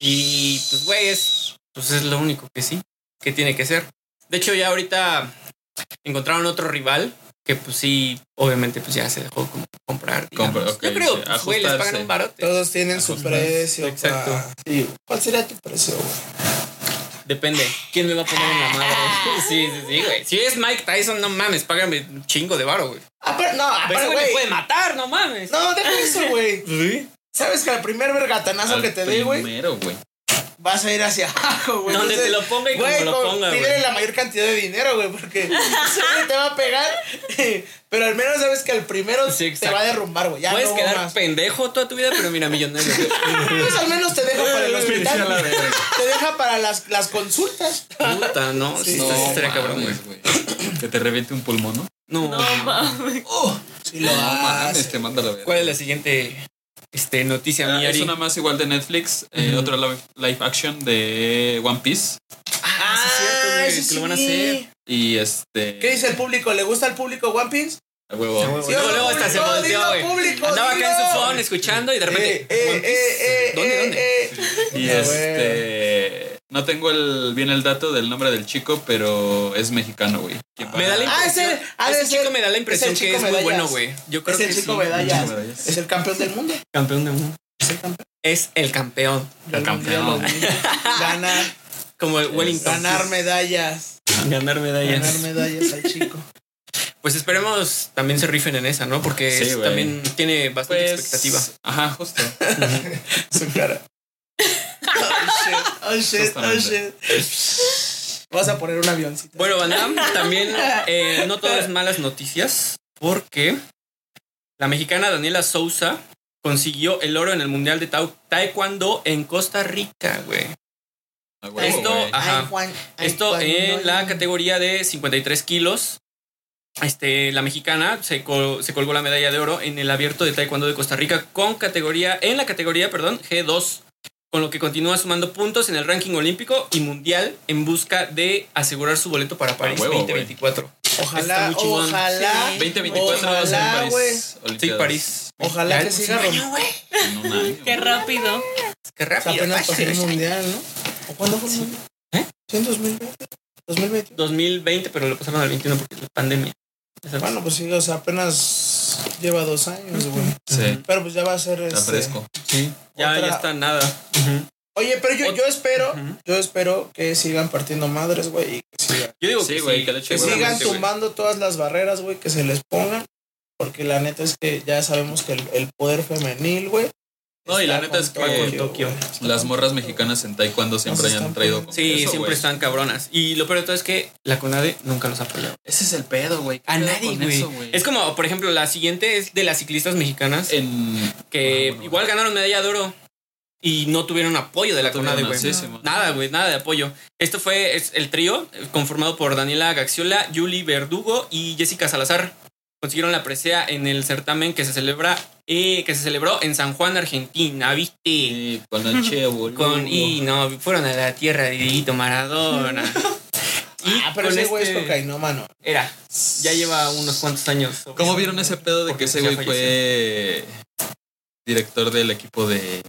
[SPEAKER 1] Y pues, güey, es, pues es lo único que sí, que tiene que ser. De hecho, ya ahorita encontraron otro rival que, pues sí, obviamente, pues ya se dejó como comprar. digamos.
[SPEAKER 4] Compra- ok,
[SPEAKER 1] Yo creo,
[SPEAKER 4] sí,
[SPEAKER 1] pues, güey, les
[SPEAKER 4] ajustarse.
[SPEAKER 1] pagan un barote.
[SPEAKER 2] Todos tienen su
[SPEAKER 4] Ajustas.
[SPEAKER 2] precio.
[SPEAKER 1] Exacto.
[SPEAKER 2] pa. Sí, güey. ¿Cuál sería tu precio, güey?
[SPEAKER 1] Depende. ¿Quién me va a poner en la madre? Sí, sí, sí, güey. Si es Mike Tyson, no mames, págame un chingo de varo, güey.
[SPEAKER 2] Ah, pero no, ah,
[SPEAKER 1] Pero
[SPEAKER 2] pero,
[SPEAKER 1] güey me
[SPEAKER 2] güey.
[SPEAKER 1] puede matar, no pues mames.
[SPEAKER 2] No, deja eso, güey. Sabes que al primer vergatanazo
[SPEAKER 4] Al
[SPEAKER 2] que te dé, güey,
[SPEAKER 4] Primero, güey.
[SPEAKER 2] vas a ir hacia abajo, güey.
[SPEAKER 1] Donde te
[SPEAKER 2] Entonces,
[SPEAKER 1] lo ponga y como
[SPEAKER 2] Güey,
[SPEAKER 1] lo
[SPEAKER 2] con-
[SPEAKER 1] ponga, güey.
[SPEAKER 2] pídele la mayor cantidad de dinero, güey, porque ese güey te va a pegar, pero al menos sabes que al primero
[SPEAKER 1] Sí,
[SPEAKER 2] te
[SPEAKER 1] exacto.
[SPEAKER 2] va a derrumbar, güey. Ya
[SPEAKER 1] Puedes
[SPEAKER 2] no
[SPEAKER 1] quedar
[SPEAKER 2] más.
[SPEAKER 1] pendejo toda tu vida, pero mira, millonario.
[SPEAKER 2] Pues al menos te deja para el
[SPEAKER 4] Ya la
[SPEAKER 2] hospital.
[SPEAKER 4] verga.
[SPEAKER 2] Te deja para las, las consultas.
[SPEAKER 1] Puta, no. Sí,
[SPEAKER 4] No,
[SPEAKER 1] sí, estaría cabrón, güey.
[SPEAKER 4] mames, güey. Que te reviente un pulmón, ¿no?
[SPEAKER 1] No,
[SPEAKER 3] No mames.
[SPEAKER 2] Ah, Sí, lo
[SPEAKER 4] No mames,
[SPEAKER 2] hace.
[SPEAKER 4] te manda la verga.
[SPEAKER 1] ¿Cuál es la siguiente este, noticia,
[SPEAKER 4] Ah,
[SPEAKER 1] mi
[SPEAKER 4] Es
[SPEAKER 1] Ari?
[SPEAKER 4] una más igual de Netflix, eh,
[SPEAKER 1] Ujú.
[SPEAKER 4] otra live, live action de One Piece.
[SPEAKER 1] Ah, sí, es cierto,
[SPEAKER 2] Ah,
[SPEAKER 1] güey,
[SPEAKER 2] ese
[SPEAKER 1] que lo van a
[SPEAKER 2] sí.
[SPEAKER 1] hacer.
[SPEAKER 4] Y este.
[SPEAKER 2] ¿Qué dice el público? ¿Le gusta al público One Piece?
[SPEAKER 4] A huevo.
[SPEAKER 2] Sí,
[SPEAKER 1] luego,
[SPEAKER 2] no,
[SPEAKER 1] luego hasta se
[SPEAKER 2] público,
[SPEAKER 1] volteó,
[SPEAKER 2] dilo,
[SPEAKER 1] güey.
[SPEAKER 2] público,
[SPEAKER 1] Andaba acá en su
[SPEAKER 2] dilo.
[SPEAKER 1] phone escuchando y de
[SPEAKER 2] Eh, eh,
[SPEAKER 1] repente. One Piece.
[SPEAKER 2] eh, eh,
[SPEAKER 1] ¿Dónde,
[SPEAKER 2] eh,
[SPEAKER 1] dónde?
[SPEAKER 2] eh.
[SPEAKER 4] Y
[SPEAKER 2] Ah, güey.
[SPEAKER 4] este. No tengo el, bien el dato del nombre del chico, pero es mexicano, güey. ¿Quién va?
[SPEAKER 1] Me da la
[SPEAKER 2] Ah,
[SPEAKER 1] impresión.
[SPEAKER 2] ese- ha de
[SPEAKER 1] ese chico
[SPEAKER 2] ser-
[SPEAKER 1] me da la
[SPEAKER 2] es el
[SPEAKER 1] impresión que
[SPEAKER 2] chico
[SPEAKER 1] es muy
[SPEAKER 2] medallas.
[SPEAKER 1] bueno, güey. Yo creo
[SPEAKER 2] Es el
[SPEAKER 1] que
[SPEAKER 2] chico
[SPEAKER 1] sí.
[SPEAKER 2] medallas.
[SPEAKER 4] Chico medallas.
[SPEAKER 2] Es el campeón del mundo.
[SPEAKER 1] Campeón del mundo. Es el campeón.
[SPEAKER 2] El
[SPEAKER 4] campeón.
[SPEAKER 2] Ganar,
[SPEAKER 1] Como el Wellington.
[SPEAKER 2] ganar medallas.
[SPEAKER 1] Ganar medallas.
[SPEAKER 2] Ganar medallas al chico.
[SPEAKER 1] Pues esperemos también se rifen en esa, ¿no? Porque
[SPEAKER 4] Sí,
[SPEAKER 1] es-
[SPEAKER 4] güey.
[SPEAKER 1] también tiene bastante
[SPEAKER 4] Pues,
[SPEAKER 1] expectativa.
[SPEAKER 4] Ajá, justo.
[SPEAKER 2] Su cara. Oh shit, oh shit,
[SPEAKER 4] Justamente.
[SPEAKER 2] oh shit. Vas a poner un avioncito.
[SPEAKER 1] Bueno, Van Damme, también eh, no todas malas noticias, porque la mexicana Daniela Sousa consiguió el oro en el Mundial de Tao- Taekwondo en Costa Rica, güey.
[SPEAKER 4] A huevo,
[SPEAKER 1] Esto-
[SPEAKER 4] güey.
[SPEAKER 1] ajá.
[SPEAKER 2] Ay, Juan, ay,
[SPEAKER 1] Esto
[SPEAKER 2] Juan,
[SPEAKER 1] en
[SPEAKER 2] no,
[SPEAKER 1] la
[SPEAKER 2] no.
[SPEAKER 1] categoría de 53 kilos. Este, la mexicana se, col- se colgó la medalla de oro en el abierto de Taekwondo de Costa Rica con categoría, en la categoría, perdón, G2, con lo que continúa sumando puntos en el ranking olímpico y mundial en busca de asegurar su boleto para París
[SPEAKER 4] huevo, güey.
[SPEAKER 1] 2024. Está
[SPEAKER 2] Ojalá,
[SPEAKER 1] muy chingón.
[SPEAKER 2] ojalá.
[SPEAKER 3] Sí.
[SPEAKER 4] 2024 va a ser
[SPEAKER 2] Ojalá,
[SPEAKER 4] en
[SPEAKER 2] güey.
[SPEAKER 4] París. Olimpiadas.
[SPEAKER 1] Sí, París.
[SPEAKER 2] Ojalá
[SPEAKER 1] Ya,
[SPEAKER 2] que
[SPEAKER 1] pues,
[SPEAKER 2] siga
[SPEAKER 1] un año,
[SPEAKER 2] rompiendo.
[SPEAKER 1] güey.
[SPEAKER 4] En un año,
[SPEAKER 3] Qué
[SPEAKER 4] güey.
[SPEAKER 3] rápido.
[SPEAKER 1] Qué
[SPEAKER 2] O sea,
[SPEAKER 1] rápido.
[SPEAKER 2] apenas pasó el mundial, ¿no? ¿O cuándo fue el mundial?
[SPEAKER 1] ¿Eh?
[SPEAKER 2] ¿Sí, en 2020? 2020.
[SPEAKER 1] 2020, pero lo pasaron al 21 porque es la pandemia. Ya sabes.
[SPEAKER 2] Bueno, pues sí, o sea, apenas lleva dos años, güey.
[SPEAKER 4] Sí,
[SPEAKER 2] Pero pues ya va a ser
[SPEAKER 4] está
[SPEAKER 2] este...
[SPEAKER 4] fresco.
[SPEAKER 1] Sí. Ya,
[SPEAKER 2] Otra-
[SPEAKER 1] ya está nada. Ujú.
[SPEAKER 2] Oye, pero yo, yo espero,
[SPEAKER 1] Ujú.
[SPEAKER 2] yo espero que sigan partiendo madres, güey, y que sigan,
[SPEAKER 1] Yo digo
[SPEAKER 4] Sí,
[SPEAKER 1] que
[SPEAKER 4] güey,
[SPEAKER 1] sí,
[SPEAKER 4] que le eche
[SPEAKER 2] que
[SPEAKER 4] huevos.
[SPEAKER 2] sigan
[SPEAKER 1] seguramente, güey.
[SPEAKER 2] tumbando todas las barreras, güey, que se les pongan. Porque la neta es que ya sabemos que el, el poder femenil, güey.
[SPEAKER 4] No, y la
[SPEAKER 2] está
[SPEAKER 4] neta es
[SPEAKER 2] con
[SPEAKER 4] que
[SPEAKER 2] Tokio,
[SPEAKER 1] Tokio.
[SPEAKER 2] güey.
[SPEAKER 4] Las morras mexicanas en taekwondo siempre
[SPEAKER 2] Nos
[SPEAKER 4] hayan
[SPEAKER 2] están
[SPEAKER 4] traído
[SPEAKER 2] poniendo-
[SPEAKER 4] como
[SPEAKER 1] Sí,
[SPEAKER 4] que eso,
[SPEAKER 1] siempre
[SPEAKER 4] güey.
[SPEAKER 1] están cabronas. Y lo peor de todo es que la CONADE nunca los ha apoyado.
[SPEAKER 4] Ese es el pedo, güey. ¿Qué
[SPEAKER 1] A
[SPEAKER 4] pedo
[SPEAKER 1] nadie,
[SPEAKER 4] con eso,
[SPEAKER 1] güey. Es como, por ejemplo, la siguiente es de las ciclistas mexicanas
[SPEAKER 6] Eh,
[SPEAKER 4] en
[SPEAKER 1] que
[SPEAKER 4] Ah, bueno.
[SPEAKER 1] igual ganaron medalla de oro y no tuvieron apoyo de la
[SPEAKER 4] tuvieron
[SPEAKER 1] CONADE, güey.
[SPEAKER 4] así, sí, man.
[SPEAKER 1] Nada, güey, nada de apoyo. Esto fue es el trío eh, conformado por Daniela Gaxiola, Julie Verdugo y Jessica Salazar. Consiguieron la presea en el certamen que se celebra eh, que se celebró en San Juan, Argentina, ¿viste?
[SPEAKER 4] Sí, eh, con la che, boludo.
[SPEAKER 1] Con, y no, fueron a la tierra de Dieguito Maradona. Y
[SPEAKER 2] Ah, pero
[SPEAKER 1] con
[SPEAKER 2] ese güey
[SPEAKER 1] este-
[SPEAKER 2] es cocainómano.
[SPEAKER 1] Era, ya lleva unos cuantos años.
[SPEAKER 4] ¿Cómo vieron ese pedo de
[SPEAKER 1] Porque
[SPEAKER 4] que ese
[SPEAKER 1] ya
[SPEAKER 4] güey
[SPEAKER 1] falleció.
[SPEAKER 4] fue director del equipo de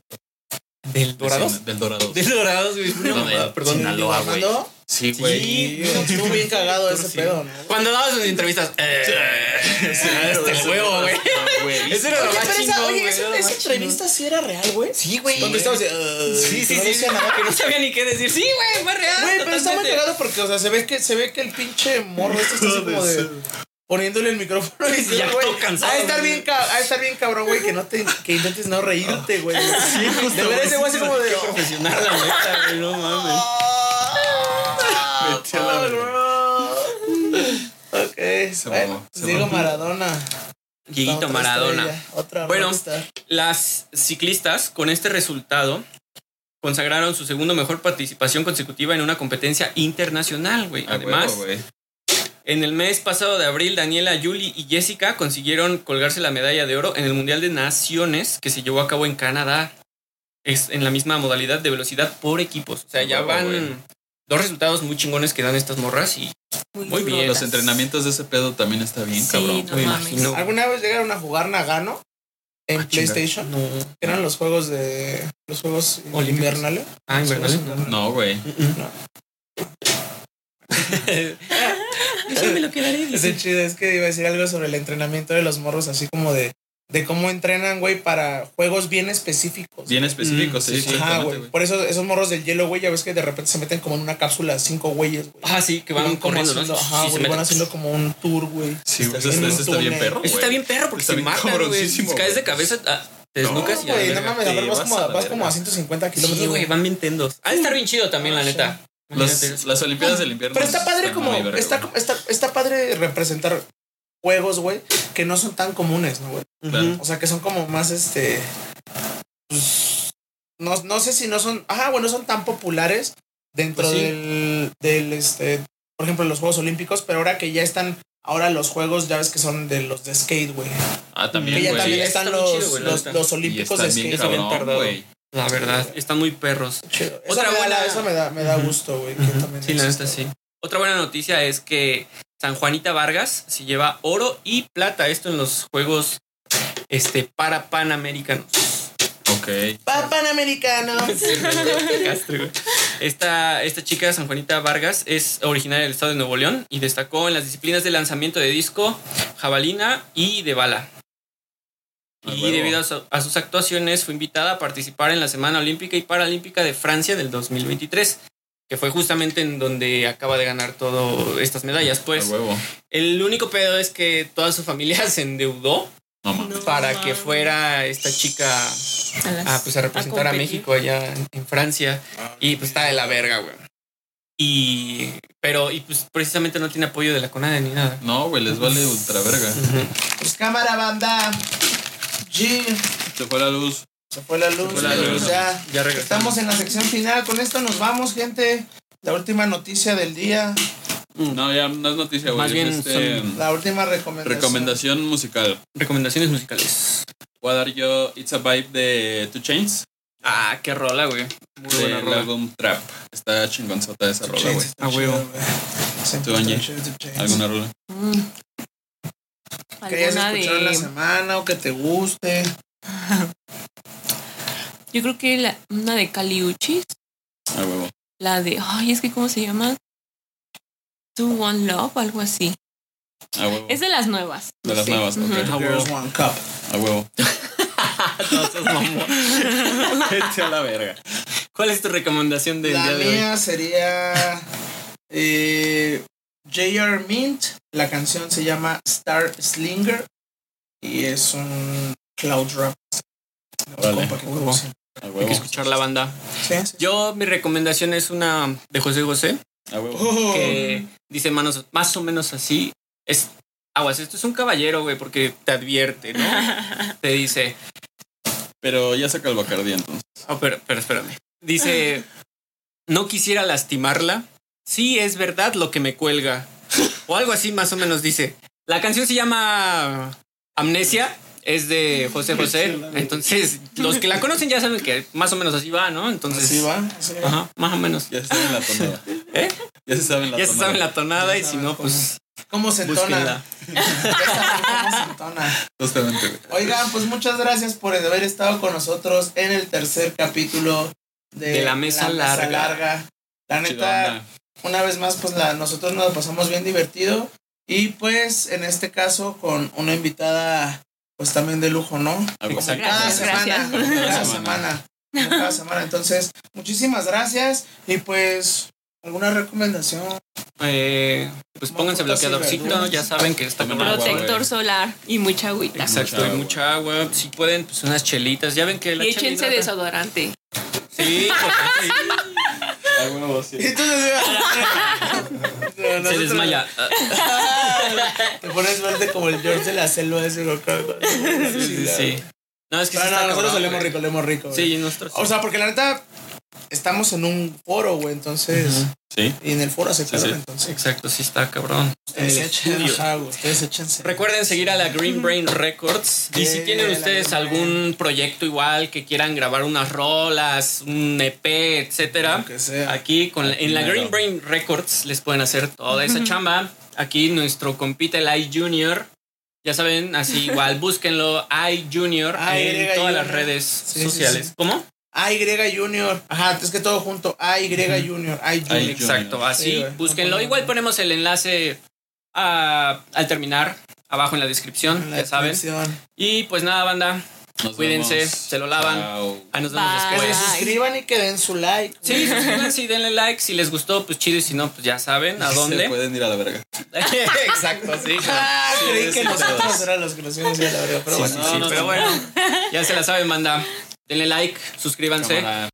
[SPEAKER 1] ¿Del Dorados?
[SPEAKER 4] Del Dorados.
[SPEAKER 1] Del Dorados, güey.
[SPEAKER 4] Perdón,
[SPEAKER 1] No, mamá,
[SPEAKER 4] eh,
[SPEAKER 1] perdón.
[SPEAKER 4] sí. Sinaloa,
[SPEAKER 2] ¿lo
[SPEAKER 4] güey.
[SPEAKER 2] mandó?
[SPEAKER 4] Sí,
[SPEAKER 2] Sí,
[SPEAKER 4] güey.
[SPEAKER 2] estuvo bien cagado ese
[SPEAKER 1] Sí.
[SPEAKER 2] pedo, ¿no?
[SPEAKER 1] Cuando dabas sus entrevistas. Eh,
[SPEAKER 4] Sí,
[SPEAKER 1] hasta el
[SPEAKER 4] ese
[SPEAKER 1] huevo,
[SPEAKER 4] pedo,
[SPEAKER 1] güey.
[SPEAKER 4] no,
[SPEAKER 1] Güey. Eso era
[SPEAKER 2] Oye,
[SPEAKER 1] lo más
[SPEAKER 2] pero esa,
[SPEAKER 1] chingón,
[SPEAKER 2] oye,
[SPEAKER 1] güey,
[SPEAKER 2] esa,
[SPEAKER 1] era lo
[SPEAKER 2] esa
[SPEAKER 1] más
[SPEAKER 2] entrevista sí era real, güey.
[SPEAKER 1] Sí, güey.
[SPEAKER 2] Donde estabas de, uh,
[SPEAKER 1] Sí, sí,
[SPEAKER 2] no
[SPEAKER 1] sí.
[SPEAKER 2] decía nada.
[SPEAKER 1] Que no sabía ni qué decir. Sí, güey, fue real.
[SPEAKER 2] Güey, pero está muy
[SPEAKER 1] totalmente.
[SPEAKER 2] cagado porque, o sea, se ve que, se ve que el pinche morro este está así como de. Poniéndole el micrófono y
[SPEAKER 1] Ya
[SPEAKER 2] diciendo,
[SPEAKER 1] todo
[SPEAKER 2] güey.
[SPEAKER 1] cansado,
[SPEAKER 2] Ha de estar
[SPEAKER 1] güey.
[SPEAKER 2] bien, ca- ha de estar bien cabrón, güey, que no te, que intentes no reírte, güey. de ver ese güey así como de. oh,
[SPEAKER 1] Profesional, la neta, güey. No mames.
[SPEAKER 2] Metió la verga. Ok, bueno,
[SPEAKER 4] Se
[SPEAKER 2] pues
[SPEAKER 4] mamó, se
[SPEAKER 2] Diego
[SPEAKER 4] mamó.
[SPEAKER 2] Maradona.
[SPEAKER 1] Dieguito
[SPEAKER 2] Otra
[SPEAKER 1] Maradona.
[SPEAKER 2] estrella, Otra
[SPEAKER 1] Bueno.
[SPEAKER 2] rockstar.
[SPEAKER 1] Las ciclistas, con este resultado, consagraron su segundo mejor participación consecutiva en una competencia internacional, güey.
[SPEAKER 4] A huevo,
[SPEAKER 1] Además,
[SPEAKER 4] güey.
[SPEAKER 1] en el mes pasado de abril, Daniela, Yuli y Jessica consiguieron colgarse la medalla de oro en el Mundial de Naciones que se llevó a cabo en Canadá. Es en la misma modalidad de velocidad por equipos. O sea,
[SPEAKER 4] A
[SPEAKER 1] ya
[SPEAKER 4] huevo,
[SPEAKER 1] van
[SPEAKER 4] güey.
[SPEAKER 1] dos resultados muy chingones que dan estas morras y Muy bien.
[SPEAKER 4] Los entrenamientos de ese pedo también está bien,
[SPEAKER 3] Sí,
[SPEAKER 4] cabrón.
[SPEAKER 3] no
[SPEAKER 1] me
[SPEAKER 3] mames.
[SPEAKER 1] imagino.
[SPEAKER 2] ¿Alguna vez llegaron a jugar Nagano? En
[SPEAKER 4] Ah, chinga.
[SPEAKER 2] PlayStation.
[SPEAKER 1] No.
[SPEAKER 2] que eran los juegos de. Los juegos
[SPEAKER 1] Olímpicos.
[SPEAKER 2] invernales.
[SPEAKER 1] Ah, en verdad.
[SPEAKER 4] No, güey.
[SPEAKER 1] Yo me lo quedaré.
[SPEAKER 2] Es el chido, es que iba a decir algo sobre el entrenamiento de los morros, así como de, de cómo entrenan, güey, para juegos bien específicos.
[SPEAKER 4] Bien específico, sí,
[SPEAKER 1] sí, sí.
[SPEAKER 2] Ajá,
[SPEAKER 4] exactamente,
[SPEAKER 2] Ah, güey.
[SPEAKER 4] güey.
[SPEAKER 2] Por eso esos morros del hielo, güey, ya ves que de repente se meten como en una cápsula cinco güeyes, güey.
[SPEAKER 1] Ah, sí, que
[SPEAKER 2] Y
[SPEAKER 1] van
[SPEAKER 2] como
[SPEAKER 1] corriendo. ¿no?
[SPEAKER 2] haciendo,
[SPEAKER 1] Sí,
[SPEAKER 2] ajá,
[SPEAKER 1] se
[SPEAKER 2] güey,
[SPEAKER 1] meten.
[SPEAKER 2] van haciendo como un tour, güey.
[SPEAKER 4] Sí, güey,
[SPEAKER 2] Está
[SPEAKER 4] eso
[SPEAKER 2] bien
[SPEAKER 4] está,
[SPEAKER 2] un
[SPEAKER 4] eso está bien
[SPEAKER 2] túnel.
[SPEAKER 4] perro,
[SPEAKER 1] Eso está bien perro porque
[SPEAKER 4] Está
[SPEAKER 1] se
[SPEAKER 4] bien
[SPEAKER 1] matan, güey. Si
[SPEAKER 4] cabroncísimo,
[SPEAKER 1] te
[SPEAKER 4] güey.
[SPEAKER 1] caes de cabeza, ah, te
[SPEAKER 4] No,
[SPEAKER 1] desnucas y a la
[SPEAKER 2] Güey, no
[SPEAKER 1] verga.
[SPEAKER 2] mames, a ver,
[SPEAKER 4] te
[SPEAKER 2] vas
[SPEAKER 4] vas
[SPEAKER 2] como,
[SPEAKER 4] a la
[SPEAKER 2] vas como
[SPEAKER 4] verga.
[SPEAKER 2] a 150 kilómetros.
[SPEAKER 1] Sí, güey,
[SPEAKER 2] güey.
[SPEAKER 1] van bien tendos. Ha de estar bien chido también, la neta.
[SPEAKER 4] Los-
[SPEAKER 1] Imagínate.
[SPEAKER 4] las Olimpiadas del invierno.
[SPEAKER 2] Pero está padre
[SPEAKER 4] están
[SPEAKER 2] como,
[SPEAKER 4] muy verga,
[SPEAKER 2] está,
[SPEAKER 4] güey.
[SPEAKER 2] está, está padre representar juegos, güey, que no son tan comunes, ¿no, güey?
[SPEAKER 4] Claro.
[SPEAKER 1] Ujú.
[SPEAKER 2] O sea, que son como más este. pues, no, no sé si no son. Ajá, bueno, son tan populares dentro
[SPEAKER 1] Pues sí.
[SPEAKER 2] del. del este. Por ejemplo, los Juegos Olímpicos, pero ahora que ya están. Ahora los juegos, ya ves que son de los de skate, güey.
[SPEAKER 4] Ah,
[SPEAKER 2] Que
[SPEAKER 4] también,
[SPEAKER 2] ya
[SPEAKER 4] güey.
[SPEAKER 2] también
[SPEAKER 1] Sí,
[SPEAKER 2] están
[SPEAKER 1] está muy
[SPEAKER 2] los,
[SPEAKER 1] chido, güey, la
[SPEAKER 2] los,
[SPEAKER 1] neta.
[SPEAKER 2] los
[SPEAKER 4] Y
[SPEAKER 2] olímpicos
[SPEAKER 4] están
[SPEAKER 2] de skate.
[SPEAKER 4] bien
[SPEAKER 2] Eso me-
[SPEAKER 1] bien
[SPEAKER 4] cabrón,
[SPEAKER 1] tardado.
[SPEAKER 4] güey.
[SPEAKER 1] La verdad, están muy perros.
[SPEAKER 2] chido. Eso
[SPEAKER 1] Otra
[SPEAKER 2] me da,
[SPEAKER 1] buena-
[SPEAKER 2] eso me da, me da
[SPEAKER 1] Ujú.
[SPEAKER 2] gusto, güey. que también
[SPEAKER 1] Sí, la
[SPEAKER 2] exista.
[SPEAKER 1] neta, sí. Otra buena noticia es que San Juanita Vargas se lleva oro y plata. Esto en los juegos este, para panamericanos.
[SPEAKER 4] Ok.
[SPEAKER 2] Pan Panamericano.
[SPEAKER 1] Castro, güey. esta, esta chica, San Juanita Vargas, es originaria del estado de Nuevo León y destacó en las disciplinas de lanzamiento de disco, jabalina y de bala.
[SPEAKER 4] Ah,
[SPEAKER 1] Y
[SPEAKER 4] huevo.
[SPEAKER 1] debido a, su- a sus actuaciones fue invitada a participar en la Semana Olímpica y Paralímpica de Francia del 2023, que fue justamente en donde acaba de ganar todas estas medallas.
[SPEAKER 4] A
[SPEAKER 1] Pues
[SPEAKER 4] huevo.
[SPEAKER 1] el único pedo es que toda su familia se endeudó
[SPEAKER 4] No mames.
[SPEAKER 1] para que fuera esta chica
[SPEAKER 3] A las-
[SPEAKER 1] Ah, pues a representar a,
[SPEAKER 3] competir.
[SPEAKER 1] México allá en, en Francia.
[SPEAKER 2] Ah,
[SPEAKER 1] y pues está de la verga, güey. Y. Pero, y pues precisamente no tiene apoyo de la CONADE ni nada.
[SPEAKER 4] No, güey, les vale ultra verga.
[SPEAKER 2] Pues cámara, banda. G.
[SPEAKER 4] Se fue la luz.
[SPEAKER 2] Se fue la luz.
[SPEAKER 4] fue la luz.
[SPEAKER 2] Ya.
[SPEAKER 1] Ya regresamos.
[SPEAKER 2] Estamos en la sección final. Con esto nos vamos, gente. La última noticia del día.
[SPEAKER 4] No, ya no es noticia, güey.
[SPEAKER 1] Más
[SPEAKER 4] es
[SPEAKER 1] bien
[SPEAKER 4] este,
[SPEAKER 2] La última recomendación.
[SPEAKER 4] recomendación musical.
[SPEAKER 1] Recomendaciones musicales.
[SPEAKER 4] Voy a dar yo It's a Vibe de Two Chains.
[SPEAKER 1] Ah, qué rola, güey. Muy buena
[SPEAKER 4] Del
[SPEAKER 1] rola.
[SPEAKER 4] álbum Trap. Está chingonzota esa
[SPEAKER 2] Two
[SPEAKER 4] rola,
[SPEAKER 2] Chainz,
[SPEAKER 4] güey.
[SPEAKER 2] está
[SPEAKER 1] A
[SPEAKER 2] chido,
[SPEAKER 1] huevo.
[SPEAKER 2] güey. Siempre
[SPEAKER 4] Tú,
[SPEAKER 2] está
[SPEAKER 4] Angie,
[SPEAKER 2] chido Two Chainz.
[SPEAKER 4] ¿Alguna rola?
[SPEAKER 2] Que hayas
[SPEAKER 3] Mm. Alguna
[SPEAKER 2] escuchado en la
[SPEAKER 3] de.
[SPEAKER 2] semana o que te guste.
[SPEAKER 3] Yo creo que la, una de Caliuchis.
[SPEAKER 4] A huevo.
[SPEAKER 3] La de. Ay, es que ¿cómo se llama? To One Love, algo así.
[SPEAKER 4] A huevo.
[SPEAKER 3] Es de las nuevas.
[SPEAKER 4] De las
[SPEAKER 3] Sí.
[SPEAKER 4] nuevas, ok. Ah,
[SPEAKER 3] Ujú.
[SPEAKER 4] A
[SPEAKER 2] Girls
[SPEAKER 4] huevo.
[SPEAKER 2] One Cup.
[SPEAKER 4] A huevo. Vete a la verga.
[SPEAKER 1] ¿Cuál es tu recomendación del
[SPEAKER 2] La
[SPEAKER 1] día de hoy?
[SPEAKER 2] mía sería eh, J.R. Mint. La canción se llama Star Slinger y es un cloud rap.
[SPEAKER 4] Órale.
[SPEAKER 2] Compa que
[SPEAKER 1] Huevo.
[SPEAKER 2] conocí.
[SPEAKER 4] A
[SPEAKER 1] Hay que
[SPEAKER 4] huevo.
[SPEAKER 1] escuchar la banda.
[SPEAKER 2] Sí, sí.
[SPEAKER 1] Yo, mi recomendación es una de José José,
[SPEAKER 4] A huevo.
[SPEAKER 2] Oh.
[SPEAKER 1] que dice manos, más o menos así. Es aguas, esto es un caballero, güey, porque te advierte, ¿no? te dice,
[SPEAKER 4] Pero ya saca el Bacardí entonces.
[SPEAKER 1] Oh, pero, pero espérame. Dice, no quisiera lastimarla. Sí, es verdad lo que me cuelga. O algo así más o menos dice. La canción se llama Amnesia. Es de José José. Entonces, los que la conocen ya saben que más o menos así va, ¿no? Entonces,
[SPEAKER 2] Así va. así va.
[SPEAKER 1] Ajá, más o menos.
[SPEAKER 4] Ya se sabe la tonada.
[SPEAKER 1] ¿Eh?
[SPEAKER 4] Ya se sabe la
[SPEAKER 1] Ya se
[SPEAKER 4] tonada.
[SPEAKER 1] saben la tonada y
[SPEAKER 2] Ya
[SPEAKER 1] si
[SPEAKER 2] saben
[SPEAKER 1] no,
[SPEAKER 2] cómo.
[SPEAKER 1] pues
[SPEAKER 2] ¿Cómo se entona?
[SPEAKER 1] búsquenla.
[SPEAKER 2] Ya saben cómo se entona.
[SPEAKER 4] Justamente, güey.
[SPEAKER 2] Oigan, pues muchas gracias por haber estado con nosotros en el tercer capítulo de,
[SPEAKER 1] De La Mesa Larga.
[SPEAKER 2] Larga. La
[SPEAKER 4] Chido,
[SPEAKER 2] neta,
[SPEAKER 4] anda.
[SPEAKER 2] una vez más, pues la, nosotros nos lo pasamos bien divertido. Y pues en este caso con una invitada pues también de lujo, ¿no?
[SPEAKER 4] Algo
[SPEAKER 2] Como
[SPEAKER 4] así.
[SPEAKER 2] cada
[SPEAKER 3] Gracias,
[SPEAKER 2] semana,
[SPEAKER 3] gracias.
[SPEAKER 2] como cada semana,
[SPEAKER 4] Cada semana.
[SPEAKER 2] como cada semana. Entonces, muchísimas gracias y pues alguna recomendación.
[SPEAKER 1] Eh, pues pónganse
[SPEAKER 2] Frutas y
[SPEAKER 1] bloqueadorcito,
[SPEAKER 2] verduras.
[SPEAKER 1] ya saben que está
[SPEAKER 4] Tomen
[SPEAKER 1] cabrón.
[SPEAKER 4] agua,
[SPEAKER 3] Protector
[SPEAKER 4] güey.
[SPEAKER 3] solar y mucha agüita.
[SPEAKER 1] Exacto,
[SPEAKER 4] Mucha
[SPEAKER 1] y mucha agua. Si pueden, pues unas chelitas. Ya ven que la
[SPEAKER 3] Y échense
[SPEAKER 1] chelita-
[SPEAKER 3] desodorante.
[SPEAKER 1] Sí, porque
[SPEAKER 4] Ah, huevo, sí.
[SPEAKER 2] Entonces,
[SPEAKER 1] se desmaya. Ah,
[SPEAKER 2] Te pones verde como el George de la selva ese güey.
[SPEAKER 1] Sí, sí, sí. No, es que sí
[SPEAKER 2] Pero no,
[SPEAKER 1] está
[SPEAKER 2] nosotros
[SPEAKER 1] cabrón,
[SPEAKER 2] olemos
[SPEAKER 1] güey.
[SPEAKER 2] rico, olemos rico. güey.
[SPEAKER 1] Sí, nosotros.
[SPEAKER 2] O sea, porque la neta estamos en un foro, güey, entonces
[SPEAKER 4] Sí.
[SPEAKER 2] y en el foro se quedan,
[SPEAKER 4] sí.
[SPEAKER 2] entonces.
[SPEAKER 1] Exacto, sí está cabrón.
[SPEAKER 2] Ustedes
[SPEAKER 1] En el
[SPEAKER 2] echen,
[SPEAKER 1] estudio.
[SPEAKER 2] ajá, güey, ustedes échense.
[SPEAKER 1] Recuerden seguir a la Green Brain Records. Y si
[SPEAKER 2] Yeah,
[SPEAKER 1] tienen
[SPEAKER 2] la
[SPEAKER 1] ustedes
[SPEAKER 2] Green Brain.
[SPEAKER 1] algún proyecto igual que quieran grabar unas rolas, un EP, etcétera,
[SPEAKER 2] Lo que sea.
[SPEAKER 1] aquí con la- en la
[SPEAKER 4] Claro.
[SPEAKER 1] Green Brain Records les pueden hacer toda esa chamba. Aquí nuestro compita el I Junior. Ya saben, así igual búsquenlo I Junior
[SPEAKER 2] Ay,
[SPEAKER 1] en
[SPEAKER 2] Junior.
[SPEAKER 1] todas las redes
[SPEAKER 2] Sí, sí,
[SPEAKER 1] sociales.
[SPEAKER 2] sí.
[SPEAKER 1] ¿Cómo?
[SPEAKER 2] AY Junior. Ajá, es que todo junto. AY Junior. AY
[SPEAKER 4] Ay,
[SPEAKER 2] Junior.
[SPEAKER 1] Exacto, así
[SPEAKER 2] güey.
[SPEAKER 1] búsquenlo.
[SPEAKER 2] No
[SPEAKER 1] Igual
[SPEAKER 2] podemos-
[SPEAKER 1] ponemos el enlace ah, al terminar abajo en la descripción,
[SPEAKER 2] En la
[SPEAKER 1] ya saben.
[SPEAKER 2] descripción.
[SPEAKER 1] Y pues nada, banda.
[SPEAKER 4] Nos
[SPEAKER 1] Cuídense,
[SPEAKER 4] vemos.
[SPEAKER 1] se lo lavan.
[SPEAKER 4] Chao.
[SPEAKER 1] Ahí nos vemos
[SPEAKER 3] Bye.
[SPEAKER 2] Que se
[SPEAKER 1] después.
[SPEAKER 3] Ay.
[SPEAKER 2] suscriban y que den su like.
[SPEAKER 1] Pues- Sí, suscríbanse y denle like. Si les gustó, pues chido. Y si no, pues ya saben a
[SPEAKER 4] Se
[SPEAKER 1] dónde.
[SPEAKER 4] pueden ir a la verga.
[SPEAKER 1] Exacto, sí.
[SPEAKER 2] pues. Ah, creí que
[SPEAKER 4] sí,
[SPEAKER 2] nosotros
[SPEAKER 4] todos.
[SPEAKER 2] eran los que nos íbamos a ir a la verga, pero bueno.
[SPEAKER 1] Sí, pero bueno, ya se la saben, banda. Denle like, suscríbanse.
[SPEAKER 4] Cámara.